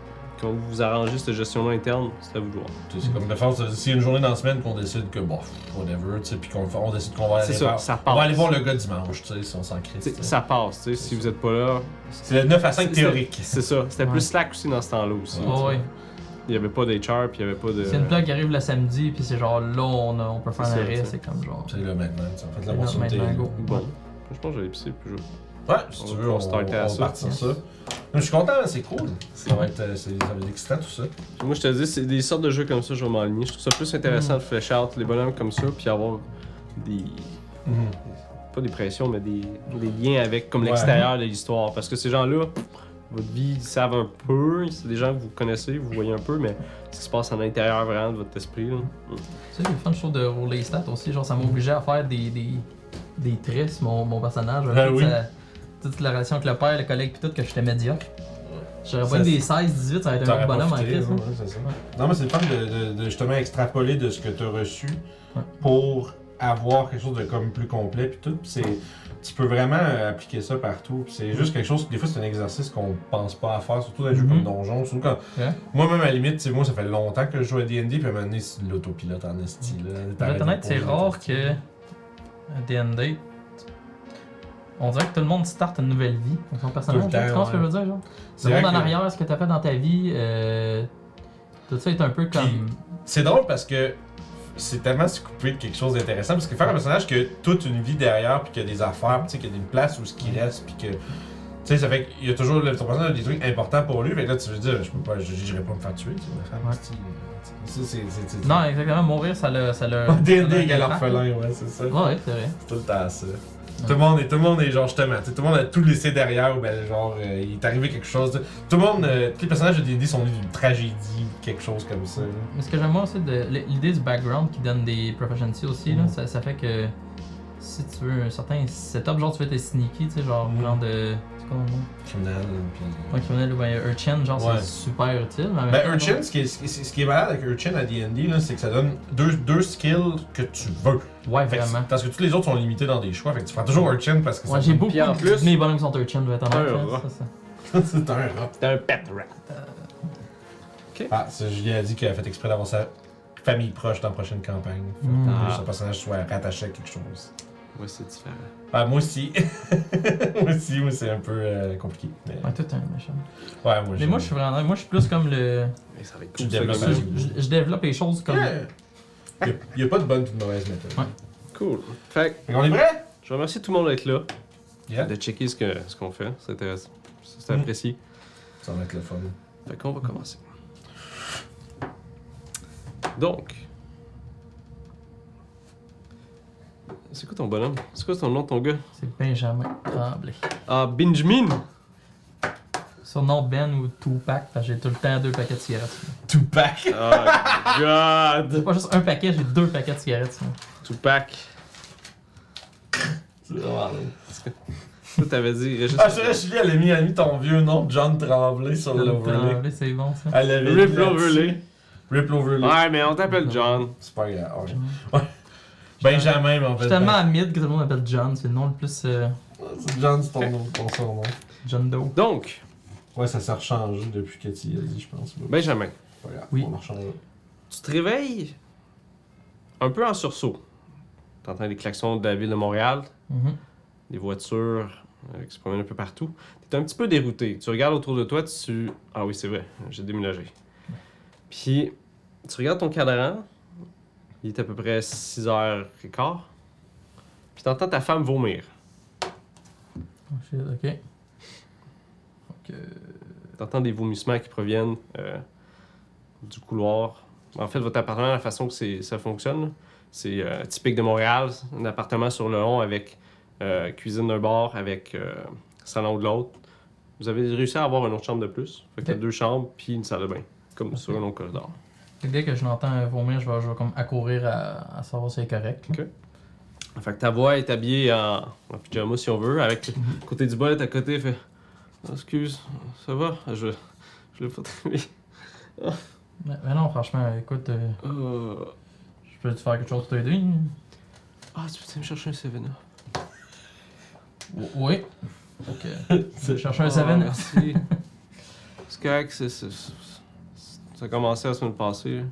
S2: quand vous vous arrangez cette gestion-là interne, c'est à vous de voir.
S1: Tu sais, C'est comme de faire, c'est- c'est une journée dans la semaine qu'on décide que bon, pff, whatever, tu sais, puis qu'on on décide qu'on va aller
S2: C'est ça,
S1: voir.
S2: ça
S1: On
S2: passe.
S1: va aller voir le gars dimanche, tu sais, si on s'en crée.
S2: T'sais,
S1: tu sais.
S2: Ça passe, tu sais, si vous n'êtes pas là.
S1: C'est le 9 à 5
S2: C'est-
S1: théorique.
S2: C'est ça, c'était
S3: Ouais.
S2: plus slack aussi dans ce temps-là aussi.
S1: Ouais.
S2: tu sais.
S3: Ouais, ouais.
S2: Il n'y avait pas d'HR, puis il n'y avait pas de.
S3: C'est une plaque qui arrive le samedi, puis c'est genre là, on, a- on peut faire
S2: C'est
S3: un
S2: ça,
S3: arrêt,
S2: t'sais.
S3: c'est comme genre.
S1: C'est là maintenant, tu sais, en fait,
S3: C'est
S1: là,
S3: là
S1: l'opportunité.
S3: maintenant, go.
S2: Bon. Je pense que j'allais pisser, puis je.
S1: Ouais, si
S2: On
S1: tu
S2: va
S1: veux, on,
S2: pouvoir
S1: on,
S2: starter à
S1: on
S2: ça.
S1: partit
S3: Yes.
S1: ça. Mais je suis content, c'est cool. Ça va être, euh, c'est- ça va être excitant tout ça.
S2: Puis Moi, je te dis, c'est des sortes de jeux comme ça, je vais m'aligner. Je trouve ça plus
S1: Mm.
S2: intéressant de flesh out les bonhommes comme ça, puis avoir des.
S1: Mm-hmm.
S2: pas des pressions, mais des, des liens avec comme
S1: Ouais.
S2: l'extérieur de l'histoire. Parce que ces gens-là, votre vie, ils savent un peu. C'est des gens que vous connaissez, vous voyez un peu, mais ce qui se passe à l'intérieur vraiment de votre esprit. Là.
S3: Tu sais, le fun, je trouve, de rouler les stats aussi. Genre, ça
S1: Mhm.
S3: m'obligeait à faire des, des, des traits sur mon, mon personnage.
S1: Ah
S3: toute,
S1: oui.
S3: sa- toute la relation avec le père, le collègue, puis tout, que j'étais médiocre. J'aurais
S1: Ça,
S3: pas eu des 16-18, ça aurait été un
S1: T'aurais
S3: autre bonhomme en
S1: profité,
S3: crise.
S1: hein, ouais, c'est ça. Non, mais c'est le fun de, de- de justement extrapoler de ce que tu as reçu pour avoir quelque chose de comme plus complet puis tout. Puis c'est tu peux vraiment euh, appliquer ça partout. Puis C'est
S3: Mm.
S1: juste quelque chose, des fois, c'est un exercice qu'on pense pas à faire, surtout dans les jeux
S3: Mhm.
S1: comme Donjon. Surtout quand.
S3: Ouais.
S1: Moi-même, à la limite, tu sais, moi, ça fait longtemps que je joue à DD, puis à un moment donné, c'est de l'autopilote en esti. là.
S3: Pour
S1: T'arrêtes
S3: être
S1: de
S3: honnête,
S1: poser
S3: c'est
S1: la
S3: rare
S1: question.
S3: que à D&D, on dirait que tout le monde starte une nouvelle vie avec son personnage.
S1: Tout le
S3: genre,
S1: temps,
S3: tu comprends ce que je
S1: ouais.
S3: veux dire? Genre?
S1: C'est
S3: Le monde
S1: vrai
S3: en
S1: que-
S3: arrière, ce que t'as fait dans ta vie, euh, tout ça est un peu comme...
S1: C'est drôle parce que c'est tellement se couper de quelque chose d'intéressant. Parce que faire un personnage qui a toute une vie derrière, puis qui a des affaires, puis tu sais, qui a une place où ce qui reste, puis que. Tu sais, ça fait qu'il y a toujours. le- Ton personnage a des trucs importants pour lui, mais là, tu veux dire, je peux pas, je- j'irai pas me faire tuer, tu sais, ma femme,
S3: Ouais.
S1: c'est- c'est- c'est- c'est- c'est-
S3: Non, exactement, mourir, ça le... Ça le
S1: Ah, D&D
S3: ça
S1: égale
S3: l'impact.
S1: orphelin, ouais, c'est ça.
S3: Ouais, ouais, c'est vrai.
S1: C'est tout le temps ça. Tout, le monde est, tout le monde est genre justement, tu sais, tout le monde a tout laissé derrière, ou ben genre euh, il est arrivé quelque chose. de- Tout le monde, euh, tous les personnages de D&D sont nés d'une tragédie, quelque chose comme ça. là.
S3: Mais ce que j'aime moi aussi, de, l'idée du background qui donne des proficiency aussi, là,
S1: Mhm.
S3: ça, ça fait que si tu veux un certain setup, genre tu veux tes sneaky, tu sais, genre
S1: Mhm.
S3: genre de. C'est quoi le nom
S1: Criminel, puis-
S3: Pas criminel ou ben Urchin, genre
S1: Ouais.
S3: c'est super utile. mais en même
S1: Ben,
S3: temps,
S1: Urchin, ce qui, est, ce, qui est- ce qui est malade avec Urchin à D&D, là, c'est que ça donne deux, deux skills que tu veux.
S3: Ouais,
S1: Fait que
S3: vraiment.
S1: c'est- parce que tous les autres sont limités dans des choix. Fait que tu feras toujours Urchin parce que
S3: Ouais,
S1: ça-
S3: j'ai beaucoup
S2: Puis en
S3: de
S2: plus-
S3: mes bonhommes qui sont Urchin, je vais être en
S2: Un
S3: Urchin,
S2: rat.
S3: c'est
S1: (laughs)
S3: ça.
S1: c'est un rat.
S2: T'es un pet rat.
S1: Ah, c'est- Julien a dit qu'il a fait exprès d'avoir sa famille proche dans la prochaine campagne. Fait que
S3: Mm.
S1: que
S2: Ah.
S1: son personnage soit rattaché à quelque chose.
S2: Ouais, c'est différent.
S1: Ah, moi aussi. (laughs) moi aussi, moi c'est un peu euh, compliqué. Mais...
S3: Ouais, tout un méchant.
S1: Ouais, moi
S3: Mais moi, je suis vraiment. Moi, je suis plus comme le.
S2: Mais ça va être
S1: Tu
S2: cool. ça,
S1: développes
S2: comme
S1: un-
S2: ça.
S3: Je, je développe les choses comme.
S1: Il n'y a, pas de bonne ou de mauvaise méthode.
S3: Ouais.
S2: Cool. Fait que
S1: Fait qu'on est prêt?
S2: je remercie tout le monde d'être là,
S1: Yeah.
S2: de checker ce que- ce qu'on fait. C'est intéressant. C'est
S1: Mm.
S2: apprécié.
S1: Ça va être le fun.
S2: Fait qu'on va commencer. Donc. C'est quoi ton bonhomme? C'est quoi ton nom de ton gars?
S3: C'est Benjamin Tremblay.
S2: Ah, Benjamin!
S3: Surnom Ben ou Tupac, parce que j'ai tout le temps deux paquets de cigarettes.
S1: Tupac! (laughs)
S2: Oh god!
S3: C'est pas juste un paquet, j'ai deux paquets de cigarettes. sinon.
S2: Tupac!
S1: C'est vraiment drôle.
S2: Toi, t'avais dit Régis.
S1: Ah, c'est vrai, Julie, elle a mis, elle a mis ton vieux nom, John Tremblay, sur Ah, l'overlay.
S3: Tremblay, c'est bon ça.
S1: Elle avait
S2: Rip
S1: mis là-dessus.
S2: l'overlay.
S1: Rip l'overlay.
S2: Ouais, mais on t'appelle John.
S1: C'est pas grave. ouais.
S3: Je
S1: Benjamin, mais en fait.
S3: suis tellement amide que tout le monde m'appelle John, c'est le nom le plus euh,
S1: Ben- C'est John, c'est ton nom, ton surnom.
S3: John Doe.
S2: Donc,
S1: Ouais, ça s'est rechangé depuis que tu y as dit, je pense. Ben,
S2: Benjamin,
S1: c'est pas grave,
S3: Oui.
S1: on le rechangera.
S2: tu te réveilles un peu en sursaut. T'entends les klaxons de la ville de Montréal,
S3: Mhm.
S2: des voitures euh, qui se promènent un peu partout. T'es un petit peu dérouté. Tu regardes autour de toi, tu. Ah oui, c'est vrai, j'ai déménagé. Puis, tu regardes ton cadran, il est à peu près 6h15. Puis, t'entends ta femme vomir.
S3: Oh shit, ok. Donc, euh,
S2: T'entends des vomissements qui proviennent euh, du couloir. En fait, votre appartement, la façon que c'est- ça fonctionne, là, c'est euh, typique de Montréal. Un appartement sur le long avec euh, cuisine d'un bord, avec euh, salon de l'autre. Vous avez réussi à avoir une autre chambre de plus. Fait que t'as
S3: Ok.
S2: deux chambres puis une salle de bain, comme sur un long corridor.
S3: fait que dès que je l'entends vomir, je vais, je vais comme accourir à, à savoir si c'est correct.
S2: Ok. Fait que ta voix est habillée en, en pyjama si on veut, avec le côté du bol à côté, fait Ah, Excuse, ça va? Je, je l'ai pas trouvé.
S3: Mais, mais non, franchement, écoute, euh,
S2: Euh,
S3: je peux te faire quelque chose pour t'aider?
S2: Ah, tu peux me chercher un 7
S3: O- Oui. Ok. Je vais chercher un 7
S2: Ah, merci. c'est correct, c'est, c'est- c'est- ça a commencé la semaine passée. là.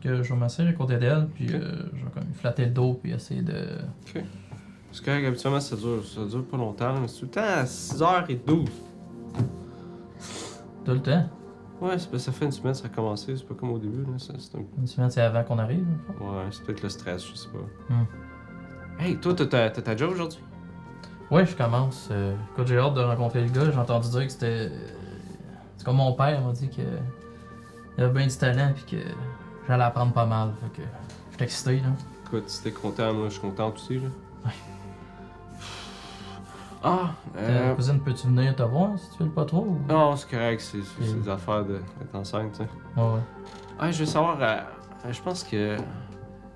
S3: Fait que je vais m'asseoir à côté d'elle, puis
S2: Ok.
S3: euh, je vais comme lui flatter le dos, puis essayer de.
S2: C'est correct, habituellement ça dure, ça dure pas longtemps, mais c'est tout le temps à 6h12.
S3: Tout le temps.
S2: Ouais, c'est, parce que ça fait une semaine ça a commencé, c'est pas comme au début. Là. ça- c'est un-
S3: Une semaine, c'est avant qu'on arrive. je crois.
S2: ouais, c'est peut-être le stress, je sais pas.
S3: Hmm.
S2: Hey, toi, t'as ta, t'as ta job aujourd'hui?
S3: Ouais, je commence. euh, écoute, j'ai hâte de rencontrer le gars. J'ai entendu dire que c'était. euh, C'est comme mon père m'a dit que. Il avait bien du talent, puis que j'allais apprendre pas mal. Fait que. Je suis excité, là.
S2: Écoute, si t'es content, moi je suis content aussi. Là. Ah,
S3: Ta
S2: euh,
S3: cousine, peux-tu venir te voir si tu veux pas trop? ou-
S2: non, c'est correct, c'est, c'est- c'est
S3: Hmm.
S2: des affaires de- d'être enceinte, tu sais.
S3: Ouais, ouais.
S2: Ah, je veux savoir. euh, euh, je pense que.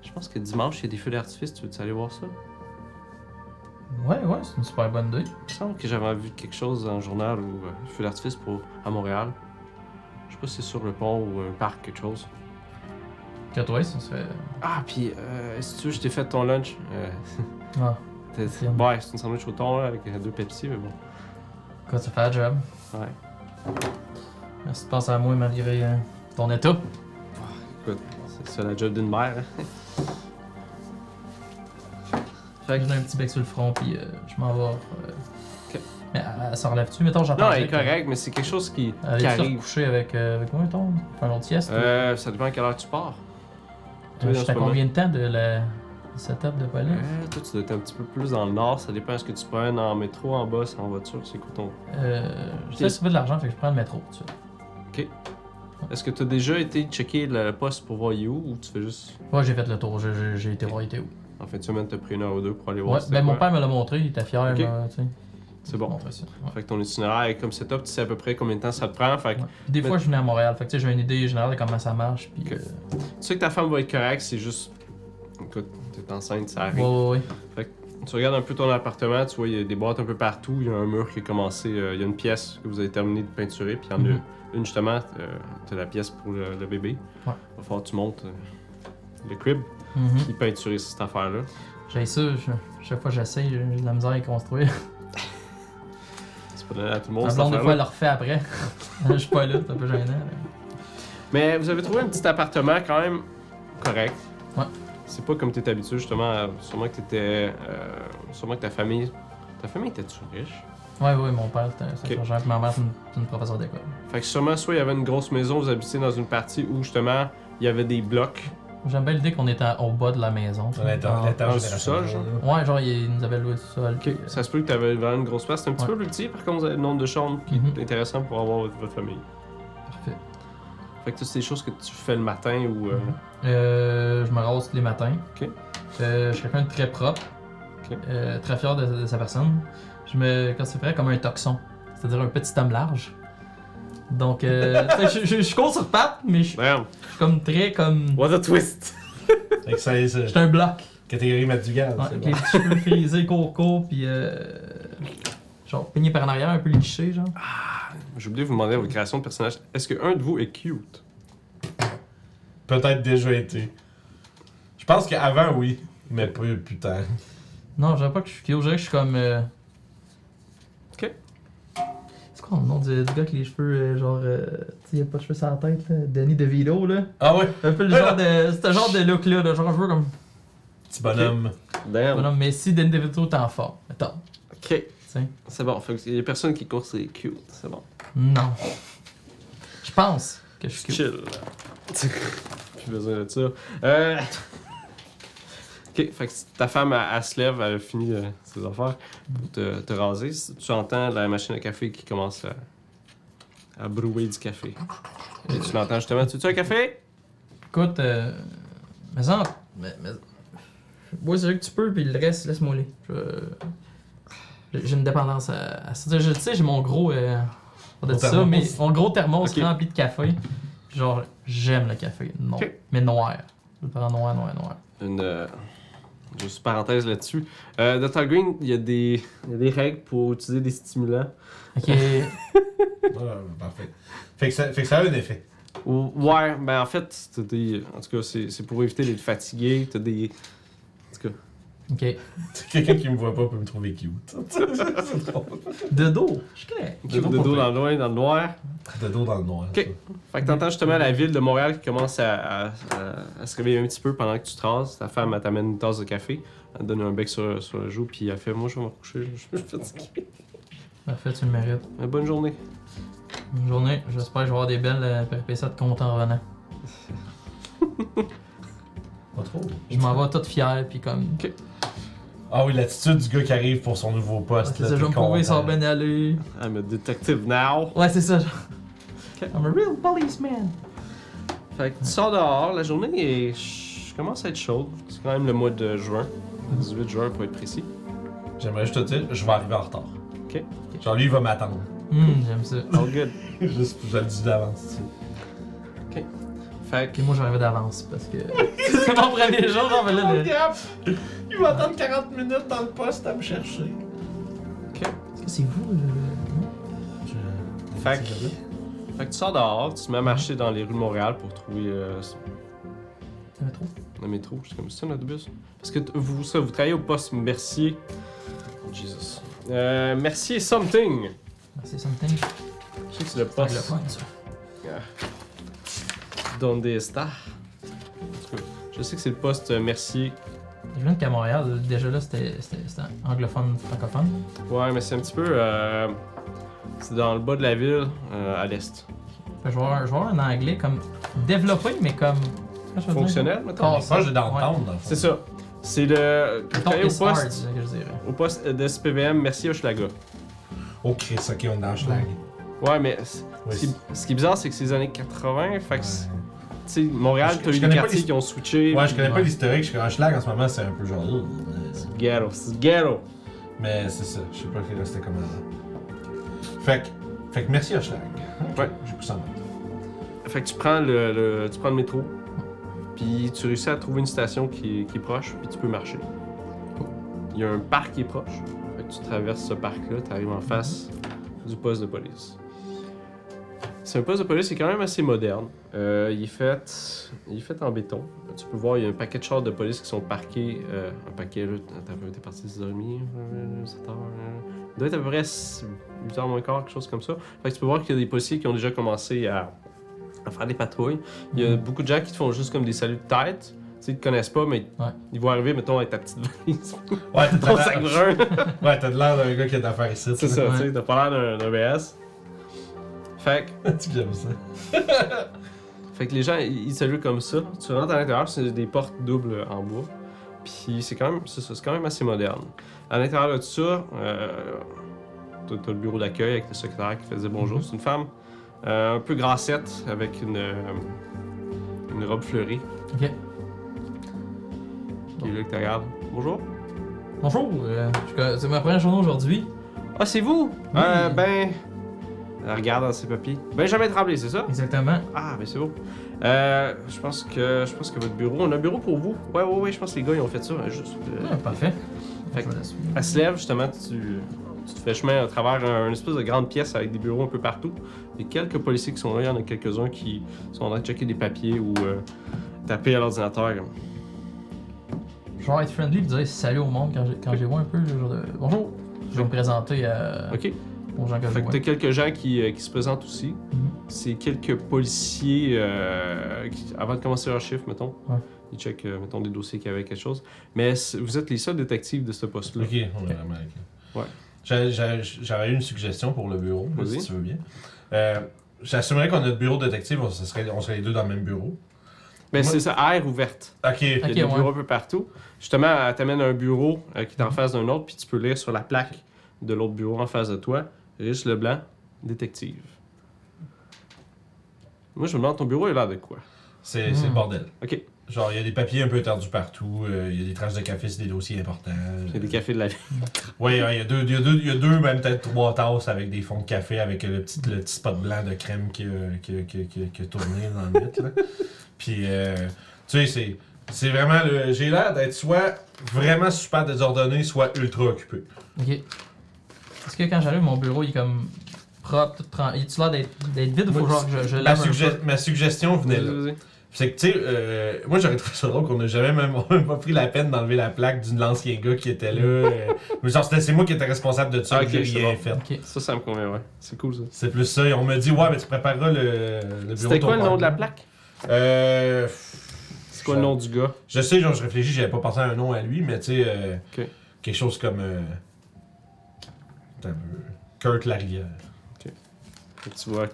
S2: Je pense que dimanche, il y a des feux d'artifice. Tu veux aller voir ça?
S3: Ouais, ouais, c'est une super bonne idée.
S2: Il me semble que j'avais vu quelque chose dans le journal ou euh, feux d'artifice pour, à Montréal. Je sais pas si c'est sur le pont ou un parc, quelque chose.
S3: Que toi, ça serait.
S2: Ah, puis, euh, si tu veux, je t'ai fait ton lunch. Euh,
S3: Ah.
S2: T'as- Ouais, c'est une sandwich au thon là, avec euh, deux Pepsi, mais bon.
S3: Quoi, tu fais la job.
S2: Ouais.
S3: Merci de penser à moi malgré euh, ton état.
S2: Écoute, c'est ça la job d'une mère. hein.
S3: Fait que j'ai un petit bec sur le front, puis euh, je m'en vais. euh,
S2: Ok.
S3: Mais euh, elle, elle s'en relève-tu? Mettons, j'entends.
S2: Non, elle est correcte, mais c'est quelque chose qui,
S3: Ah, Elle
S2: qui
S3: est
S2: arrive.
S3: recouchée avec, euh, avec moi, mettons? Faire une autre sieste?
S2: Euh, ça dépend à quelle heure tu pars.
S3: Euh,
S2: oui,
S3: je
S2: dans
S3: suis
S2: ce
S3: à
S2: moment.
S3: combien de temps de la du setup de
S2: Euh,
S3: police?
S2: toi, tu dois être un petit peu plus dans le nord, ça dépend est-ce que tu prends en métro, en bus, en voiture, c'est quoi ton.
S3: Euh, je sais sauver de l'argent, fait que je prends le métro. Tu vois.
S2: Est-ce que tu as déjà été checker le poste pour voir il est où ou tu fais juste.
S3: Moi, j'ai fait le tour. J'ai- J'ai j'ai été voir, il était où.
S2: En fin de semaine, t'as pris une heure ou deux pour aller voir
S3: Ouais,
S2: c'était
S3: ben, mon
S2: quoi?
S3: père me l'a montré, il était fier.
S2: Ok.
S3: là, tu sais.
S2: C'est bon.
S3: Montrer ça, ouais.
S2: Fait que ton itinéraire est comme setup, tu sais à peu près combien de temps ça te prend. Fait que
S3: Ouais. Des
S2: Mais-
S3: fois, je venais à Montréal. Fait que tu sais, j'ai une idée générale de comment ça marche. Puis,
S2: Ok.
S3: euh,
S2: tu sais que ta femme va être correcte, c'est juste. Écoute, t'es enceinte, ça arrive.
S3: ouais, ouais, ouais.
S2: Tu regardes un peu ton appartement, tu vois, il y a des boîtes un peu partout, il y a un mur qui est commencé, euh, il y a une pièce que vous avez terminé de peinturer, puis il y en
S3: Mhm.
S2: a une justement, euh, t'as la pièce pour le, le bébé.
S3: Ouais.
S2: Va falloir que tu montes euh, le crib,
S3: Mhm.
S2: puis peinturer cette affaire-là.
S3: J'ai ça, je- chaque fois que j'essaye, j'ai de la misère à y construire.
S2: C'est pas donné à tout le monde
S3: Ma
S2: cette
S3: blonde, des fois,
S2: affaire-là.
S3: elle le refait après. (laughs) je suis pas là, c'est un peu gênant.
S2: Mais vous avez trouvé un petit appartement quand même correct.
S3: Ouais.
S2: C'est pas comme t'es habitué justement, à- sûrement que t'étais, euh, sûrement que ta famille, ta famille était-tu riche?
S3: Ouais, ouais, mon père, c'est un c'est un
S2: Ok.
S3: sergent, puis ma mère, c'est une, c'est une professeure d'école.
S2: Fait que sûrement soit il y avait une grosse maison, vous habitiez dans une partie où justement il y avait des blocs
S3: J'aime bien l'idée qu'on était en- au bas de la maison.
S1: Dans l'état-
S3: Ah.
S2: dans
S1: l'étage
S2: le
S1: générationnel,
S2: sous-sol,
S1: là.
S3: Ouais, genre, il il nous avait loué du sol.
S2: Ok, ça se peut que tu avais vraiment une grosse place. C'est un petit
S3: Ouais.
S2: peu plus petit, par contre, vous avez le nombre de chambres qui
S3: Mhm.
S2: est intéressant pour avoir votre, votre famille.
S3: Parfait.
S2: Fait que toutes ces choses que tu fais le matin ou. euh,
S3: Euh, je me rase tous les matins.
S2: Ok.
S3: Euh, je suis quelqu'un de très propre.
S2: Ok.
S3: Euh, très fier de, de sa personne. Je me considérais comme un toxon, c'est-à-dire un petit homme large. Donc, euh, tu sais, je, je- je suis court sur pattes, mais je suis
S2: Damn!
S3: comme très comme.
S2: What a twist!
S1: Fait que ça, c'est
S3: J'étais un bloc.
S1: catégorie Madrigal.
S3: Ouais,
S1: c'est
S3: avec
S1: bon.
S3: les petits cheveux frisés, court, court, puis euh, genre peigné par en arrière, un peu liché, genre.
S2: J'ai oublié de vous demander à votre création de personnage. Est-ce que un de vous est cute?
S1: Peut-être déjà été. Je pense qu'avant, oui. Mais pas plus tard.
S3: Non, je dirais pas que je suis cute, je dirais que je suis comme. euh,
S2: Ok.
S3: C'est quoi le nom du, du gars avec les cheveux, euh, genre. euh, tu sais, il a pas de cheveux sur la tête, là Denis DeVito, là.
S1: Ah ouais,
S3: Un peu le genre de. ce genre de look-là, là, genre, je veux comme.
S1: petit bonhomme.
S2: Damn!
S3: Bonhomme, mais si Denis DeVito t'es en forme, attends,
S2: Ok,
S3: tu sais.
S2: c'est bon. Fait qu'il y a personne qui compte c'est cute. C'est bon.
S3: Non. Je pense que je suis
S2: (laughs)
S3: cute.
S2: Chill. Plus besoin de ça. Euh... Ok, fait que ta femme, elle, elle se lève, elle a fini euh, ses affaires pour te, te raser. Tu entends la machine à café qui commence à, à brouiller du café. Et tu l'entends justement. Tu veux un café?
S3: Écoute, euh, mais ça, mais, mais, bois celui que tu peux, puis le reste, laisse-moi aller. Je- J'ai une dépendance à, à ça. Je- Tu sais, j'ai mon gros, euh, pas de
S1: Mon
S3: ça,
S1: thermos.
S3: mais mon gros thermos
S2: Ok.
S3: rempli de café. Genre, j'aime le café, non,
S2: Ok.
S3: mais noir. Je le prends noir, noir, noir.
S2: Une euh, juste parenthèse là-dessus. Euh, Dr. Green, il y, a des- il y a des règles pour utiliser des stimulants.
S3: (laughs) Ok,
S1: Ah, parfait. Fait que, ça, fait que ça a un effet. (laughs)
S2: Ou- Ouais, ben en fait, t'as des. En tout cas, c'est c'est pour éviter d'être fatigué. T'as des. En tout cas.
S3: ok.
S1: Quelqu'un qui me voit pas peut me trouver cute. c'est drôle.
S3: De dos, je suis correct.
S2: De dos, dans le loin, dans le noir.
S1: De dos dans le noir.
S2: Ok. Fait que t'entends justement la ville de Montréal qui commence à, à- à- à se réveiller un petit peu pendant que tu te rases. Ta femme, elle t'amène une tasse de café, elle te donne un bec sur, sur le joue, puis elle fait Moi, je vais me recoucher, je suis (laughs) fatigué.
S3: Parfait, tu le mérites.
S2: Mais Bonne journée.
S3: Bonne journée, j'espère que je vais avoir des belles euh, péripéties de compte en revenant.
S1: ça. Pas trop.
S3: Je m'en vais toute fière, puis comme.
S1: Ah oui, l'attitude du gars qui arrive pour son nouveau poste.
S3: C'est
S1: là,
S3: ça,
S1: t'es
S3: je vais me prouver, ça va
S1: content.
S3: bien aller.
S2: I'm a detective now.
S3: Ouais, c'est ça.
S2: Ok.
S3: I'm a real policeman.
S2: Fait que tu sors dehors, la journée est... ch- commence à être chaude. C'est quand même le mois de juin, le 18 juin pour être précis.
S1: J'aimerais juste te dire, je vais arriver en retard.
S2: Ok.
S1: Genre lui, il va m'attendre. (laughs)
S3: Hum, j'aime ça.
S2: All good.
S1: juste, je le dis d'avance.
S2: Fait que.
S3: Et moi, j'arrivais d'avance parce (laughs) que. c'est mon premier jour, on va là. le-
S1: Il va attendre 40 minutes dans le poste à me chercher.
S3: Est-ce que c'est vous le.
S2: Fait que- Fait que tu sors dehors, tu te mets à marcher dans les rues de Montréal pour trouver euh,
S3: Ça me trouve.
S2: le métro. J'étais comme, c'est un autobus. Parce que t- vous, ça, vous travaillez au poste Mercier. Oh, Jesus. Euh, Mercier Something.
S3: Ben, C'est something.
S2: Je sais que c'est Ah, le
S3: Ah, C'est
S2: poste.
S3: anglophone, ça.
S2: Donde está? En tout cas, je sais que c'est le poste euh, Mercier.
S3: Je viens de qu'à Montréal, déjà là, c'était c'était- c'était anglophone, francophone.
S2: Ouais, mais c'est un petit peu. euh, c'est dans le bas de la ville, euh, à l'est.
S3: Fait que Je vais avoir un- je vais avoir un anglais comme développé, mais comme. comment je vais dire?
S2: Fonctionnel, maintenant?
S3: Ah,
S1: On est proche de downtown, dans le fond.
S2: C'est ça. C'est le. Vous
S3: Mettons,
S2: travaillez au
S3: it's hard, c'est
S2: poste,
S3: ça que je dirais.
S2: au poste de SPVM Mercier Hochelaga.
S1: Oh Chris, ok, on est dans Schlag.
S2: Ouais, mais c-
S1: Ouais,
S2: ce qui,
S1: c'est-
S2: ce qui est bizarre, c'est que c'est les années 80. Fait que, c'est-
S1: ouais.
S2: tu sais, Montréal,
S1: Je-
S2: t'as
S1: je
S2: eu des
S1: connais pas
S2: quartiers
S1: les-
S2: qui ont switché.
S1: Ouais, je connais pas
S3: Ouais.
S1: l'historique, je connais Schlag en ce moment, c'est un peu genre. euh,
S2: C'est ghetto, c'est ghetto.
S1: Mais c'est ça, je sais pas quel c'était comment. Fait que, fait que merci à Schlag.
S2: Ouais.
S1: J'ai pris ça en note.
S2: Fait que tu prends le, le- tu prends le métro, puis tu réussis à trouver une station qui, est- qui est proche, puis tu peux marcher. Il y a un parc qui est proche. Fait que tu traverses ce parc-là, tu arrives en face du poste de police. C'est un poste de police qui est quand même assez moderne. Euh, il, est fait, il est fait en béton. Tu peux voir, il y a un paquet de chars de police qui sont parqués. euh, un paquet, là, t'as un peu été parti euh, 6h30, 7h. Il doit être à peu près 8h moins quart, quelque chose comme ça. Fait que tu peux voir qu'il y a des policiers qui ont déjà commencé à, à faire des patrouilles. Il y a beaucoup de gens qui te font juste comme des saluts de tête. Tu sais, ils te connaissent pas, mais
S3: Ouais.
S2: ils vont arriver, mettons, avec ta petite valise,
S1: (laughs) Ouais, t'as
S2: ton
S1: de
S2: sac
S1: l'air-
S2: brun.
S1: Ouais, t'as de l'air d'un gars qui a d'affaires ici. tu
S2: C'est ça,
S3: Ouais.
S2: tu sais, t'as pas l'air d'un- d'un BS. Fait que,
S1: sais. (laughs) Tu j'aime ça.
S2: fait que les gens, ils ils saluent comme ça. Tu rentres à l'intérieur, c'est des portes doubles en bois. Puis c'est quand même, c'est ça, c'est quand même assez moderne. À l'intérieur de ça, euh, t'as t'as le bureau d'accueil avec le secrétaire qui faisait bonjour. C'est une femme euh, un peu grassette avec une, euh, une robe fleurie
S3: Ok.
S2: qui est là que tu regardes. Bonjour.
S3: Bonjour, euh, je- c'est ma première journée aujourd'hui.
S2: Ah, c'est vous? Euh, ben. Elle Regarde dans ses papiers. Benjamin Tremblay, c'est ça?
S3: Exactement.
S2: Ah, mais c'est beau. Euh, je pense que je pense que votre bureau, on a un bureau pour vous. Ouais, ouais, ouais, je pense que les gars ils ont fait ça. hein, juste, euh,
S3: Ouais, parfait.
S2: Fait que-
S3: Je vais la suivre.
S2: Elle se lève justement, tu, tu te fais chemin à travers un- une espèce de grande pièce avec des bureaux un peu partout. Il y a quelques policiers qui sont là, il y en a quelques-uns qui sont en train de checker des papiers ou euh, taper à l'ordinateur. comme,
S3: Je vais être friendly et dire salut au monde quand j'ai- quand je les vois un peu. genre de- Bonjour. Je vais me présenter à-
S2: Ok.
S3: aux gens que je
S2: Fait que
S3: vois.
S2: t'as quelques gens qui, euh, qui se présentent aussi.
S3: Mhm.
S2: C'est quelques policiers, euh, qui- avant de commencer leur chiffre, mettons,
S3: Ouais.
S2: ils checkent, euh, mettons, des dossiers qui avaient quelque chose. Mais c- vous êtes les seuls détectives de ce poste-là.
S1: Ok, on est vraiment avec.
S2: Ouais.
S1: J'a- j'a- J'avais une suggestion pour le bureau, là,
S2: Vas-y.
S1: si tu veux bien. Euh, J'assumerais qu'on a notre bureau détective, on ça serait, on serait les deux dans le même bureau.
S2: Ben,
S1: Moi-
S2: c'est ça, air ouverte.
S1: Ok,
S2: Il y a
S3: Ok,
S2: des
S3: ouais.
S2: bureaux un peu partout. Justement, elle t'amène un bureau euh, qui est en face d'un autre, puis tu peux lire sur la plaque de l'autre bureau en face de toi, Rich Leblanc, détective. Moi, je me demande, ton bureau, il a l'air de quoi?
S1: c'est c'est le
S3: Hmm.
S1: bordel.
S2: Ok.
S1: Genre, il y a des papiers un peu étendus partout, euh, il y a des traces de café, c'est des dossiers importants.
S2: Il y a des cafés de la ville.
S1: Oui, il y a deux, il y a deux, il y a deux, même peut-être trois tasses avec des fonds de café, avec le petit, le petit spot blanc de crème qui a, qui a- qui a- qui a- qui a tourné dans le
S2: (laughs)
S1: mythe. Là. Puis, euh, tu sais, c'est, c'est vraiment le. J'ai l'air d'être soit vraiment super désordonné, soit ultra occupé.
S3: Ok. Est-ce que quand j'arrive, mon bureau il est comme propre, tout tranquille Tu l'air d'être d'être vide ou faut
S1: Moi,
S3: genre que je, je
S1: Ma,
S3: lave un
S1: sugge-
S3: peu?
S1: ma suggestion venait là.
S2: Vas-y, vas-y.
S1: C'est que, tu sais, euh, moi j'aurais trouvé ça drôle qu'on n'a jamais même, (laughs) on a même pas pris la peine d'enlever la plaque d'une l'ancien gars qui était là. euh, mais genre, c'était, c'est moi qui étais responsable de ça,
S2: Ah,
S1: que
S2: ok,
S1: j'ai
S2: c'est
S1: rien
S2: bon.
S1: fait.
S3: Ok.
S2: (laughs) Ça, ça me convient, ouais. C'est cool, ça.
S1: C'est plus ça. Et on me dit, ouais, mais tu prépareras le, le bureau.
S2: C'était
S1: de ton
S2: quoi le nom
S1: père.
S2: de la plaque?
S1: Euh.
S2: C'est quoi le nom du gars?
S1: Je sais, genre, je réfléchis, j'avais pas pensé à un nom à lui, mais tu sais, euh,
S2: Ok.
S1: quelque chose comme. euh, attends un peu. Kurt (laughs) Larrière.
S2: Fait que Tu vois,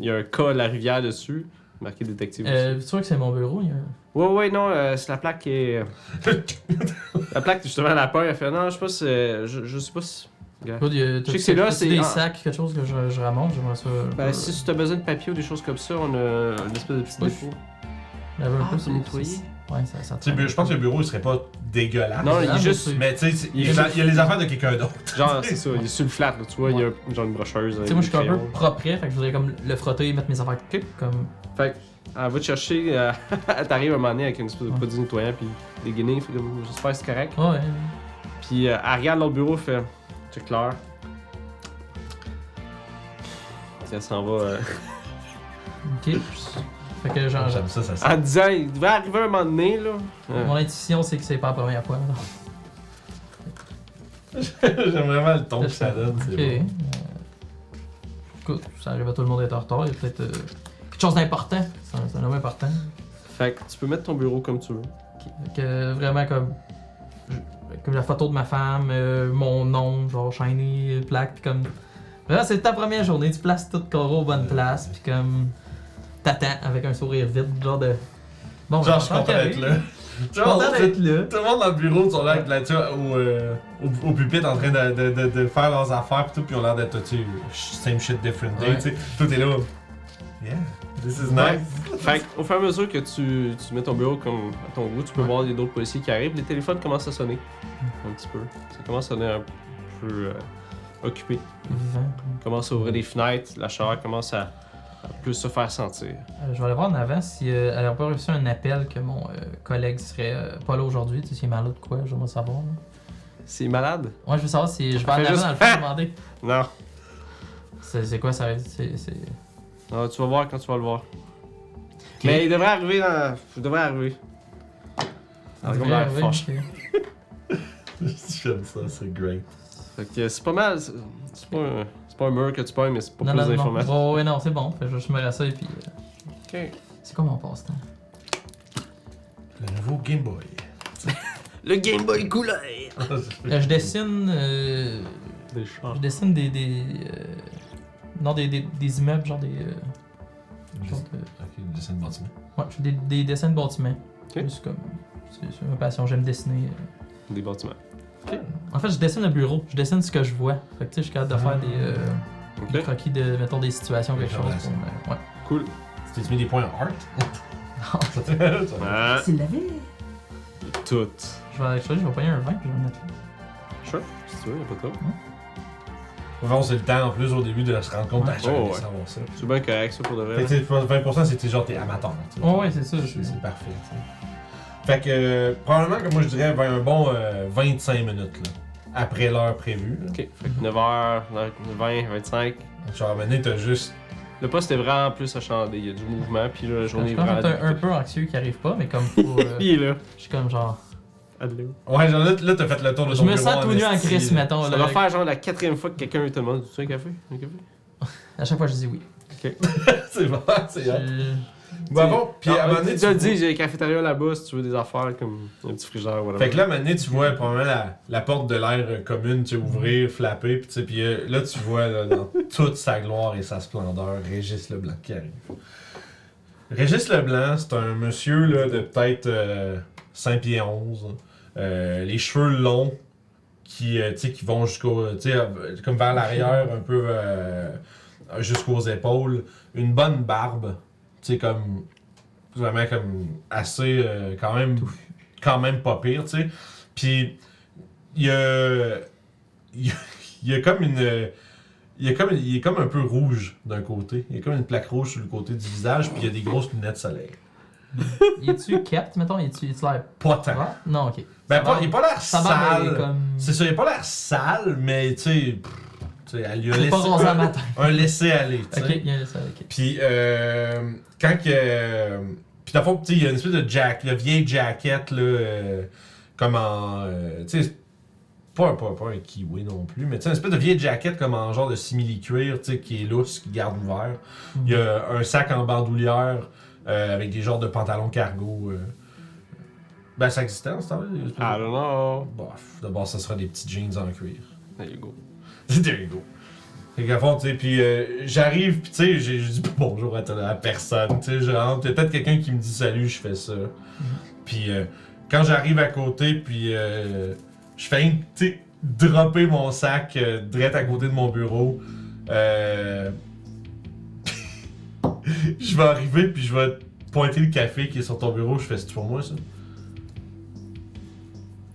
S2: il y a un cas à la rivière dessus, marqué détective. aussi.
S3: Euh, tu vois que c'est mon bureau il y a...
S2: Ouais, ouais, non, euh, c'est la plaque qui est. la plaque, justement, la peur, elle fait non, je sais pas si. euh, Je, je sais pas si. Regarde.
S3: Claude, il y a-
S2: sais
S3: t'as-
S2: que c'est là,
S3: t'as-tu
S2: c'est-
S3: des
S2: ah.
S3: sacs, quelque chose que je, je ramonte, j'aimerais ça. euh,
S2: Ben, si tu as besoin de papier ou des choses comme ça, on a une espèce de petit
S3: Oui.
S2: défaut.
S3: J'avais un peu
S2: Ah, c'est
S3: sur
S2: nettoyé.
S3: Ouais, ça, ça
S1: Tu sais, bu- je pense que le bureau, il serait pas dégueulasse.
S2: Non, il
S3: Ah,
S2: est juste.
S3: mais
S1: Mais tu sais, c'est-
S2: Il
S1: il,
S2: est
S1: y a-
S2: juste-
S1: il y a les affaires de quelqu'un d'autre.
S2: Genre, c'est ça, il est sur le flat, là, tu vois, il y a genre une brocheuse.
S3: Tu
S2: avec
S3: sais, moi
S2: des
S3: je suis un peu
S2: crayons.
S3: propre, fait que je voudrais comme le frotter, mettre mes affaires comme.
S2: Fait que, elle va te chercher, euh, (laughs) elle t'arrive à un moment donné avec une espèce de
S3: Ouais.
S2: produit nettoyant, puis des guinées, fait comme, j'espère que c'est correct.
S3: Ouais.
S2: Puis euh, elle regarde l'autre bureau, fait check l'heure. Puis elle s'en va. euh,
S3: Ok. Fait Fait que
S2: Ah.
S3: genre,
S1: J'aime ça, ça sent.
S2: (laughs) En disant, il devait arriver un moment donné, là. Euh,
S3: mon intuition, c'est que c'est pas la première fois. là.
S1: (laughs) J'aime vraiment le ton que ça donne.
S3: Ok.
S1: c'est
S3: Euh,
S1: bon.
S3: Écoute, ça arrive à tout le monde d'être en retard. Il y a peut-être euh, quelque chose d'important. C'est un- c'est un homme important.
S2: Fait que tu peux mettre ton bureau comme tu veux.
S3: Fait que euh, vraiment comme. je- Comme la photo de ma femme, euh, mon nom, genre shiny, euh, plaque, pis comme. Vraiment, c'est ta première journée, tu places tout coraux aux bonnes places, pis comme. T'attends avec un sourire vide, genre de. Bon,
S1: Genre,
S3: ben,
S1: je suis
S3: on
S1: content
S3: s'en
S1: d'être
S3: calme.
S1: là.
S3: Je suis content d'être là.
S1: Tout le monde dans le bureau, sont là là-dessus au, euh, au, au pupitre en train de, de, de, de faire leurs affaires pis tout, pis ils ont l'air d'être tu sais, same shit, different day,
S3: Ouais.
S1: tu sais. Tout est là. Yeah, this is
S2: Ouais.
S1: nice.
S2: Fait que, au fur et à mesure que tu, tu mets ton bureau comme à ton goût, tu peux
S3: Ouais.
S2: voir les d'autres policiers qui arrivent. Les téléphones commencent à sonner un petit peu. Ça commence à sonner un peu euh, occupé.
S3: Vivant.
S2: Commence à ouvrir les fenêtres, la chaleur commence à, à plus se faire sentir.
S3: Euh, je vais aller voir en avant si euh, elle n'a pas reçu un appel que mon euh, collègue serait euh, pas là aujourd'hui. Tu sais, s'il est malade ou quoi, je veux savoir. Là.
S2: C'est malade?
S3: Ouais, je veux savoir si je vais en
S2: Fais
S3: avant
S2: juste-
S3: dans le fond demander.
S2: Non.
S3: C'est c'est quoi ça? C'est. c'est-
S2: Non, tu vas voir quand tu vas le voir. Mais il devrait arriver dans. Il devrait arriver.
S3: Ça
S2: Ah,
S3: devrait
S2: comme dans la
S3: arriver,
S2: fourche.
S3: ok.
S1: (laughs) J'aime ça, c'est great.
S2: Fait que c'est pas mal. c'est- C'est pas, un- c'est pas un mur que tu pognes, mais c'est pas
S3: Non,
S2: plus
S3: non, non.
S2: d'informations.
S3: Oh, ouais, non, c'est bon. Fait que Je, je me rassure et puis. euh,
S2: Ok.
S3: c'est quoi mon passe-temps?
S1: Le nouveau Game (laughs) Boy.
S5: Le Game Boy couleur!
S3: Euh, je dessine. euh,
S2: Des chars.
S3: je dessine des. des euh, non, des, des, des immeubles, genre des. euh, genre de-
S1: Ok, le dessin de bâtiment.
S3: ouais, je fais des, des dessins de bâtiments.
S2: Ok.
S3: Juste comme. C'est c'est ma passion, j'aime dessiner. euh,
S2: Des bâtiments.
S3: En fait, je dessine le bureau. Je dessine ce que je vois. Fait que tu sais, je suis capable de faire des, euh,
S1: Ah.
S3: des
S2: Ok.
S3: croquis de, mettons, des situations, quelque
S1: Des
S3: chose.
S1: relations.
S3: pour me- ouais.
S2: Cool.
S1: Tu t'es mis des points en (laughs)
S3: (laughs)
S1: art?
S2: Ah,
S6: Tu l'avais?
S2: tout.
S3: Je vais aller chercher, je vais payer un vin, puis je vais le mettre là.
S2: Sure. Si tu veux, y'a pas de problème.
S1: Avant, c'est le temps en plus au début de se rendre compte
S3: Ouais.
S1: à chaque
S2: Oh, ouais.
S1: savoir ça.
S2: C'est bien correct, ça pour de vrai.
S1: Fait que, tu sais, 20% c'était genre t'es amateur. tu sais.
S3: Ouais, ouais, c'est ça.
S1: C'est- C'est parfait. tu sais. Fait que euh, probablement que moi je dirais vers un bon euh, 25 minutes là, après l'heure prévue. là.
S2: Ok. Fait que 9h, 20, 25.
S1: Genre maintenant t'as juste.
S2: Le poste est vraiment plus achalandé. Il y a du mouvement, puis là, la journée
S3: Je
S2: est
S3: pense
S2: vraiment.
S3: que t'es un, un peu anxieux qui arrive pas, mais comme faut, euh,
S2: (laughs) Il est là.
S3: je suis comme genre.
S2: Adlou.
S1: Ouais genre là, là, t'as fait le tour de
S3: Je
S1: ton
S3: me
S1: bureau
S3: sens
S1: en
S3: tout nu en
S1: esti,
S3: crise,
S1: là. (laughs)
S3: mettons.
S2: Ça
S3: là.
S2: va faire genre la quatrième fois que quelqu'un te demande Tu veux un café Un café
S3: À chaque fois, je dis oui.
S1: c'est bon, c'est hot.
S3: Je- Ah,
S1: Bah bon, puis à un moment
S2: Ah, Tu
S1: donné,
S2: déjà
S1: tu vois-
S2: dit, j'ai une cafétéria là-bas si tu veux des affaires comme un petit frigeur ou whatever.
S1: Fait que là, à un moment donné, tu vois probablement la, la porte de l'air euh, commune tu sais, ouvrir, flapper, pis, tu sais, pis euh, là, tu vois là, dans toute sa gloire et sa splendeur Régis Leblanc qui arrive. Régis Leblanc, c'est un monsieur là, de peut-être euh, 5 pieds 11, euh, les cheveux longs qui, euh, tu sais, qui vont jusqu'au. tu sais, euh, comme vers l'arrière, un peu euh, jusqu'aux épaules, une bonne barbe, tu sais, comme. Vraiment comme assez euh, quand même quand même pas pire, tu sais. Puis il y a, il y a- il y a comme une il y a comme il est comme un peu rouge d'un côté, il y a comme une plaque rouge sur le côté du visage, puis il y a des grosses lunettes soleil.
S3: Y est-tu kept, mettons Y est-tu y est-tu l'air.
S1: Pas tant.
S3: Ouais? Non, ok.
S1: Ben
S3: Ça
S1: pas,
S3: va.
S1: il a pas l'air
S3: Sa barbe elle est
S1: sale.
S3: comme.
S1: C'est ça, il a pas l'air sale, mais tu sais, pff, tu sais, elle lui a
S3: C'est
S1: laissé
S3: pas rose à
S1: un,
S3: matin.
S1: laisser aller, tu sais.
S3: Ok, y a ça, ok.
S1: Puis euh, quand que euh, puis dans le fond, tu sais, il y a une espèce de jack, la vieille jacket là euh, comme en euh, tu sais c'est pas, un- pas, pas un kiwi non plus, mais tu sais, une espèce de vieille jacket comme en genre de simili-cuir, tu sais, qui est lousse, qui garde ouvert. Il y a un sac en bandoulière euh, avec des genres de pantalons cargo. euh. Ben, ça existait en ce temps-là? les espèces de-
S2: I don't know.
S1: Bof, d'abord, ça sera des petits jeans en cuir.
S2: There you go.
S1: There you go. Fait qu'à fond, tu sais, puis euh, j'arrive, puis tu sais, j'ai- je dis pas bonjour à, ta- à personne, tu sais, je rentre, y a peut-être quelqu'un qui me dit salut, je fais ça. Puis euh, quand j'arrive à côté, puis euh, je fais, tu sais, dropper mon sac euh, direct à côté de mon bureau. Euh, (laughs) je vais arriver, puis je vais pointer le café qui est sur ton bureau, je fais, c'est pour moi ça?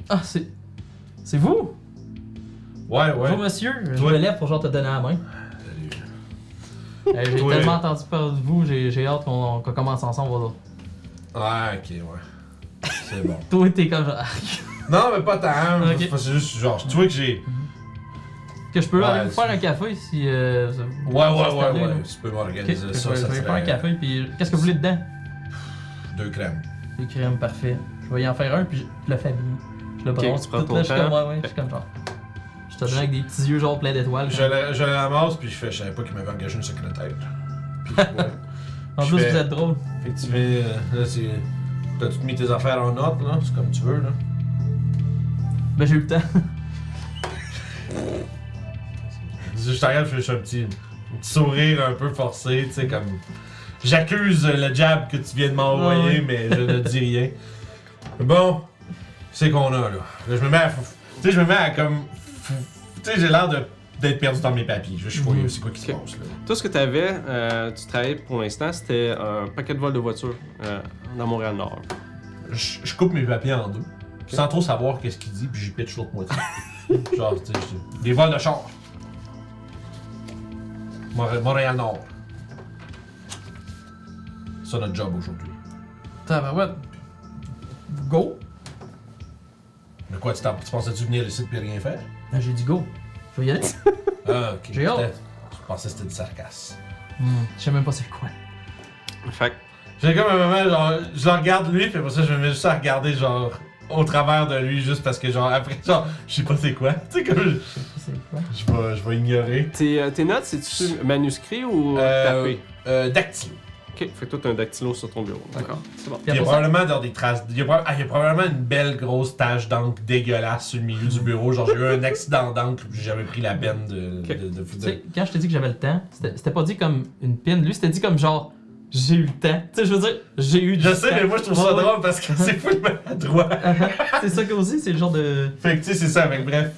S3: Ah, c'est. C'est vous
S1: Ouais, ouais.
S3: Bonjour, monsieur. Je
S1: Toi.
S3: me lève pour genre te donner la main.
S1: Salut.
S3: Euh, j'ai
S1: Toi.
S3: tellement entendu parler de vous, j'ai j'ai hâte qu'on qu'on commence ensemble. voilà.
S1: Ah, ok, ouais. C'est bon.
S3: Toi, t'es comme genre. (laughs) ah,
S1: Non, mais pas tant.
S3: Ok.
S1: C'est parce que C'est juste genre, tu vois que j'ai.
S3: Que je peux
S1: Ouais,
S3: aller vous
S1: c'est-
S3: faire un café si. Euh, vous-
S1: Ouais, ouais,
S3: vous
S1: ouais,
S3: installez,
S1: ouais.
S3: là.
S1: Tu peux
S3: Ok,
S1: m'organiser
S3: fait que
S1: ça,
S3: je
S1: ça
S3: vais faire un
S1: serait...
S3: café, puis qu'est-ce que vous voulez dedans?
S1: deux crèmes.
S3: Des crèmes, parfait. Je vais y en faire un, puis je, je le famille. Je le
S2: Ok,
S3: prends.
S2: tu prends
S3: Tout
S2: ton
S3: là, je suis
S2: temps.
S3: comme, ouais, ouais, je suis comme genre. Je te donne avec des petits yeux genre pleins d'étoiles.
S1: Je la, je la ramasse, puis je fais, je savais pas qu'il m'avait engagé une secrétaire. Puis, ouais.
S3: en
S1: je
S3: plus,
S1: fais-
S3: vous êtes drôle.
S1: Fait que tu fais, euh, là, c'est. T'as tout mis tes affaires en ordre, là, c'est comme tu veux, là.
S3: Ben, j'ai eu le temps.
S1: Je t'arrive, je fais un petit, un petit sourire un peu forcé, tu sais, comme. J'accuse le jab que tu viens de m'envoyer,
S3: Ouais,
S1: mais je ne dis rien. Bon, c'est qu'on a, là. Là, je me mets à. fou- Tu sais, je me mets à comme. fou- Tu sais, j'ai l'air de- d'être perdu dans mes papiers. Je suis fouilleux, c'est quoi qui se
S2: Ok.
S1: passe, là.
S2: Tout ce que tu avais, tu travaillais pour l'instant, c'était un paquet de vols de voitures euh, dans Montréal-Nord.
S1: Je, je coupe mes papiers en deux, sans trop savoir qu'est-ce qu'il dit, puis j'y pitch l'autre moitié. (laughs) Genre, tu sais, je- des vols de char. Mor- Montréal-Nord. C'est ça notre job aujourd'hui.
S3: (laughs) Tabarouette. Go.
S1: Mais quoi, tu, t'en- tu pensais-tu venir ici puis rien faire?
S3: Ben, j'ai dit go. Je vais y aller.
S1: Ah, ok.
S3: J'ai hâte.
S1: Peut-être. Je pensais que c'était du sarcasme.
S3: Hmm, je sais même pas c'est quoi.
S2: Fait que
S1: J'ai comme un moment, genre, je le regarde lui, puis pour ça, je me mets juste à regarder, genre, au travers de lui, juste parce que, genre, après, genre, je sais pas c'est quoi. (laughs) Tu sais, comme, je-
S3: Je sais pas c'est quoi.
S1: je vais, je vais ignorer.
S2: tes, euh, tes notes, c'est-tu manuscrit ou
S1: Euh,
S2: tapé?
S1: Euh, dactylo.
S2: Ok, fait que toi, t'as un dactylo sur ton bureau. D'accord, c'est bon.
S3: Puis
S1: Il y a
S3: après ça-
S1: probablement genre, des traces. Il y, a, proba- ah, il y a probablement une belle grosse tache d'encre dégueulasse sur le milieu du bureau. Genre, j'ai eu un accident d'encre, puis j'ai jamais pris la peine de.
S2: Ok.
S1: de, de, de-
S3: Tu sais, quand je t'ai dit que j'avais le temps, c'était c'était pas dit comme une pin. Lui, c'était dit comme genre, j'ai eu le temps. Tu sais, je veux dire, j'ai eu du
S1: Je sais,
S3: temps.
S1: mais moi, je trouve ça
S3: Ouais, ouais.
S1: drôle parce que c'est fou le maladroit.
S3: c'est ça que aussi, c'est le genre de.
S1: Fait que, tu sais, c'est ça, avec bref.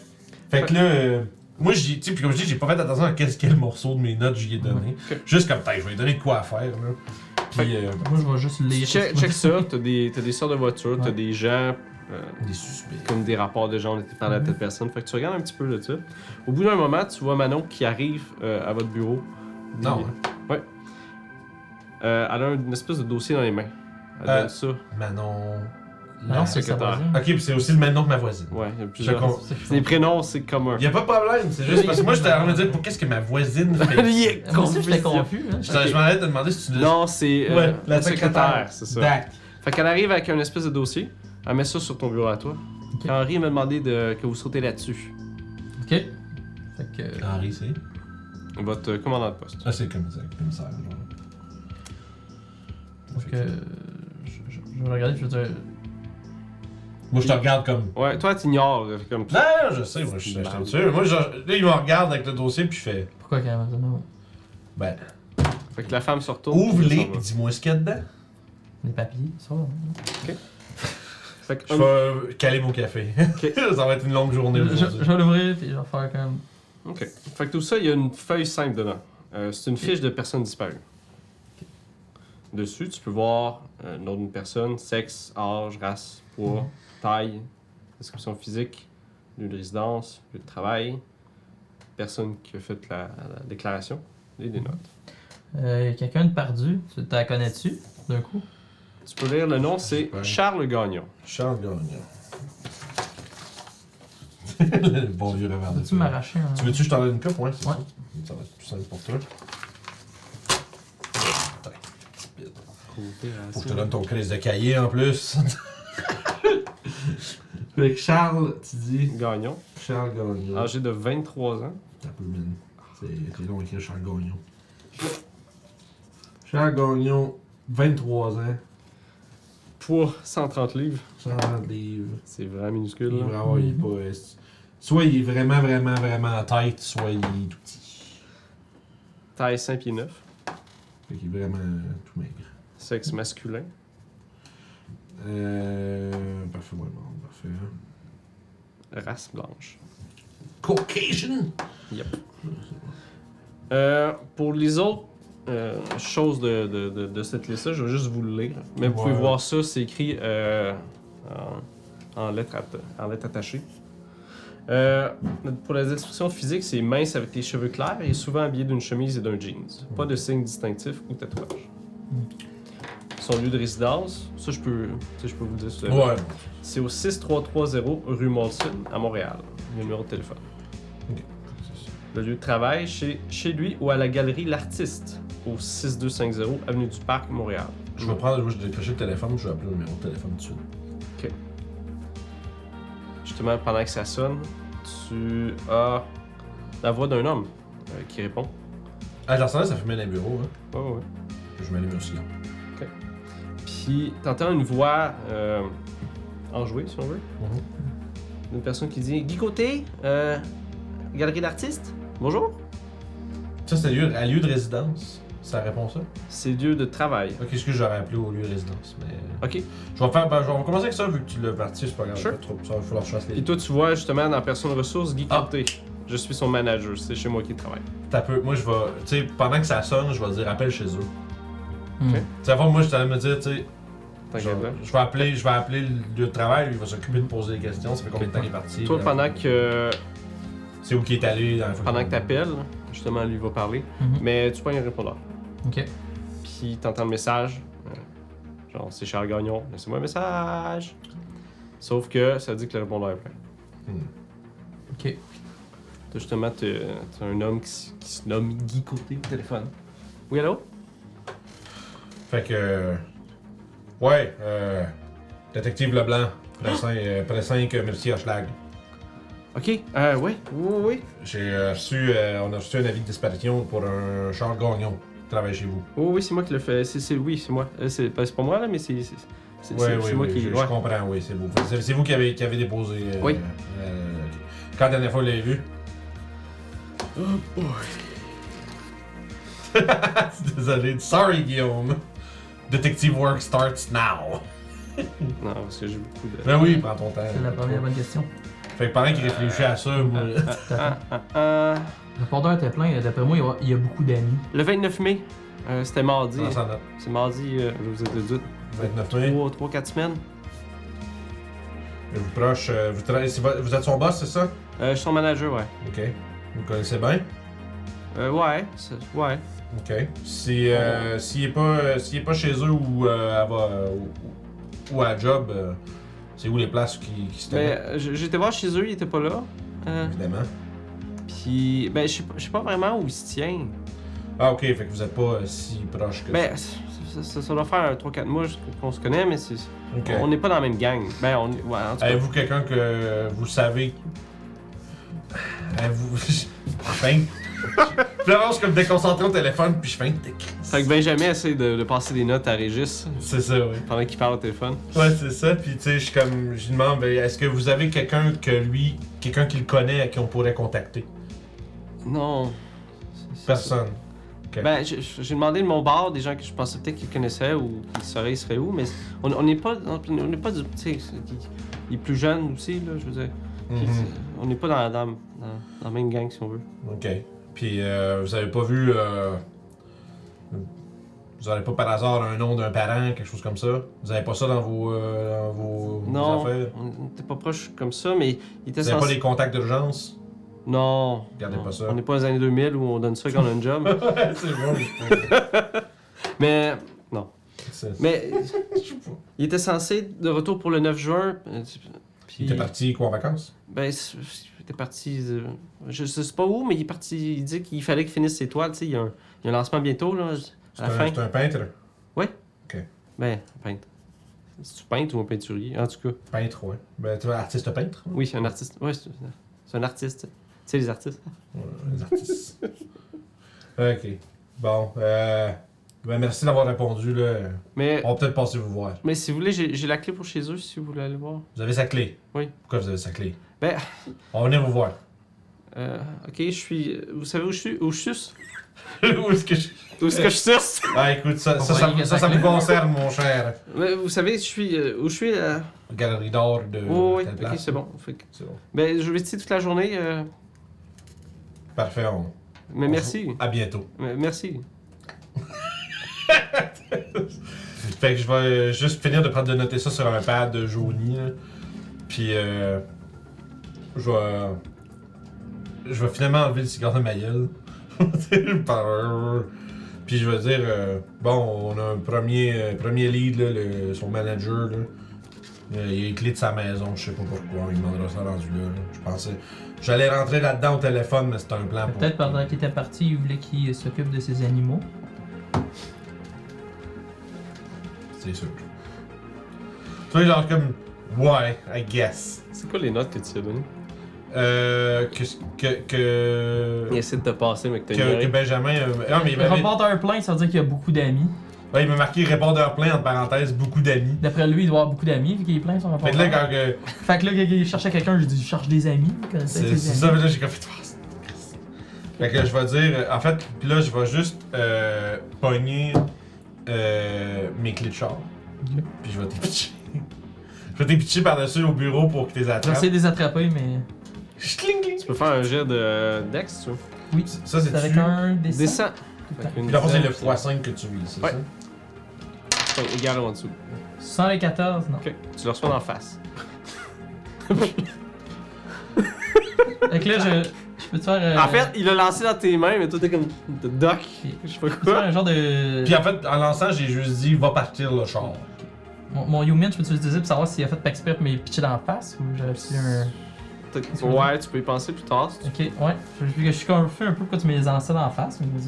S1: Fait que là, euh, moi, j'ai, tu sais, puis comme je dis, j'ai pas fait attention à qu'est-ce quel morceau de mes notes je lui ai donné. Juste comme, putain, je vais lui donner de quoi à faire, là. Puis, euh,
S3: Moi, je vais juste lire. (laughs)
S2: Check, check ça, t'as des, t'as des sortes de voitures, t'as
S3: Ouais.
S2: des gens, euh,
S1: des suspects.
S2: comme des rapports de gens, on était parlé à telle personne. Fait que tu regardes un petit peu de ça. Au bout d'un moment, tu vois Manon qui arrive euh, à votre bureau.
S1: Non,
S2: Puis-
S1: hein.
S2: Ouais. Euh, elle a une espèce de dossier dans les mains. Elle
S1: Euh,
S2: donne ça.
S1: Manon.
S3: Ah
S1: la-
S3: non, c'est sa
S2: secrétaire.
S3: voisine.
S1: Ok, puis c'est aussi le même nom que ma voisine.
S2: Ouais, il y a
S1: Je
S2: plusieurs.
S1: comprends.
S2: Les prénoms, c'est commun.
S1: Y a pas de problème, c'est juste parce que moi, j'étais en train de dire, pour qu'est-ce que ma voisine (laughs)
S2: (laughs)
S1: fait ici?
S2: Yeah,
S3: Moi aussi, j'étais
S2: confusion.
S3: confus. Hein.
S1: Je t'en- je m'en allais te demander si tu
S2: Non, c'est euh,
S1: Ouais,
S2: la secrétaire, c'est ça.
S1: Dac.
S2: Fait qu'elle arrive avec un espèce de dossier, elle met ça sur ton bureau à toi.
S3: Ok.
S2: Quand Henri m'a demandé de, que vous sautez là-dessus,
S3: Ok. Fait que.
S1: Henri, c'est.
S2: votre commandant de poste.
S1: Ah, c'est le commissaire. le commissaire genre.
S3: Fait que. euh, Je, je, je vais regarder, je vais dire.
S1: Moi, je te regarde comme.
S2: Ouais, toi, t'ignores, euh, comme
S1: Non, non, je sais, moi, je suis
S2: Bam.
S1: habitué. Moi, je- là, il me regarde avec le dossier, puis je fais.
S3: Pourquoi quand même non,
S1: Ben,
S2: Fait que la femme se retourne. puis elle
S1: ouvre-les,
S2: s'en Oh, va.
S1: puis dis-moi ce qu'il y a dedans.
S3: Les papiers, ça. hein.
S2: Fait que,
S1: Je vais euh, caler mon café. (laughs) ça va être une longue journée
S3: Je,
S1: aujourd'hui.
S3: je vais l'ouvrir, puis je vais faire comme.
S2: ok. Fait que tout ça, il y a une feuille simple dedans. Euh, c'est une fiche de personnes disparues. Dessus, tu peux voir euh, le nom d'une personne, sexe, âge, race, poids,
S1: Mhm.
S2: taille, description physique, lieu de résidence, lieu de travail, personne qui a fait la, la déclaration et des notes.
S3: Euh, quelqu'un de perdu, tu t'as connais-tu d'un coup
S2: Tu peux lire le nom, c'est
S1: Ouais.
S2: Charles Gagnon.
S1: Charles Gagnon. (laughs) le bon vieux revers de
S3: Peux-tu
S1: tuer.
S3: m'arracher un.
S1: Tu veux-tu que je t'en donne une coupe, ouais? c'est
S3: Ouais.
S1: Ça? ça va être plus simple pour toi. Putain, petite bite. Faut que je te donne ton crise de cahier en plus.
S4: (laughs) Fait que Charles, tu dis.
S2: Gagnon,
S4: Charles Gagnon.
S1: Ah,
S2: âgé de 23 ans.
S1: T'as peu mine. C'est c'est long écrit Charles Gagnon.
S4: Charles Gagnon, 23 ans,
S2: Poids 130 livres,
S4: 120 livres.
S2: c'est vraiment minuscule.
S4: Il
S2: là.
S4: va avoir, il est pas. euh, Soit il est vraiment, vraiment, vraiment en tête, soit il est tout petit.
S2: Taille 5 pieds 9,
S4: Fait qu'il est vraiment euh, tout maigre.
S2: sexe masculin.
S4: Euh. Parfait, ouais, bon, parfait. hein.
S2: race blanche.
S1: Caucasian!
S2: Euh, pour les autres euh, choses de, de- de- de cette liste-là, je vais juste vous le lire. Mais vous pouvez
S1: Ouais.
S2: voir ça, c'est écrit euh, en, en lettres, atta- en lettres attachées. Euh, pour la description physique, c'est mince avec les cheveux clairs et souvent habillé d'une chemise et d'un jeans. Pas de signes distinctifs ou tatouages. Son lieu de résidence, ça je peux, ça, je peux vous le dire. sur la-
S1: Ouais.
S2: C'est au 6330 rue Molson à Montréal. Il y a le numéro de téléphone. Le lieu de travail, chez, chez lui ou à la galerie L'Artiste, au 6250 Avenue du Parc, Montréal.
S1: Je vais prendre, je vais décrocher le téléphone, je vais appeler le numéro de téléphone tout de suite.
S2: Justement, pendant que ça sonne, tu as la voix d'un homme euh, qui répond.
S1: Ah, l'arsenal, ça fumait dans les bureaux, hein.
S2: Ah, Ouais, ouais.
S1: Je m'allume aussi, là.
S2: Puis t'entends une voix euh, enjouée, si on veut.
S1: Mhm.
S2: Une personne qui dit Guy
S5: Côté, euh, galerie d'artistes.
S2: Bonjour,
S1: Ça, c'est lieu, à lieu de résidence. Ça répond ça?
S2: c'est lieu de travail.
S1: Ok, excuse, j'aurais appelé au lieu de résidence, mais. euh,
S2: Ok.
S1: Je vais faire, ben, je vais commencer avec ça, vu que tu l'as parti, c'est pas grave.
S2: Sure.
S1: pas trop, ça, il va falloir que je fasse les.
S2: Puis toi, tu vois justement dans Personne Ressources, Guy
S1: Ah.
S2: Côté. Je suis son manager, c'est chez moi qu'il travaille.
S1: T'as peu. Moi, je vais. Tu sais, pendant que ça sonne, je vais dire appelle chez eux.
S3: Hmm.
S1: Tu sais, avant, moi, je t'allais me dire, tu sais, genre,
S2: T'inquiète là.
S1: je vais appeler, je vais appeler le lieu de travail, lui, il va s'occuper de poser des questions, ça fait combien de temps qu'il est parti.
S2: Toi,
S1: là?
S2: pendant que,
S1: C'est où qu'il est allé dans la fois
S2: pendant que
S1: qu'il-
S2: t'appelles, justement, lui va parler,
S3: Mhm.
S2: mais tu prends un répondeur.
S3: Ok.
S2: Puis t'entends le message. euh, Genre, c'est Charles Gagnon, laissez-moi un message. Sauf que ça dit que le répondeur est plein.
S3: Ok.
S2: T'as justement t'es, t'as un homme qui, s- qui se nomme Guy Côté au téléphone. Oui, allô?
S1: Fait que. euh, Ouais, euh. Détective Leblanc, euh, pressant, merci à Schlag.
S2: Ok, euh, oui, oui, oui.
S1: J'ai euh, reçu, euh, on a reçu un avis de disparition pour un Charles Gagnon qui travaille chez vous.
S2: Oui, oui, c'est moi qui le fais. C'est, c'est- oui, c'est moi. Euh, C'est, pas- c'est pas moi, là, mais c'est, c'est, c'est,
S1: Ouais,
S2: c'est-
S1: oui,
S2: c'est moi
S1: oui,
S2: qui.
S1: je, je
S2: ouais.
S1: comprends, oui, c'est vous. C'est c'est vous qui avez, qui avez déposé. euh,
S2: Oui.
S1: euh, ok. quand la dernière fois vous l'avez vu? (laughs) Oh boy. Désolé, sorry Guillaume. Detective work starts now.
S2: Non, parce que j'ai beaucoup de.
S1: Ben oui, prends ton temps.
S3: C'est la première bonne question.
S1: Fait que pendant qu'il réfléchit à ça, moi...
S2: Ah, ah, ah.
S3: Le porteur était plein, là. d'après moi, il y a- il y a beaucoup d'amis.
S2: Le 29 mai, euh, c'était mardi.
S1: prends Ah, ça en note.
S2: C'est mardi, euh, je vous ai dit,
S1: 29 mai.
S2: 3-4 semaines.
S1: Je vous proche, euh, vous, tra- c'est vo- vous êtes son boss, c'est ça?
S2: Euh, je suis son manager, ouais.
S1: Ok. Vous le connaissez bien?
S2: Euh, ouais, c'est- ouais.
S1: Ok. Si, euh, s'il est pas, euh, s'il est pas chez eux ou, euh, à, va- euh, ou, ou à job, euh, c'est où les places qui, qui se
S2: Mais
S1: tenaient?
S2: euh, j- j'étais voir chez eux, il était pas là. Euh,
S1: Évidemment.
S2: Puis, ben, je sais pas- je sais pas vraiment où il se tient.
S1: Ah ok, fait que vous êtes pas euh, si proche que
S2: Ben, ça, ça- ça- ça doit faire 3-4 mois qu'on se connaît, mais c'est-
S1: ça. Ok.
S2: on n'est pas dans la même gang. Ben, on est. Ouais, en tout cas.
S1: Avez-vous quelqu'un que vous savez? Avez-vous... (laughs) Enfin... Florence comme déconcentré au téléphone, puis je fais de
S2: Fait que Benjamin essaie de, de passer des notes à Régis
S1: C'est ça, oui.
S2: pendant qu'il parle au téléphone.
S1: Ouais, c'est ça. Puis, tu sais, je suis comme, je lui demande, ben, est-ce que vous avez quelqu'un que lui, quelqu'un qu'il connaît, à qui on pourrait contacter
S2: Non. C'est- c'est-
S1: Personne.
S2: Ben, je- je- j'ai demandé de mon bar des gens que je pensais peut-être qu'ils connaissaient ou qu'ils sauraient ils seraient où, mais on on n'est pas, on n'est pas du, tu sais, c'est- il- il est plus jeune aussi là, je veux dire. Puis,
S1: Mhm.
S2: On n'est pas dans, dans, dans, dans la même gang si on veut.
S1: Ok. Puis euh, vous avez pas vu. euh, vous avez pas par hasard un nom d'un parent, quelque chose comme ça Vous avez pas ça dans vos, euh, dans vos, vos
S2: Non,
S1: affaires
S2: on n'était pas proche comme ça, mais il était
S1: Vous avez pas
S2: censé-
S1: les contacts
S2: (laughs)
S1: d'urgence
S2: Non.
S1: Gardez
S2: Non,
S1: pas ça.
S2: On n'est pas dans les années 2000 où on donne ça quand on a un job.
S1: (laughs) Ouais, c'est bon. je sais pas.
S2: mais
S1: C'est-
S2: mais
S1: je sais pas.
S2: il était censé être de retour pour le 9 juin. euh,
S1: Il
S2: Puis
S1: était parti quoi en vacances
S2: Ben, c'est- il était parti. euh, je sais pas où, mais il est parti. Il dit qu'il fallait qu'il finisse ses toiles. Tu sais, il y, a un- il y a un lancement bientôt, là, à
S1: C'est
S2: la
S1: un,
S2: fin.
S1: c'est un peintre
S2: Ben, peintre. Si tu peintres ou un peinturier, en tout cas.
S1: Peintre, ouais. Ben, tu vois, artiste peintre
S2: Oui, c'est un artiste. Ouais, c'est c'est un artiste. Tu sais, les artistes.
S1: Ouais, Euh, les artistes. (laughs) ok. Bon. Euh, ben, merci d'avoir répondu. Là.
S2: Mais,
S1: On va peut-être passer vous voir.
S2: mais si vous voulez, j'ai j'ai la clé pour chez eux si vous voulez aller voir.
S1: Vous avez sa clé
S2: Oui.
S1: Pourquoi vous avez sa clé
S2: Ben-
S1: On va venir vous voir.
S2: Euh, ok, je suis. euh, Vous savez où je suis Où je suce
S1: Où est-ce que je-
S2: Où est-ce que je suce
S1: Ah, écoute, ça, ça,
S3: On
S1: ça,
S3: va y
S1: ça, ça
S3: aller.
S1: me concerne, mon cher.
S2: Mais Vous savez, je suis. euh, où je suis euh,
S1: Galerie d'or de.
S2: oh, oui,
S1: telle
S2: ok,
S1: place.
S2: c'est bon. Fait que-
S1: C'est bon.
S2: ben, je vais ici toute la journée. euh,
S1: Parfait, on.
S2: mais
S1: on-
S2: merci.
S1: À bientôt.
S2: Mais Merci.
S1: Fait que je vais juste finir de prendre de noter ça sur un pad de Johnny. là. Puis, euh, je vais. Je vais finalement enlever le cigare de ma gueule. (laughs) Par- Puis je vais dire, euh, bon, on a un premier, euh, premier lead, là, le- son manager. Là. Euh, Il a les clés de sa maison, je sais pas pourquoi, il demandera ça rendu là. là. Je pensais. J'allais rentrer là-dedans au téléphone, mais c'était un plan pour.
S3: Peut-être pendant qu'il était parti, il voulait qu'il s'occupe de ses animaux.
S1: c'est sûr. Tu vois, genre comme, ouais, I guess.
S2: C'est quoi les notes que tu as données?
S1: Euh, que, que, que,
S2: Il essaie de te passer, mais que t'as
S1: que, que
S2: ignoré.
S1: Benjamin. euh, non, mais il
S3: Le
S1: m'avait
S3: reporter plein, ça veut dire qu'il y a beaucoup d'amis.
S1: ouais, il m'a marqué répondeur plein, entre parenthèses, beaucoup d'amis.
S3: D'après lui, il doit avoir beaucoup d'amis, vu qu'il est plein son
S1: Fait
S3: reporter.
S1: que là, quand que-
S3: Fait que là, quand il cherchait quelqu'un, j'ai dit Je cherche des amis. vous connaissez
S1: C'est
S3: tes
S1: c'est
S3: amis?
S1: ça, mais là, j'ai comme fait Ah, c'est triste. Fait que je vais dire, en fait, pis là, je vais juste euh, pogner euh, mes clés de char.
S3: Ok.
S1: Puis je vais t'épitcher. je vais t'épitcher par-dessus au bureau pour que tu les attrapes.
S3: J'essaie de les attraper, mais.
S1: Chling, cling.
S2: Tu peux faire un jet de Dex, tu veux.
S3: Oui.
S1: Ça, c'est
S3: C'est avec
S1: tu.
S3: un des cent.
S2: Descends.
S3: Tout le temps.
S1: Puis d'abord, c'est le x5 que tu vises, c'est
S2: Ouais.
S1: ça?
S2: C'est égal Oh, en dessous.
S3: 114, non.
S2: Ok. Tu le reçois en face.
S3: Fait que là, je, je peux te faire. euh,
S2: En fait, il l'a lancé dans tes mains, mais toi, t'es comme. de Doc. Je sais pas
S3: je peux te faire (laughs)
S2: quoi.
S3: un genre de.
S1: Puis en fait, en lançant, j'ai juste dit, va partir le char.
S3: Mon, mon Youmin, je peux l'utiliser pour savoir s'il a fait par exprès pour me pitcher dans la face ou j'aurais pris un.
S2: T'as- Ouais, tu peux y penser plus tard. si tu-
S3: Ok, ouais. Je, je, je suis confus un peu pourquoi tu me les lançais dans la face, mais vas-y.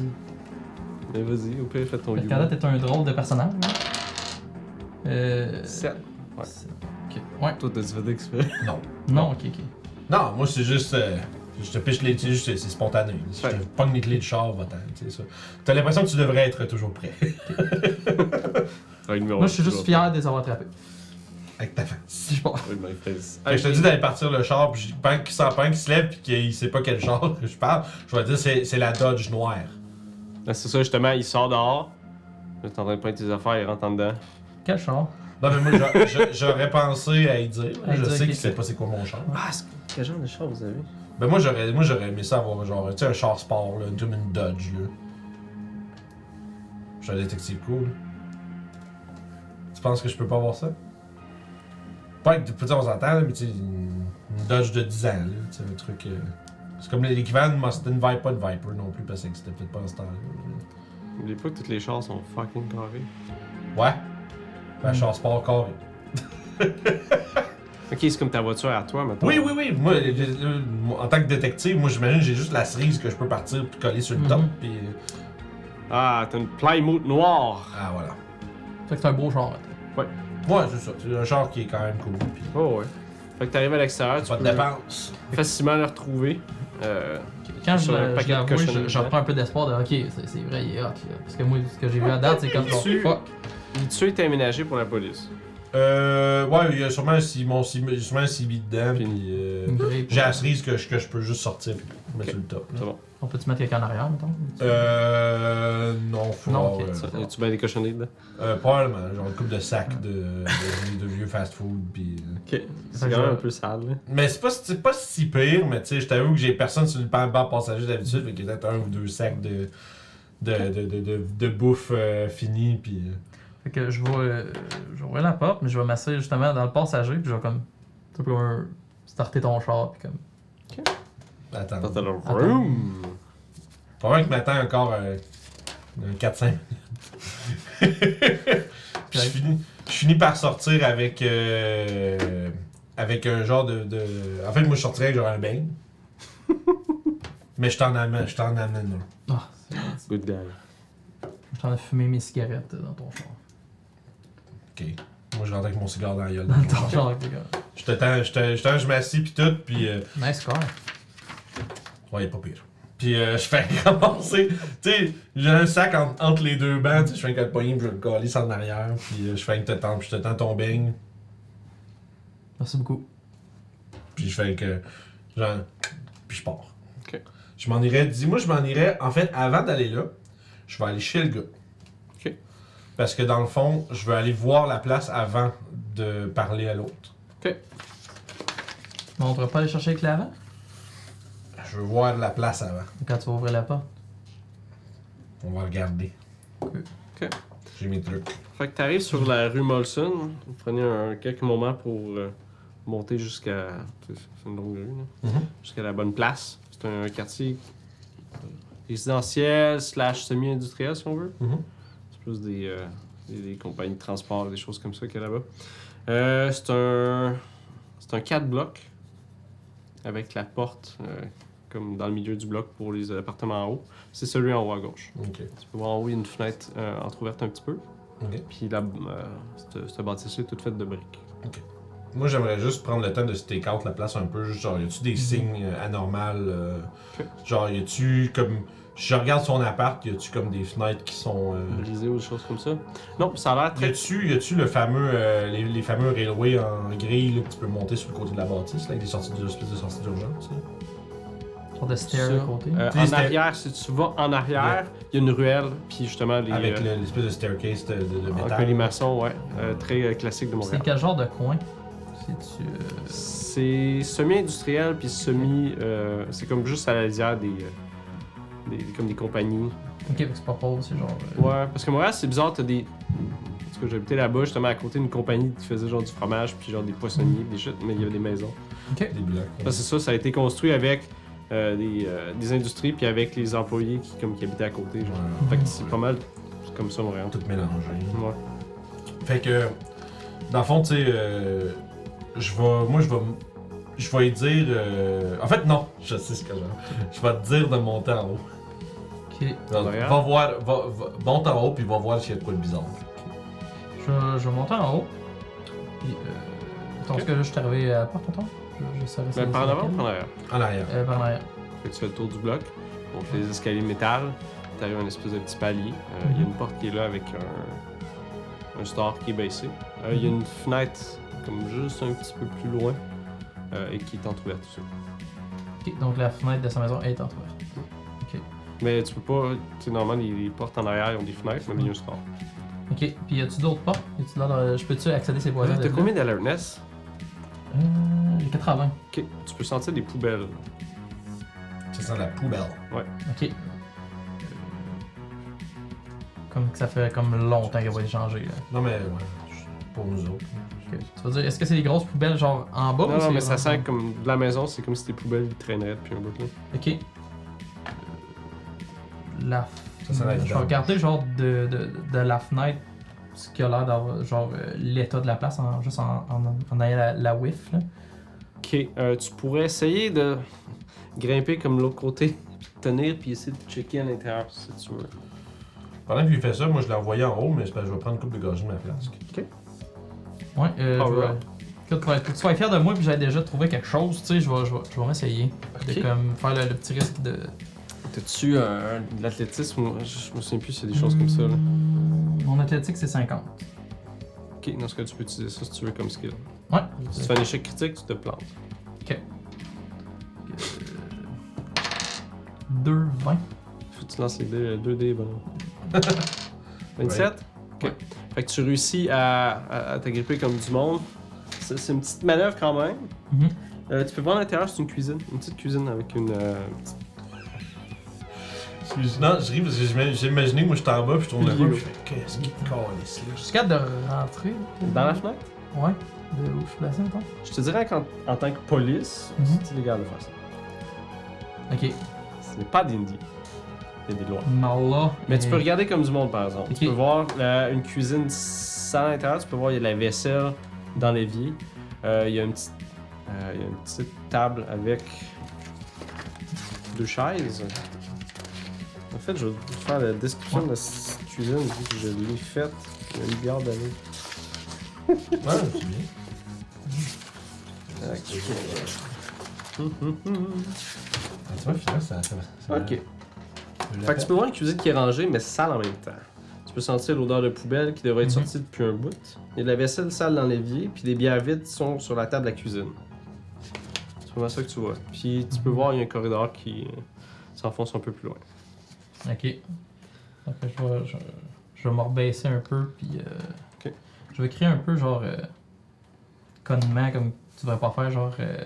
S2: Mais vas-y, au pire, fais ton Oh, you.
S3: Ricardo, t'es un drôle de personnage, là. Euh.
S2: Sept. ouais.
S3: c'est- Ok, ouais.
S2: Toi, t'as-tu fait (laughs) exprès?
S1: Non.
S3: Non, ok, ok.
S1: Non, moi, c'est juste. euh, je te piche les c'est juste- c'est c'est spontané. Si je
S2: Ouais.
S1: te pogne les clés de char, va-t'en, c'est ça. T'as l'impression que tu devrais être toujours prêt. (laughs)
S2: Ah, Oh,
S3: Moi, je suis juste fier de les avoir attrapés.
S1: Avec ta face.
S3: Si je pars.
S2: Ah,
S1: Fait que je te dis d'aller partir le char, puis je- pendant qu'il s'en pendant qu'il se lève, puis qu'il sait pas quel char que je parle, je vais dire c'est c'est la Dodge noire.
S2: Là, c'est ça, justement, il sort dehors. Là, t'es en train de prendre tes affaires, il rentre en dedans.
S3: Quel char
S1: Non, mais moi, j'a- j'a- j'aurais pensé à y dire.
S3: À y
S1: je
S3: dire,
S1: sais
S3: ok.
S1: qu'il sait pas c'est quoi mon char.
S5: Ah, c'est- quel genre de char vous avez?
S1: Ben, moi, j'aurais moi, j'aurais aimé ça avoir genre, tu sais, un char sport, là, comme une Dodge, là. Je suis un détective cool. Tu penses que je peux pas avoir ça? Pas que, peut-être, on s'entend, là, mais tu sais, une une Dodge de 10 ans, là, tu sais, un truc. euh, c'est comme l'équivalent de Mustang Viper, pas de Viper non plus, parce que c'était peut-être pas en ce temps-là.
S2: N'oublie pas que toutes les chars sont fucking carrées.
S1: Ouais. Un char sport carré.
S2: Ok, c'est comme ta voiture à toi maintenant.
S1: Oui, oui, oui. Moi, le- le- moi, en tant que détective, moi, j'imagine que j'ai juste la cerise que je peux partir puis coller sur le top,
S3: Mhm.
S1: puis. euh,
S2: Ah, t'as une Plymouth noire.
S1: Ah, voilà.
S3: Fait que c'est un beau char.
S1: Ouais, c'est ça. C'est un char qui est quand même cool. Puis,
S2: Oh, ouais. Fait que t'arrives à l'extérieur, tu
S1: pas de
S2: peux
S1: dépense.
S2: facilement le retrouver. Euh,
S3: Quand je,
S2: Sur un
S3: je,
S2: paquet de
S3: l'avoue, je-
S2: cochonneries.
S3: je reprends un peu d'espoir de ok, c'est c'est vrai, il est hot. Là. Parce que moi, ce que j'ai vu à date, c'est comme genre,
S2: Tu-
S3: fuck.
S2: il tue est aménagé pour la police.
S1: Euh, ouais, il y a sûrement un CB, mon CB, sûrement un CB dedans.
S2: Puis-
S1: Puis, euh,
S3: Une grippe.
S1: j'ai la cerise que je, que je peux juste sortir puis mettre sur le top. là.
S2: C'est bon.
S3: On peut-tu mettre quelqu'un en arrière, mettons
S1: Euh, non, faut
S3: Non,
S1: voir,
S3: ok,
S1: euh,
S3: ça.
S2: Ça, tu mets des cochonneries dedans.
S1: euh, probablement, genre une coupe de sac de, de, de vieux fast-food. Puis, euh.
S2: Ok.
S3: Ça,
S2: C'est quand même
S3: ça-
S2: un peu sale, là.
S1: Mais c'est pas, c'est pas si pire, mais tu sais, je t'avoue que j'ai personne sur le pan bas passager d'habitude, fait qu'il y a peut-être un ou deux sacs de, de, de, de, de, de bouffe euh, finie, puis... euh,
S3: Fait que je vais. euh, je vais ouvrir la porte, mais je vais m'asseoir justement dans le passager, puis je vais comme. Tu sais, comme un- starter ton char, puis comme.
S1: Attends.
S2: Dans le room.
S1: Probablement qu'il m'attend encore euh, un 4-5 minutes.
S3: (laughs)
S1: Puis je finis, je finis par sortir avec euh, avec un genre de, de. En fait, moi je sortirais avec genre un
S3: (laughs)
S1: bain. Mais je t'en amène, je t'en amène un.
S3: Ah, c'est gentil.
S2: Good guy.
S3: je t'en ai fumé mes cigarettes euh, dans ton char.
S1: Ok. Moi je rentre avec mon cigare dans la gueule.
S3: (laughs) Dans ton char, ok, gars.
S1: Je te tends, je te- je te- je m'assis pis tout, pis euh,
S3: Nice car.
S1: ouais, il est pas pire. Pis euh, je fais (laughs) commencer. Tu sais, j'ai un sac en- entre les deux bancs, tu sais, je fais un code poignet, pis je le calisse en arrière, pis euh, je fais une te tente, pis je te tends ton beigne.
S3: Merci beaucoup.
S1: Puis je fais que. Genre. Puis je pars.
S2: Ok.
S1: Je m'en irais. Dis-moi, je m'en irais. En fait, avant d'aller là, je vais aller chez le gars.
S2: Ok.
S1: Parce que dans le fond, je veux aller voir la place avant de parler à l'autre.
S3: Mais on pourrait pas aller chercher avec l'avant
S1: Je veux voir la place avant.
S3: Quand tu vas ouvrir la porte.
S1: On va regarder.
S3: Ok.
S2: Ok.
S1: J'ai mes trucs.
S2: Fait que t'arrives sur la rue Molson. Vous prenez un, quelques moments pour euh, monter jusqu'à. tu sais, C'est une longue rue, là.
S1: Mhm.
S2: Jusqu'à la bonne place. C'est un quartier résidentiel slash semi-industriel, si on veut.
S1: Mhm.
S2: C'est plus des, euh, des, des compagnies de transport, des choses comme ça qu'il y a là-bas. Euh, c'est un. C'est un 4 bloc. Avec la porte, euh, comme dans le milieu du bloc pour les appartements en haut. C'est celui en haut à gauche.
S1: Ok.
S2: Tu peux voir en haut, il y a une fenêtre euh, entrouverte un petit peu.
S1: Ok.
S2: Puis la, euh, cette, cette bâtisse-là est toute faite de briques.
S1: Moi, j'aimerais juste prendre le temps de stake out la place un peu. juste Genre, y a-tu des signes euh, anormaux euh,
S2: Mhm. Ok.
S1: Genre, y a-tu comme. Je regarde son appart, y a-tu comme des fenêtres qui sont. euh,
S2: Brisées ou des choses comme ça. Non, ça a l'air
S1: Y
S2: très.
S1: a-tu, y a-tu le fameux, euh, les, les fameux railways en grille là, que tu peux monter sur le côté de la bâtisse, là, avec des sorties, de, espèces de sorties d'urgence? là?
S3: Sur le stair
S2: Ça.
S3: à côté.
S2: Euh,
S1: Tu sais,
S2: en
S1: c'était-
S2: arrière, si tu vas en arrière, il y a une ruelle, puis justement, les,
S1: Avec
S2: euh, Ah,
S1: le- l'espèce de staircase de, de- de
S2: en
S1: métal.
S2: colimaçon, ouais, euh, très euh, classique de
S3: c'est
S2: Montréal.
S3: quel genre de coin C'est-tu. euh,
S2: C'est semi-industriel, puis semi. euh, c'est comme juste à la lisière des, euh, des- comme des compagnies.
S3: Ok, fait que c'est pas pauvre, c'est genre. euh,
S2: Ouais, parce que Montréal, c'est bizarre, t'as des. Parce que j'habitais là-bas, justement, à côté d'une compagnie qui faisait genre du fromage, puis genre des poissonniers, des chutes, mais il y avait des maisons.
S1: Des blocs.
S2: Ça, c'est ça, ça a été construit avec euh, des, euh, des industries, puis avec les employés qui, comme, qui habitaient à côté. Genre.
S1: Ouais,
S2: Fait que c'est pas mal comme ça, Montréal.
S1: tout mélangé.
S2: Ouais.
S1: Fait que, dans le fond, tu sais, euh, je vais, moi, je vais, m- je vais lui dire, euh, en fait, non, (laughs) je sais ce que je vais, je vais te dire de monter en haut.
S3: Ok.
S1: Va,
S2: Montréal.
S1: va voir, va, va- monte en haut, puis va voir s'il y a de quoi de bizarre.
S3: Je, je vais monter en haut. Puis, euh, attends,
S2: Ok.
S3: est-ce que là, je suis arrivé à la porte, attends? Je, je savais
S2: Mais
S3: c'est-
S2: Ben, par en
S3: c'est
S2: avant ou
S3: lequel.
S2: par en arrière?
S1: En arrière.
S3: Euh, par en arrière.
S2: Fait que tu fais le tour du bloc, on fait les escaliers métal, t'arrives à un espèce de petit palier. Euh, Il y a
S3: Mhm.
S2: une porte qui est là avec un, un store qui est baissé. Euh, Il y a
S3: Mhm.
S2: une fenêtre comme juste un petit peu plus loin euh, et qui est entrouverte aussi.
S3: Ok, donc la fenêtre de sa maison est entrouverte.
S2: Mais tu peux pas, tu sais, normalement les, les portes en arrière ont des fenêtres, mais il y a un store.
S3: Ok, puis y a-tu d'autres portes? Y a-tu l'air de- Je peux-tu accéder à ces voisins?
S2: Euh, T'as
S3: de-
S2: combien d'alertness?
S3: Euh, J'ai 80.
S2: Ok, Tu peux sentir des poubelles.
S1: Ça sent la poubelle.
S3: Ok. Comme que ça fait comme longtemps qu'elle va échanger là.
S1: Non, mais, ouais, pour nous autres.
S3: Ok. Tu vas dire, est-ce que c'est des grosses poubelles genre en bas
S2: Non,
S3: ou
S2: non,
S3: c'est
S2: mais ça
S3: vraiment-
S2: sent comme de la maison, c'est comme si tes poubelles traîneraient depuis un bout là.
S3: Ok. Euh, La.
S1: Ça sent la
S3: je vais
S1: vidange.
S3: regarder genre de, de, de la fenêtre ce qui a l'air d'avoir genre euh, l'état de la place en, juste en, en, en ayant la, la whiff là.
S2: Ok, euh, tu pourrais essayer de grimper comme de l'autre côté, (laughs) puis te tenir, puis essayer de checker à l'intérieur si tu
S3: Euh,
S2: veux.
S1: Pendant qu'il fait ça, moi, je l'ai envoyé en haut, mais c'est parce que je vais prendre une coupe de gorgée de ma flasque.
S3: Ouais. Euh, je vais-
S2: Alright.
S3: Écoute, pour être- que tu sois fier de moi puis j'ai déjà trouvé quelque chose, tu sais, je vais, je vais, je vais m'essayer. De
S2: Ok.
S3: comme faire le, le petit risque de.
S2: T'as-tu euh, un, de l'athlétisme ou- Je je me souviens plus s'il y a des choses comme ça. Là.
S3: Hmm, Mon athlétique c'est 50.
S2: Ok, dans ce cas, tu peux utiliser ça si tu veux comme skill.
S3: Ouais.
S2: Si tu fais un échec critique, tu te plantes.
S3: 2, 20.
S2: Faut que tu lances les dés- deux dés,
S3: (laughs)
S2: bon. 27 Ok.
S3: Ouais.
S2: Fait que tu réussis à, à, à t'agripper comme du monde. C'est c'est une petite manœuvre quand même.
S3: Mhm.
S2: Euh, tu peux voir à l'intérieur, c'est une cuisine, une petite cuisine avec une euh, petite.
S1: Excuse- Non, je ris parce que j'ima- j'ai imaginé que moi, j'étais en bas, puis je tourne le bas, puis je fais, qu'est-ce qu'il calisse, là?
S3: Je suis capable de rentrer.
S2: Dans la fenêtre
S3: Ouais. De où je suis placé, mettons.
S2: Je te dirais qu'en en tant que police,
S3: Mhm.
S2: c'est illégal de faire ça.
S3: Ok.
S2: Ce n'est pas d'indie. Il y a des lois.
S3: Mala.
S2: Mais tu peux regarder comme du monde, par exemple. Tu
S3: Ok.
S2: peux voir la- une cuisine sans l'intérieur, tu peux voir il y a de la vaisselle dans l'évier. Euh, il, y a une petite, euh, il y a une petite table avec deux chaises. En fait, je vais vous faire la description de cette cuisine, vu que je l'ai faite il y a une milliard d'années.
S1: Ouais, c'est bien.
S2: Hum, hum, hum.
S1: Ah, tu vois, finalement, ça. ça, ça
S2: Ok.
S1: je
S2: Fait que tu
S1: l'appelle.
S2: peux voir une cuisine qui est rangée, mais sale en même temps. Tu peux sentir l'odeur de poubelle qui devrait être
S3: Mhm.
S2: sortie depuis un bout. Il y a de la vaisselle sale dans l'évier, puis des bières vides sont sur la table de la cuisine. C'est vraiment ça que tu vois. Puis tu peux voir, il y a un corridor qui euh, s'enfonce un peu plus loin.
S3: Ok. Après, je vais, je, je vais me rebaisser un peu, puis. Euh,
S2: Ok.
S3: Je vais écrire un peu, genre. Euh, connement, comme tu devrais pas faire, genre. euh,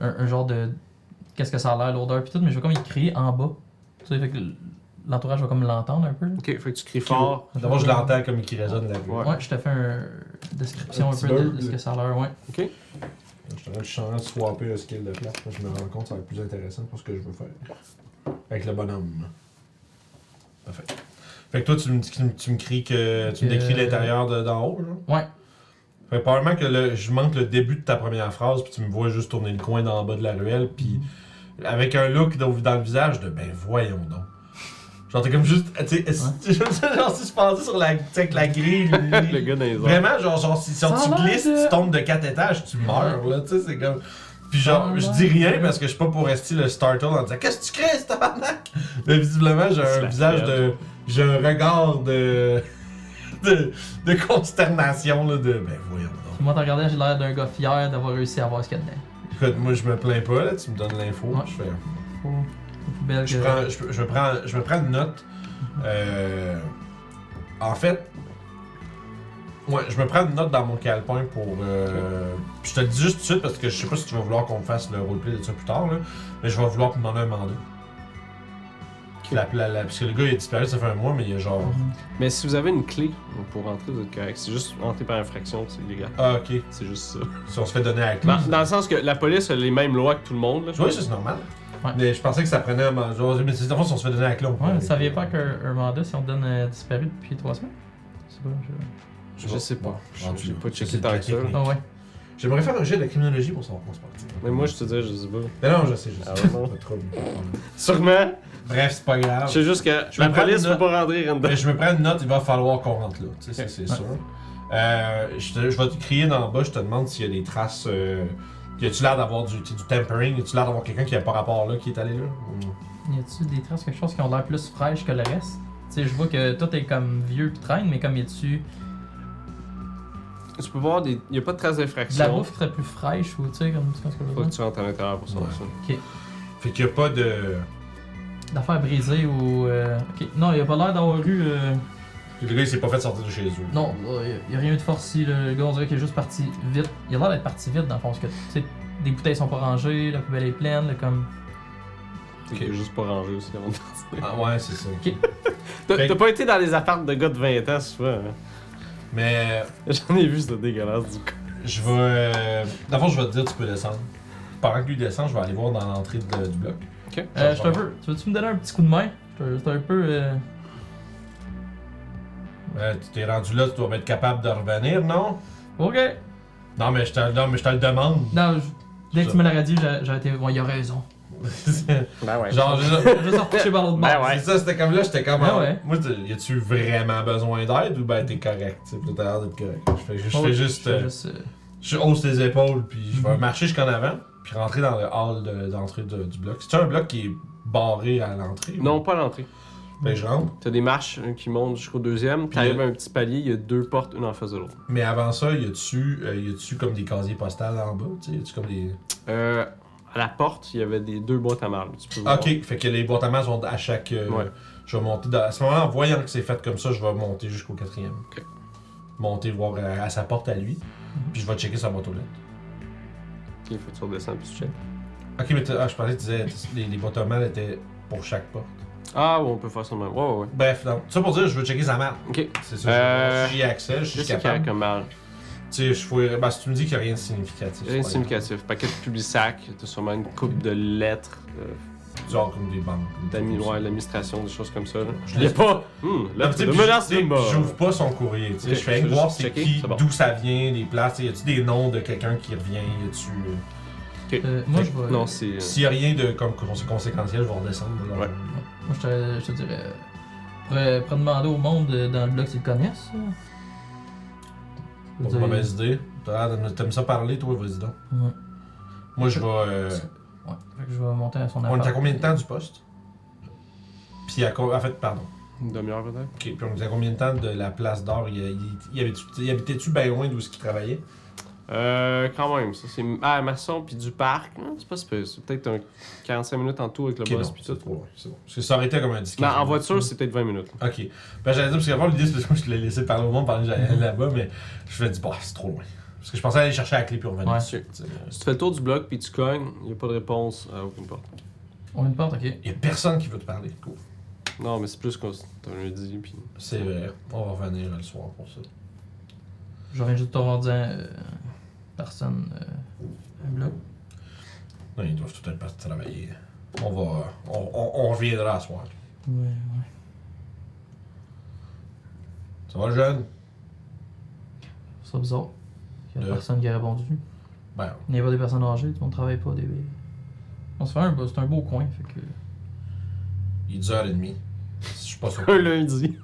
S3: un, un genre de. Qu'est-ce que ça a l'air, l'odeur, puis tout, mais je vais comme écrire en bas. Tu sais, fait que l'entourage va comme l'entendre un peu. là.
S2: Ok, fait que tu cries fort.
S1: D'abord, je l'entends comme qui résonne la voix.
S2: Ouais.
S3: Ouais. je te fais une description
S1: Un
S3: un,
S1: petit
S3: peu de,
S1: blurb.
S3: de ce que ça a l'air, ouais.
S1: Je suis en train de changer, de swapper le skill de place. Je me rends compte que ça va être plus intéressant pour ce que je veux faire. Avec le bonhomme. Parfait. Fait que toi, tu me, dis- tu me- tu me cries que. Tu me
S3: Que-
S2: Euh,
S1: décris l'intérieur de- d'en haut, là.
S3: Ouais.
S1: Fait que probablement que le- je manque le début de ta première phrase, puis tu me vois juste tourner le coin dans le bas de la ruelle, puis avec un look dans, dans le visage de ben voyons donc. Genre, t'es comme juste, tu sais, est- (laughs) genre suspendu sur la, tu sais, avec la
S2: (laughs)
S1: grille.
S2: Le gars dans les airs.
S1: Vraiment, genre, genre si, si
S3: Ça a
S1: tu
S3: l'air
S1: glisses,
S3: de-
S1: tu tombes de 4 étages, tu meurs, là, tu sais, c'est comme. Puis genre,
S3: a
S1: je
S3: l'air
S1: dis rien
S3: de-
S1: parce que je suis pas pour rester le startle en disant Qu'est-ce que tu crées, ce tabarnak Mais visiblement, j'ai
S2: C'est
S1: un
S2: la
S1: visage
S2: fièvre.
S1: de. J'ai un regard de. (laughs) de, de consternation, là, de. Ben voyons donc.
S3: Moi, t'en regardais, j'ai l'air d'un gars fier d'avoir réussi à avoir ce qu'il y a dedans.
S1: Écoute, moi, je me plains pas, là, tu me donnes l'info,
S3: Ouais.
S1: je fais.
S3: Faut- faut plus belle
S1: Oh. Je,
S3: que-
S1: prends, je, je prends, je me prends une note.
S3: Mhm.
S1: Euh, en fait, ouais, je me prends une note dans mon calepin pour. euh, puis Je te le dis juste tout de suite parce que je sais pas si tu vas vouloir qu'on fasse le roleplay de ça plus tard, là, mais je vais vouloir te demander un mandat. La, la- la- parce que le gars il a disparu, ça fait un mois, mais il est
S3: Mhm.
S1: genre.
S2: Mais si vous avez une clé pour rentrer, vous êtes correct. C'est juste rentrer par infraction, c'est illégal.
S1: Ah, ok.
S2: C'est juste ça.
S1: Si on se fait donner à la clé.
S2: (laughs)
S3: Bah.
S2: Dans, dans le sens que la police a les mêmes lois que tout le monde. Là.
S1: Tu vois, ça, c'est normal.
S3: Ouais.
S1: Mais je pensais que ça prenait un mandat. Genre, Mais c'est dans le fond, si on se fait donner à la clé, on peut
S3: Ouais,
S1: aller.
S3: vous saviez pas qu'un un mandat, si on te donne euh, disparu depuis trois semaines Je sais pas. je-
S2: Je sais pas. Je-
S1: Rendu
S2: j'ai
S1: là.
S2: pas
S1: Ça,
S2: checké
S1: c'est de la
S2: tant que ça.
S1: technique.
S3: Ah ouais.
S1: J'aimerais faire un jet de criminologie pour savoir qu'on se partit.
S2: Mais moi, je te dis, je sais pas.
S1: Mais non, je sais, je sais.
S2: Ah ouais, non.
S1: Pas de trouble.
S2: Sûrement,
S1: Bref, c'est pas
S2: je
S1: grave.
S2: sais juste que
S1: Je
S2: la
S1: me prends
S2: police
S1: une
S2: peut
S1: note.
S2: pas rentrer rentre
S1: Mais
S2: dedans.
S1: je me prends une note, il va falloir qu'on rentre là. Tu sais, ça, c'est
S3: Ouais.
S1: sûr. Euh, je, te- je vais te crier d'en bas, je te demande s'il y a des traces. Euh, y a-tu l'air d'avoir du, tu sais, du tampering Y tu l'air d'avoir quelqu'un qui a pas rapport là, qui est allé là Ou-
S3: Y a-tu des traces, quelque chose qui ont l'air plus fraîche que le reste Tu sais, je vois que tout est comme vieux pis traîne, mais comme y a-tu
S2: Tu peux voir, des... il n'y a pas de traces
S3: de la
S2: d'infraction.
S3: bouffe qui serait plus fraîche ou tu sais, comme tu sais ce que je veux
S2: Faut
S3: dire?
S2: que tu rentres à l'intérieur pour savoir
S1: Ouais.
S2: ça.
S1: Fait qu'il y a pas de.
S3: D'affaires brisées ou. euh, Ok, non, y a pas l'air d'avoir eu. euh,
S1: Le gars, il s'est pas fait sortir de chez eux.
S3: Non, euh, y a rien eu de forci, là. le gars on dirait qu'il est juste parti vite. Il a l'air d'être parti vite dans le fond, parce que tu sais, des bouteilles sont pas rangées, la poubelle est pleine, là, comme.
S2: C'est que juste pas rangé aussi. avant de partir.
S1: Ah ouais, c'est ça.
S2: T'as
S1: Fait-
S2: t'as pas été dans les appartes de gars de 20 ans souvent. hein? (laughs)
S1: Mais
S2: J'en ai vu, c'était dégueulasse du coup.
S1: je vais. Euh... D'abord, je vais te dire, tu peux descendre. Pendant que lui descend, je vais aller voir dans l'entrée de- du bloc.
S2: Ok.
S3: Euh, je suis un peu. Tu veux-tu me donner un petit coup de main Je suis un peu. euh,
S1: Euh, tu t'es rendu là, tu dois être capable de revenir, non
S3: Ok
S1: Non, mais je te, non, mais je te le demande.
S3: Non, je- dès que tu me l'aurais dit, j'a- j'aurais été. Bon, il a raison.
S2: Ben ouais.
S1: Genre, je-
S3: Je vais sortir chez
S1: (laughs)
S3: par l'autre bord.
S2: Ben ouais.
S1: C'est ça, c'était comme là, j'étais comme.
S3: Ah ouais.
S1: Moi, t'as- y a-tu vraiment besoin d'aide ou ben t'es correct? Tu sais, pis t'as l'air d'être correct. Je fais, ju- je
S3: Oh,
S1: fais juste.
S3: je
S1: euh,
S3: fais juste, euh,
S1: Je hausse les épaules, puis je vais
S3: Mhm.
S1: marcher jusqu'en avant, puis rentrer dans le hall de- d'entrée de- du bloc. C'est un bloc qui est barré à l'entrée.
S2: Non,
S1: ou-
S2: pas à l'entrée.
S1: Fait que je rentre.
S2: T'as des marches hein, qui montent jusqu'au deuxième.
S1: Puis
S2: T'arrives
S1: le-
S2: à un petit palier, il y a deux portes, une en face de l'autre.
S1: Mais avant ça, y a-tu euh, y a-tu comme des casiers postales en bas? Tu sais, y a-tu comme des.
S2: Euh, à la porte, il y avait des deux boîtes à mal. Tu peux voir.
S1: Ok, fait que les boîtes à main sont à chaque. euh,
S2: Ouais.
S1: Je vais monter. dans- À ce moment-là, en voyant que c'est fait comme ça, je vais monter jusqu'au quatrième.
S2: Ok.
S1: Monter, voir euh, à sa porte à lui, puis je vais checker sa boîte aux lettres.
S2: Ok, faut que tu redescends puis tu check.
S1: Ok, mais t'as- ah, je parlais, tu disais, t- les, les boîtes à main étaient pour chaque porte.
S2: Ah, ouais, on peut faire ça de même. Ouais, ouais, ouais.
S1: Bref, non. Ça pour dire, je veux checker sa malle.
S2: Ok.
S1: C'est ça,
S2: Euh,
S1: j'y ai accès, je suis
S2: Qu'est-ce qu'il y a
S1: capable.
S2: comme mal?
S1: Tu sais, je fouillerais. Bah, si tu me dis qu'il n'y a rien de significatif.
S2: Rien de
S1: ouais.
S2: significatif. Paquet de Publisac, t'as sûrement une coupe de lettres euh,
S1: Genre comme des banques. des
S2: d'admi-
S1: trucs
S2: ouais,
S1: comme ça.
S2: l'administration, des choses comme ça. là.
S1: Je
S2: Il y a
S1: laisse-
S2: pas. Hum,
S1: Non,
S2: là,
S1: tu sais,
S2: tu
S1: puis
S2: me
S1: je-
S2: lances
S1: tu sais,
S2: de mort.
S1: J'ouvre pas son courrier, tu sais.
S2: Ok,
S1: je fais
S2: je
S1: rien
S2: vais
S1: voir
S2: juste
S1: c'est
S2: checker,
S1: qui,
S2: c'est bon.
S1: d'où ça vient, les places. Y a-tu des noms de quelqu'un qui revient Y a-tu.
S3: euh, moi, je vais.
S2: Non, c'est. euh,
S1: S'il y a rien de comme cons- conséquentiel, je vais redescendre. là.
S2: Ouais.
S3: Moi, je te, je te dirais. euh, pourrais- pourrais demander au monde euh, dans le blog s'ils le connaissent. euh.
S1: Pas de
S3: Dire-
S1: mauvaise idée. T'as l'air de- T'aimes ça parler, toi, vas-y donc.
S3: Ouais.
S1: Moi, je vais. euh,
S3: Ouais. Fait que je vais monter à son
S1: On
S3: appart.
S1: est à combien de temps du poste Puis à co- En fait, pardon.
S2: Une demi-heure peut-être.
S1: Ok, puis on est à combien de temps de la place d'or Il, il- il avait-tu- il habitait-tu bien loin d'où il travaillait
S2: Euh, quand même, ça c'est. Ah, Masson puis du parc, hein, c'est pas si peu. C'est peut-être un 45 minutes en tout avec le
S1: Ok,
S2: boss
S1: non,
S2: puis
S1: c'est
S2: tout.
S1: trop loin. C'est bon. Parce que ça aurait été comme un disque.
S2: Non, en voiture, c'est peut-être 20 minutes.
S1: Ok. Ben, j'allais dire, parce qu'avant, l'idée, c'est parce que moi, je l'ai laissé parler au monde, parler que j'allais
S3: Mhm.
S1: aller là-bas, mais je me suis dit, bah, c'est trop loin. Parce que je pensais aller chercher la clé puis revenir.
S3: Ouais.
S1: dessus, tu sais.
S2: Si tu fais le tour du bloc puis tu cognes, il a pas de réponse à aucune porte.
S3: On a une porte, ok.
S1: Il y a personne qui veut te parler. Cool.
S2: Non, mais c'est plus qu'on s- t'as le dit puis.
S1: C'est vrai. On va revenir le soir pour ça.
S3: Je reviens juste te voir en disant. euh, personne. euh, un blog.
S1: Non, ils doivent tout être partis travailler. On va. On, on, on reviendra à soir.
S3: Ouais, ouais.
S1: Ça va, jeune?
S3: C'est bizarre. Il y a
S1: De-
S3: personne qui a répondu.
S1: Ben,
S3: Il n'y a pas des personnes âgées, tout le monde travaille pas. Des... On se fait un, c'est un beau coin, fait que.
S1: il est 10h30. Si pas
S3: (laughs)
S1: ça.
S2: (laughs) Un lundi.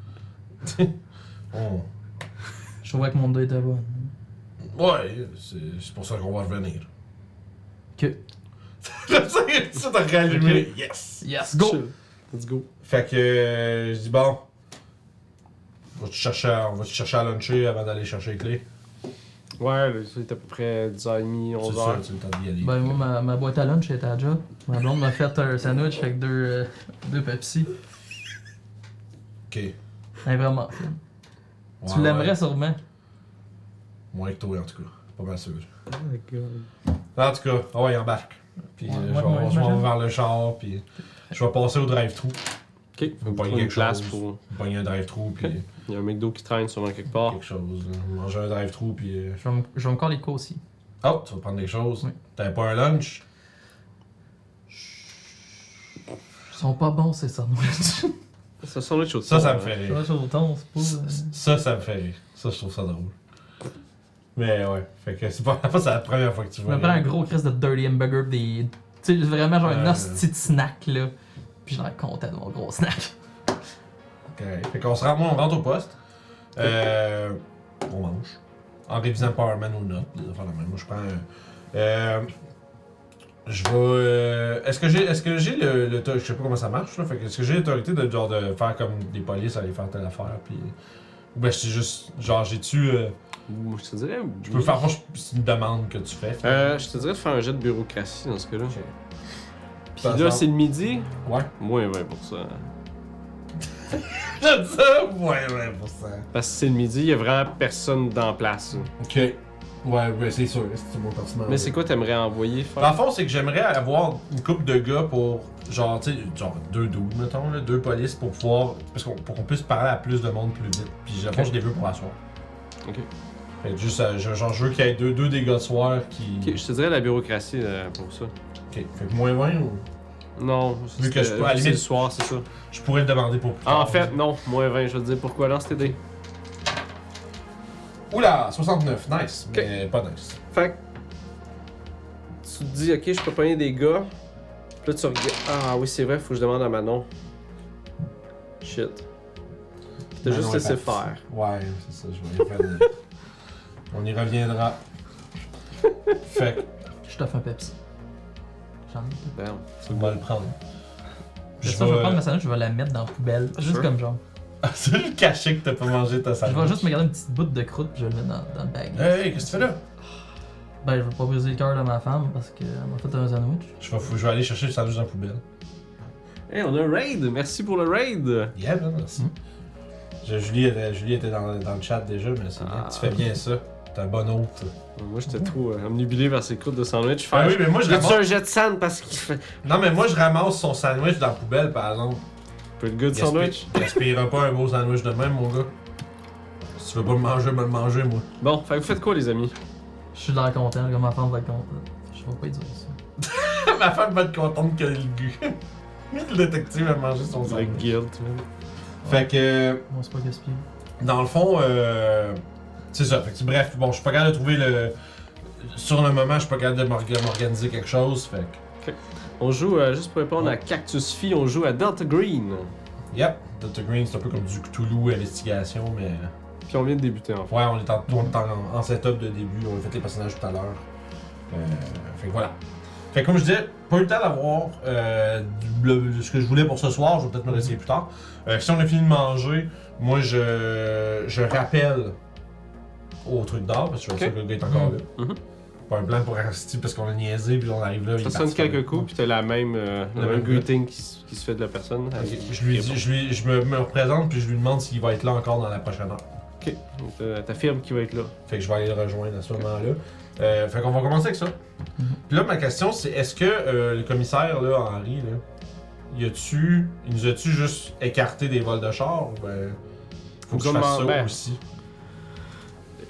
S1: On-
S3: Je trouvais que mon dé était bon.
S1: Ouais, c'est c'est pour ça qu'on va revenir. (laughs)
S3: Que-
S1: ça t'a rallumé. Yes!
S3: Yes, go!
S2: Chill. Let's go.
S1: Fait que euh, je dis bon. On va te chercher à, on va te chercher à luncher avant d'aller chercher les clés.
S2: Ouais, là, c'est à peu près 10h30,
S1: C'est
S2: 11h.
S1: ça, c'est le temps d'y aller.
S3: Ben, moi, ma, ma boîte à lunch était à job. Ma blonde m'a fait un sandwich avec deux, euh, deux Pepsi.
S1: Ok.
S3: Elle est vraiment fine.
S1: Ouais,
S3: tu l'aimerais
S1: ouais.
S3: sûrement.
S1: Moins que toi, en tout cas. Pas mal sûr.
S2: Oh my god.
S1: En tout cas, ah ouais, il embarque. Puis
S3: Ouais,
S1: euh,
S3: moi,
S1: je vais-
S3: moi,
S1: je m'en
S3: j'imagine.
S1: vais vers le char, puis je vais passer au drive-thru.
S2: Ok.
S1: Faut
S2: Trouve
S1: pogner
S2: Une
S1: quelque
S2: place
S1: chose.
S2: pour.
S1: Pogner un drive-thru, puis
S2: Il y a un McDo qui traîne sûrement quelque part.
S1: quelque chose. là. Manger un drive-thru, puis. euh,
S3: Je vais me- je vais me coller les coups aussi.
S1: Oh, tu vas prendre des choses.
S3: Oui.
S1: T'avais pas un lunch?
S3: Ils sont pas bons,
S1: (laughs)
S3: ces sandwichs.
S2: Ça sent le chaud.
S1: Ça, ça me fait rire.
S3: Sandwich au thon, c'est pas. euh,
S1: Ça, ça me fait rire. Ça, je trouve ça drôle. Mais ouais, fait que c'est pas (laughs) c'est la première fois que tu
S3: Je
S1: vois.
S3: me prends un gros Chris de Dirty Hamburger, pis des. Tu sais, vraiment genre un
S1: Euh.
S3: hostie de snack, là. Puis je l'air content de mon gros snack.
S1: Correct. Fait qu'on se rend, moi, on rentre au poste. Euh, on mange. En révisant Powerman ou notes, des affaires de même. Moi, je prends. un- Euh, je vais. euh, est-ce que j'ai, est-ce que j'ai le, le to- je sais pas comment ça marche là. Fait que est-ce que j'ai l'autorité de genre de faire comme des polices aller faire telle affaire puis ou ben c'est juste genre j'ai tu
S2: Ouh, Je te dirais.
S1: je peux faire moi, je- c'est une demande que tu fais.
S2: Euh, je te dirais de faire un jet de bureaucratie dans ce cas-là.
S1: Ok.
S2: Puis
S1: Ça
S2: là,
S1: sent-
S2: c'est le midi.
S1: Ouais. (laughs)
S2: Moins 20 pour ça.
S1: Je dis ça, ouais ouais pour ça.
S2: Parce que c'est le midi, il y a vraiment personne dans place. là.
S1: Ok. Ouais ouais c'est sûr. C'est mon personnage.
S2: Mais c'est quoi t'aimerais envoyer faire?
S1: Dans le fond, c'est que j'aimerais avoir une coupe de gars pour, genre, tu sais, genre deux doubles, mettons, là, deux polices pour pouvoir, parce qu'on, pour qu'on puisse parler à plus de monde plus vite. Puis, je pense que je les veux pour la soirée.
S2: Ok.
S1: Fait que juste, euh, je- genre, je veux qu'il y ait deux, deux des gars de soir qui.
S2: Ok, je te dirais la bureaucratie euh, pour ça.
S1: Ok. Fait que moins 20 ou.
S2: Non,
S1: Vu
S2: c'est
S1: que je peux- à la
S2: le
S1: limite-
S2: soir, c'est ça.
S1: Je pourrais le demander pour plus
S2: Ah, en
S1: tard.
S2: fait, non, moins 20, je vais te dire pourquoi. Lance tes dés.
S1: Oula, 69, nice. Mais pas nice.
S2: Fait que tu te dis, ok, je peux pogner des gars. Puis là, tu regardes. Ah oui, c'est vrai, faut que je demande à Manon. Shit. Puis t'as
S1: Manon
S2: juste
S1: est
S2: laissé
S1: partie.
S2: faire.
S1: Ouais, c'est ça, je vais y revenir. On y
S2: (laughs)
S1: reviendra. Fait que,
S3: Je t'offre un Pepsi. J'en ai pas.
S2: Damn.
S1: on va le prendre.
S3: Je ça, je vais prendre ma sandwich, je vais la mettre dans la poubelle. Juste
S2: Sure.
S3: comme genre.
S1: Ah, C'est le cachet que t'as pas mangé ta
S3: Je
S1: salade.
S3: vais juste me garder une petite bout de croûte puis je vais le mettre dans, dans le bag.
S1: Hey, qu'est-ce que tu fais là?
S3: Ben, je veux pas briser le cœur de ma femme parce qu'elle m'a fait un sandwich.
S1: Je vais, fou- je vais aller chercher le sandwich dans la poubelle.
S2: Hey, on a un raid! Merci pour le raid!
S1: Yeah, bien, merci.
S3: Mm.
S1: Je- Julie, était, Julie était dans, dans le chat déjà, mais c'est bien.
S2: Ah.
S1: Tu fais bien ça. T'es un bon hôte.
S2: Moi, j'étais trop euh, omnibulé par ces croûtes de sandwich.
S1: Ah oui, mais moi, je
S2: je
S1: ramasse...
S2: un jet de sand parce qu'il fait.
S1: Non, mais moi, je ramasse son sandwich dans la poubelle, par exemple.
S2: Peu le good sandwich.
S1: Gaspi- Gaspillera pas un beau sandwich de même, mon gars. Si tu veux pas le manger, me le manger, moi. (laughs)
S2: Bon, fait que vous faites quoi, les amis?
S3: Je suis l'air content, comme ma femme va être contente. Je vais pas lui dire ça.
S1: Ma femme va être contente que le gu- (laughs) le détective a mangé son
S2: Le
S1: sandwich.
S2: guilt, man.
S1: Fait que... euh,
S3: Moi, c'est pas gaspillé.
S1: Dans le fond, euh, c'est ça. Fait que, bref, bon, je suis pas capable de trouver le. Sur le moment, je suis pas capable de m'or- de m'organiser quelque chose. Fait que.
S2: On joue, euh, juste pour répondre à Cactus Phi, on joue à Delta Green.
S1: Yep, Dr. Green, c'est un peu comme du Cthulhu investigation, mais.
S2: Puis on vient de débuter, en fait.
S1: Ouais, on est en, on est en, en setup de début, on a fait les personnages tout à l'heure. Euh, fait que voilà. Fait que comme je disais, pas eu le temps d'avoir euh, du- le- ce que je voulais pour ce soir, je vais peut-être me laisser plus tard. Euh, si on a fini de manger, moi je, je rappelle au truc d'or, parce que je suis
S2: Ok.
S1: sûr que le gars est encore là.
S2: Mhm.
S1: Pas un plan pour rester parce qu'on a niaisé, puis on arrive là. il
S2: Ça
S1: est
S2: sonne
S1: parti.
S2: quelques coups, puis t'as la même, euh,
S1: Le
S2: le même
S1: même gars.
S2: greeting qui, s- qui se fait de la personne.
S1: Ok, Je, lui dis, je, lui- je me, me représente, puis je lui demande s'il va être là encore dans la prochaine heure.
S2: Ok, Donc, euh, t'affirmes qu'il va être là.
S1: Fait que je vais aller le rejoindre à ce moment-là. Euh, fait qu'on va commencer avec ça. Puis là, ma question, c'est est-ce que euh, le commissaire, là, Henri, là, il a-tu. Il nous a-tu juste écarté des vols de char ou ben. Faut que je
S2: Comment-
S1: fasse ça
S2: ben,
S1: aussi.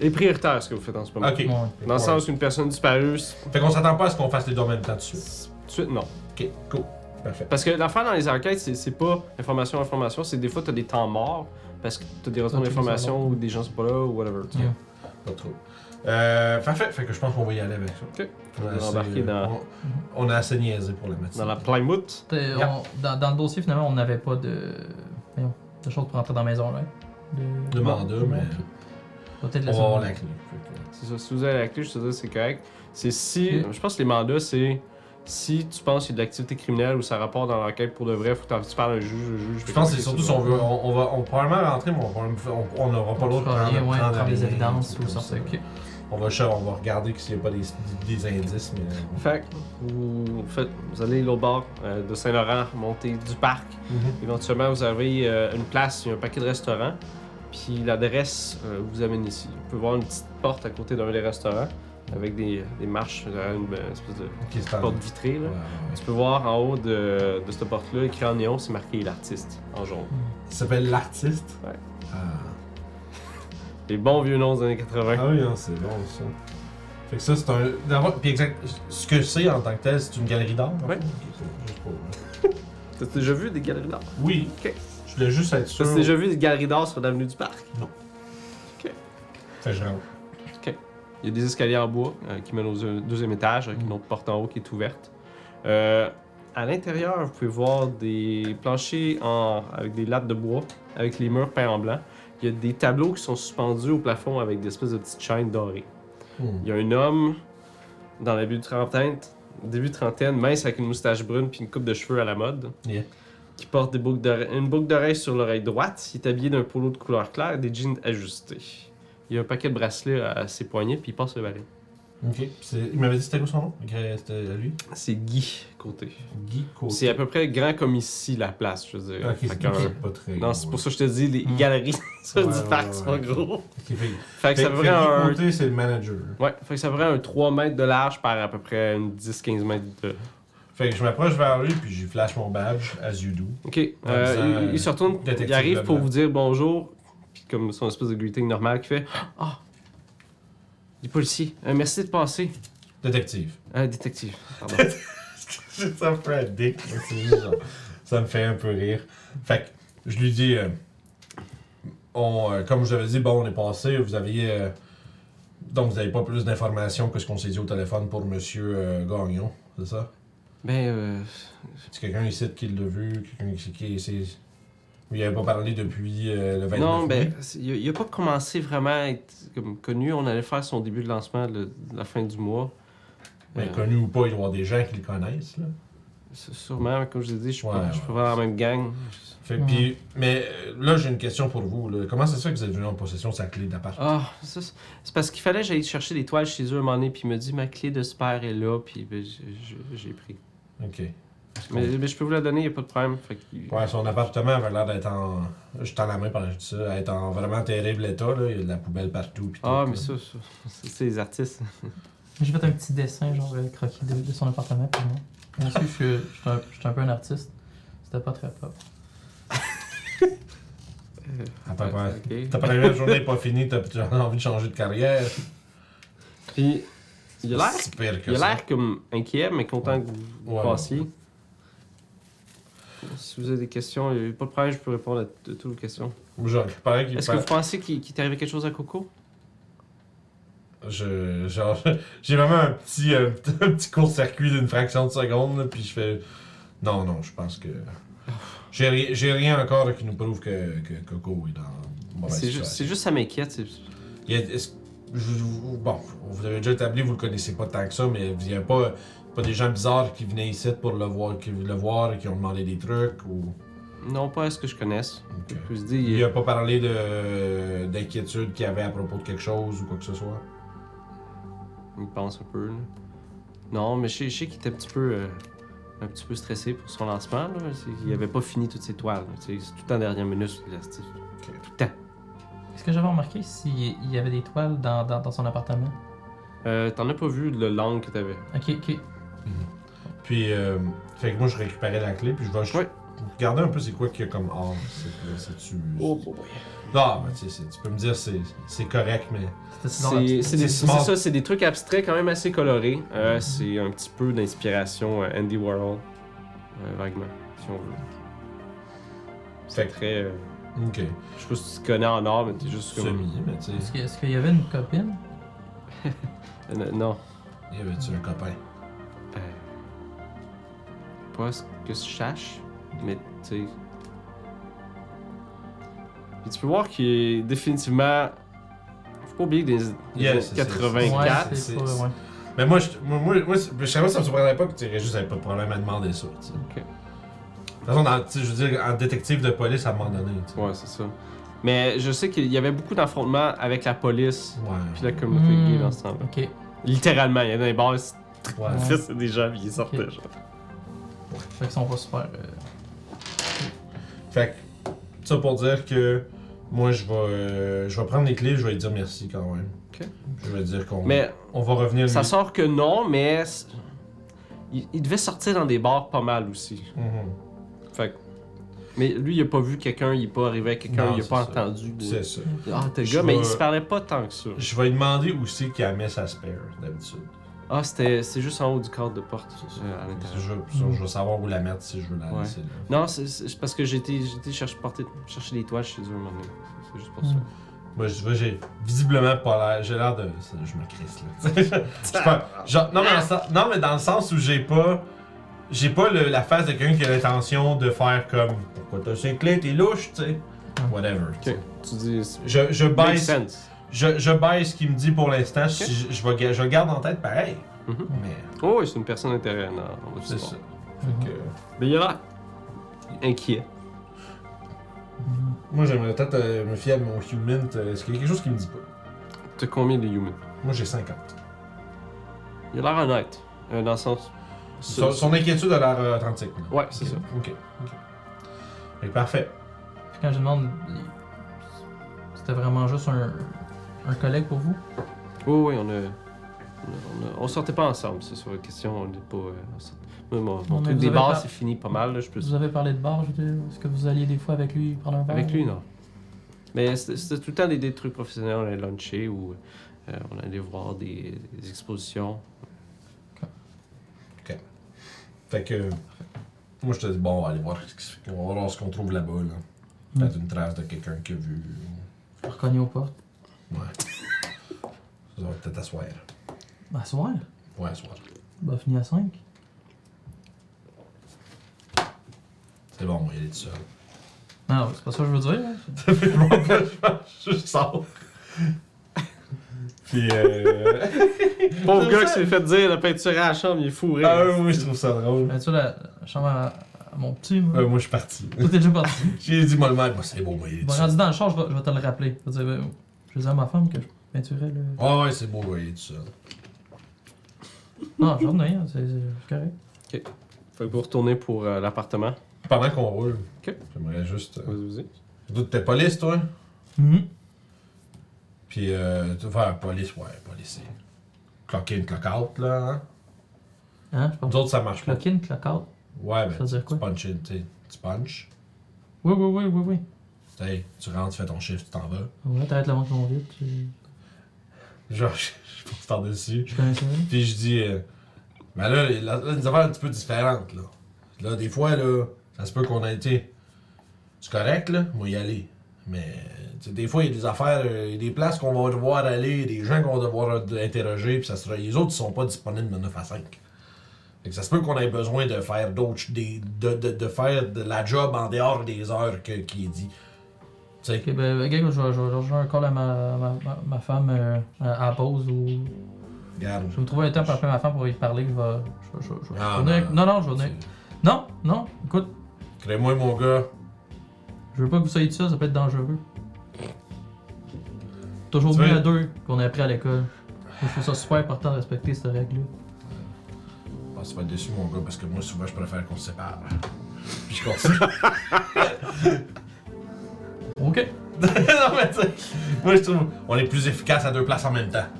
S2: Et prioritaire, ce que vous faites en ce moment.
S1: Ok.
S3: Ouais.
S2: Ben, Dans le sens qu'une personne disparue, c'est-
S1: Fait qu'on s'attend pas à ce qu'on fasse les deux en même temps dessus.
S2: tout de suite, non.
S1: Ok, cool. Parfait.
S2: Parce que l'affaire dans les enquêtes, c'est c'est pas information, information, c'est des fois t'as des temps morts, parce que t'as des retours
S3: Ah, tu
S2: d'informations
S3: dis ça,
S2: ou des gens sont pas là, ou whatever. tu sais.
S3: Yeah.
S1: Pas trop. Euh, parfait. Fait que je pense qu'on va y aller avec ça.
S2: Ok.
S1: On a
S2: On va
S1: assez- euh,
S2: embarquer dans-
S1: On, on a assez niaisé pour la matinée.
S2: Dans la Plymouth,
S3: T'es-
S1: Yeah.
S3: on- dans, dans le dossier, finalement, on n'avait pas de. voyons, de choses pour rentrer dans la maison, là. De...
S1: De mandat, mais
S3: Peut-être
S1: on
S3: la
S1: va avoir la
S3: seconde.
S1: clé.
S2: C'est ça, si vous avez la clé, je te dis c'est correct. C'est si. Je pense que les mandats, c'est. Si tu penses qu'il y a de l'activité criminelle ou ça rapporte dans l'enquête pour de vrai, faut que t'en- tu parles à un juge. le juge
S1: Je pense que c'est surtout si on veut, on, on va on, probablement rentrer, mais on va- on on n'aura pas
S3: On
S1: l'autre
S3: fera rien, ouais, prendre des
S1: rien,
S3: évidences
S1: tout
S3: ou
S1: comme ça.
S3: sortir. ok.
S1: On va, cher- on va regarder s'il n'y a pas des, des indices, mais.
S2: Fait que vous, faites- vous allez l'autre bord euh, de Saint-Laurent, monter du parc. Éventuellement, vous avez euh, une place, il y a un paquet de restaurants. Puis l'adresse euh, vous amène ici. Vous pouvez voir une petite porte à côté d'un des restaurants avec des, des marches, derrière une euh, espèce de
S1: Ok, c'est en-
S2: porte vitrée. Là.
S1: Ouais, ouais.
S2: Tu peux voir en haut de, de cette porte-là, écrit en néon, c'est marqué l'artiste en jaune.
S1: Il s'appelle l'artiste.
S2: Ouais.
S1: Ah.
S2: Les bons vieux noms des années 80.
S1: Ah oui, hein, c'est bon ça. Fait que ça, c'est un. d'abord- Puis exact, ce que c'est en tant que tel, c'est une galerie d'art. en
S2: Ouais.
S1: fait? Ok, juste pour-
S2: T'as déjà vu des galeries d'art?
S1: hein. Oui.
S2: Ok.
S1: Je voulais juste être sûr.
S2: T'as déjà vu des galeries d'art sur l'avenue du parc?
S1: Fait que je rentre.
S2: Il y a des escaliers en bois euh, qui mènent au deuxi- deuxième étage, avec une autre porte en haut qui est ouverte. Euh, à l'intérieur, vous pouvez voir des planchers en- avec des lattes de bois, avec les murs peints en blanc. Il y a des tableaux qui sont suspendus au plafond avec des espèces de petites chaînes dorées.
S1: Hmm.
S2: Il y a un homme dans la début de trentaine, début de trentaine, mince avec une moustache brune puis une coupe de cheveux à la mode.
S1: Yeah.
S2: Qui porte des boucles d'ore- une boucle d'oreille sur l'oreille droite. Il est habillé d'un polo de couleur claire et des jeans ajustés. Il y a un paquet de bracelets à ses poignets puis il passe le balai.
S1: Ok. Puis c'est- Il m'avait dit c'était quoi son nom Gré- C'était à lui
S2: C'est Guy Côté.
S1: Guy Côté.
S2: C'est à peu près grand comme ici la place, je veux dire.
S1: Ok,
S2: Fait
S1: c'est
S2: qu'un-
S1: c'est pas très.
S2: Non,
S1: gros,
S2: c'est
S1: ouais.
S2: pour ça que je te dis, les
S3: Hmm.
S2: galeries (laughs) sur
S1: Ouais,
S2: du
S1: ouais,
S2: parc
S1: ouais,
S2: sont
S1: ouais.
S2: gros.
S1: Ok, fait que-
S2: Fait que
S1: Fait
S2: ça
S1: que
S2: ferait
S1: Guy
S2: un...
S1: Côté, c'est le manager.
S2: Ouais, fait que ça ferait un 3 mètres de large par à peu près une 10-15 mètres de...
S1: Fait que je m'approche vers lui, puis j'y flash mon badge, as you do.
S2: Ok. euh,
S1: disant,
S2: il, il se retourne,
S1: détective
S2: il arrive pour
S1: Leblanc.
S2: vous dire bonjour, puis comme son espèce de greeting normal qui fait Ah Du policier, euh, merci de passer.
S1: Détective. (laughs)
S2: Euh, détective. Pardon.
S1: J'ai ça me fait un dick. mais c'est juste genre- ça me fait un peu rire. Fait que je lui dis, euh, on, euh, comme je l'avais dit, bon, on est passé, vous aviez. euh, donc, vous n'avez pas plus d'informations que ce qu'on s'est dit au téléphone pour Monsieur euh, Gagnon, c'est ça?
S2: ben, euh,
S1: C'est quelqu'un ici qui l'a vu, quelqu'un qui. qui c'est- Lui, il n'avait pas parlé depuis euh, le 29
S2: non,
S1: mai.
S2: ben, c'est- il a- il a pas commencé vraiment à être comme, connu. On allait faire son début de lancement le- la fin du mois.
S1: Mais
S2: Euh,
S1: connu ou pas, il doit y avoir des gens qui le connaissent, là.
S2: c'est Sûrement, comme je l'ai dit, je suis
S1: Ouais,
S2: pas, je
S1: ouais.
S2: suis pas dans la même gang.
S1: Fait,
S3: Ouais.
S1: puis- mais euh, là, j'ai une question pour vous. là. Comment c'est ça que vous êtes venu en possession de sa clé d'appart?
S2: Ah, ça, c'est c'est parce qu'il fallait que j'aille chercher des toiles chez eux un moment donné, puis il me dit ma clé de super est là, puis ben, j'ai- j'ai j'ai pris.
S1: Ok.
S2: Mais, mais je peux vous la donner, il a pas de problème. Fait que-
S1: Ouais, son appartement avait l'air d'être en. Je tends la main pendant que je dis ça. Être en vraiment terrible état, là. Il y a de la poubelle partout. Pis
S2: Ah,
S1: tout,
S2: mais
S1: là.
S2: ça, ça, ça, c'est les artistes.
S3: J'ai fait un petit dessin, genre euh, croquis de, de son appartement pour moi. Moi aussi, je suis, je suis un, je suis un peu un artiste. C'était pas très propre.
S1: À peu près.
S2: (laughs) Ok.
S1: Ta première journée n'est pas finie, t'as t'as envie de changer de carrière.
S2: Puis, il a l'air,
S1: C'est pire que
S2: il a
S1: ça.
S2: l'air comme inquiet, mais content que vous
S1: Ouais.
S2: passiez. Si vous avez des questions, il y a pas de problème, je peux répondre à t- toutes vos questions.
S1: Ou genre, il paraît qu'il
S2: Est-ce que vous pensez qu'il qu'il est arrivé quelque chose à Coco?
S1: Je, genre, j'ai vraiment un petit, euh, (laughs) un petit court-circuit d'une fraction de seconde, là, puis je fais. Non, non, je pense que. J'ai ri- j'ai rien encore qui nous prouve que, que Coco est dans une mauvaise
S2: C'est ju-
S1: situation.
S2: c'est juste, ça m'inquiète. c'est-
S1: Il y a- est-ce- je- vous- bon, vous l'avez déjà établi, vous le connaissez pas tant que ça, mais il y a pas, pas des gens bizarres qui venaient ici pour le voir, qui, le voir et qui ont demandé des trucs ou.
S2: Non, pas à ce que je connaisse.
S1: Ok.
S2: Je me dis, il-
S1: Il a pas parlé de d'inquiétude qu'il y avait à propos de quelque chose ou quoi que ce soit.
S2: Il pense un peu. Là. Non, mais je sais, je sais qu'il était un petit peu, euh, un petit peu stressé pour son lancement. Là. C'est- Il avait pas fini toutes ses toiles. là. Tu sais, C'est tout en dernière minute. là, c'est- Tout le temps.
S3: Est-ce que j'avais remarqué s'il y avait des toiles dans, dans, dans son appartement?
S2: Euh, T'en as pas vu le langue que t'avais.
S3: Ok, ok.
S1: Puis, euh, fait que moi je récupérais la clé puis je vais juste
S2: Ouais.
S1: regarder un peu c'est quoi qu'il y a comme arme. C'est- C'est-tu.
S2: Oh.
S1: Non, mais tu sais, c'est- tu peux me dire c'est c'est correct, mais.
S3: C'était si dans
S2: C'est c'est des-
S1: C'est
S2: c'est
S1: smart.
S2: ça, c'est des trucs abstraits quand même assez colorés. Euh, c'est un petit peu d'inspiration euh, Andy Warhol, euh, vaguement, si on veut. C'est
S1: Fait
S2: très. euh,
S1: Ok.
S2: je sais pas si tu te connais en art, mais t'es juste comme.
S1: Semi, mais tu sais.
S3: Est-ce que- est-ce qu'il y avait une copine?
S2: Euh, non.
S1: Il y avait-tu un copain?
S2: Euh, pas ce que je cherche, mais tu sais. Puis tu peux voir qu'il est définitivement. Faut pas oublier que des des
S1: Yeah,
S2: années
S1: c'est- c'est-
S2: 84.
S3: Ouais, c'est pas-
S1: c'est-
S3: ouais.
S1: Mais moi, je, moi, moi, moi, je savais que ça me surprendrait pas que tu aurais juste pas de problème à demander ça. tu sais.
S2: Ok.
S1: De toute façon, dans- tu sais, je veux dire, en détective de police, à un moment donné. tu sais.
S2: Ouais, c'est ça. Mais je sais qu'il y avait beaucoup d'affrontements avec la police puis
S1: Ouais.
S2: la communauté
S3: Hmm.
S2: gay dans ce temps-là.
S3: Ok.
S2: Littéralement, il y avait des bars,
S1: ouais.
S3: Ouais.
S2: c'est des gens qui sortaient.
S3: Ok.
S2: genre.
S3: Fait qu'ils sont pas super. euh,
S1: Fait que, ça pour dire que moi, je vais, euh, je vais prendre les clés, je vais lui dire merci quand même.
S2: Ok.
S1: Je vais dire qu'on
S2: Mais
S1: on va revenir
S2: ça
S1: lui-
S2: sort que non, mais c- il, il devait sortir dans des bars pas mal aussi.
S1: Mhm.
S2: Fait que- Mais lui, il a pas vu quelqu'un, il est pas arrivé à quelqu'un,
S1: Non,
S2: il a
S1: c'est
S2: pas
S1: ça.
S2: entendu. de-
S1: C'est ça.
S2: Ah, t'es
S1: Je
S2: gars, mais
S1: vais-
S2: il se parlait pas tant que ça.
S1: Je vais lui demander aussi qu'elle met sa spare d'habitude.
S2: Ah, c'était c'est juste en haut du cadre de porte euh, à
S1: Parce
S2: l'intérieur.
S1: que Je, veux- je veux savoir où la mettre si je veux la
S2: Ouais.
S1: laisser là.
S2: Non, c'est- c'est parce que j'étais j'étais chercher, porter- chercher des toiles chez eux un moment donné. C'est- C'est juste pour ça.
S1: Hmm.
S3: Mm.
S1: Moi, je vois, j'ai visiblement pas l'air. J'ai l'air de. ça, Je me crisse, là. (laughs) Tu sais, je- je suis pas- genre- non, mais dans le sens- non, mais dans le sens où j'ai pas. J'ai pas le- la face de quelqu'un qui a l'intention de faire comme. Pourquoi t'as ces clés, t'es louche, tu sais. Whatever. tu sais.
S2: Ok, tu dis.
S1: Je, je
S2: Makes
S1: baisse.
S2: sense.
S1: Je, je baisse ce qu'il me dit pour l'instant. Je, je, vais ga- je garde en tête pareil.
S2: Mhm.
S1: Mais.
S2: Oh, oui, c'est une personne intéressante. on va
S1: C'est
S2: se
S1: ça.
S2: voir.
S1: Fait que,
S2: Mais il a l'air inquiet.
S1: moi, j'aimerais peut-être euh, me fier à mon human. euh, Est-ce qu'il y a quelque chose qui me dit pas
S2: T'as combien de humains
S1: Moi, j'ai 50.
S2: Il a l'air honnête. euh, dans le sens.
S1: Son, son inquiétude a l'air euh, authentique. là.
S2: Ouais, c'est ça.
S1: Ok. ok. Fait que parfait.
S3: Puis quand je demande, c'était vraiment juste un, un collègue pour vous?
S2: Oui, oui, on a. On, a- on sortait pas ensemble, c'est sur la question. On n'est pas. euh, on sort- Moi, mon, mon
S3: mais
S2: truc
S3: vous
S2: des
S3: avez
S2: bars,
S3: pas-
S2: c'est fini pas mal. Là, je peux...
S3: Vous avez parlé de bar, je veux dire, est-ce que vous alliez des fois avec lui prendre un verre?
S2: Avec lui, non. Mais c'était c'était tout le temps des, des trucs professionnels. On allait luncher ou euh, on allait voir des, des expositions.
S1: Fait que. Moi, je te dis, bon, on va aller voir ce qui se fait. On va voir ce qu'on trouve là-bas, là.
S3: Mm.
S1: Peut-être une trace de quelqu'un qui a vu.
S3: Recogner aux portes.
S1: Ouais. Ça va peut-être à soir.
S3: À soir?
S1: Ouais, à soir.
S3: Bah, fini à 5.
S1: C'est bon, on va y aller tout seul. (laughs)
S3: Non, non, c'est pas ça que je veux dire. hein.
S1: je sors. Puis, euh.
S2: Pauvre
S1: J'aime
S2: gars
S1: ça.
S2: qui s'est fait dire la peinture à la chambre, il est fourré.
S1: ah oui, oui, je trouve ça drôle.
S3: Mais tu vois, la la chambre à, à mon petit, moi.
S1: Euh, moi, je suis parti.
S3: Toi, t'es déjà parti.
S1: (laughs) J'ai dit, moi, le maire, bah, c'est bon, on va y aller tout
S3: Bon,
S1: seul.
S3: rendu dans le char, je vais, je vais te le rappeler. Je vais dire, euh, je vais dire à ma femme que je peinturais le.
S1: Ah Ouais, ouais, c'est beau, on va y aller tout seul.
S3: Non, je vais revenir, c'est c'est correct.
S2: Fait que vous retournez pour euh, l'appartement.
S1: Pendant qu'on roule,
S2: Ok.
S1: j'aimerais juste. Euh...
S2: Vas-y, vas-y.
S1: Doute, t'es police, toi?
S3: Mhm.
S1: Puis, euh, tu vas faire police, ouais, police. c'est Clock in, clock out, là. hein?
S3: Hein, je pense.
S1: Nous autres, ça marche pas.
S3: Clock in, clock out.
S1: Ouais, mais
S3: Ça veut dire
S1: tu
S3: quoi?
S1: punches in, tu sais, tu punches.
S3: Oui, oui, oui, oui, oui.
S1: T'sais, tu rentres, tu fais ton chiffre, tu t'en vas.
S3: Ouais, t'arrêtes la montre mon vite. tu-
S1: Genre, (laughs) je, je pense par-dessus.
S3: Je connais ça. là.
S1: Puis je dis, euh, mais là, les- là, là, des affaires un petit peu différentes, là. Là, des fois, là, ça se peut qu'on a été. C'est correct, là, moi y aller. Mais, tu sais, des fois, il y a des affaires, euh, il y a des places qu'on va devoir aller, des gens qu'on va devoir ad- interroger, puis ça sera. Les autres, ils sont pas disponibles de 9 à 5. Fait que ça se peut qu'on ait besoin de faire d'autres. ch- des- De, de, de faire de la job en dehors des heures que, qui est dit. Tu sais,
S3: Ok, ben, ben, gars, je vais, je vais rejoindre un call à ma, ma, ma, ma femme euh, à à la pause ou.
S1: regarde.
S3: Je vais me trouver un temps pour appeler ma femme pour y parler. Je vais. Je, je, je, je,
S1: Ah,
S3: je vais venir-
S1: ben,
S3: non, non, je vais venir. Non, non, écoute,
S1: Crée-moi, mon gars.
S3: je veux pas que vous soyez de ça, ça peut être dangereux. Toujours
S1: Tu
S3: mieux
S1: veux-
S3: à deux qu'on a appris à l'école. Je trouve ça super important de respecter cette règle-là.
S1: Je pense que tu vas Ah, être déçu, mon gars, parce que moi, souvent, je préfère qu'on se sépare. Puis je continue.
S3: Ok.
S1: non, mais tu sais, moi, je trouve on est plus efficace à deux places en même temps.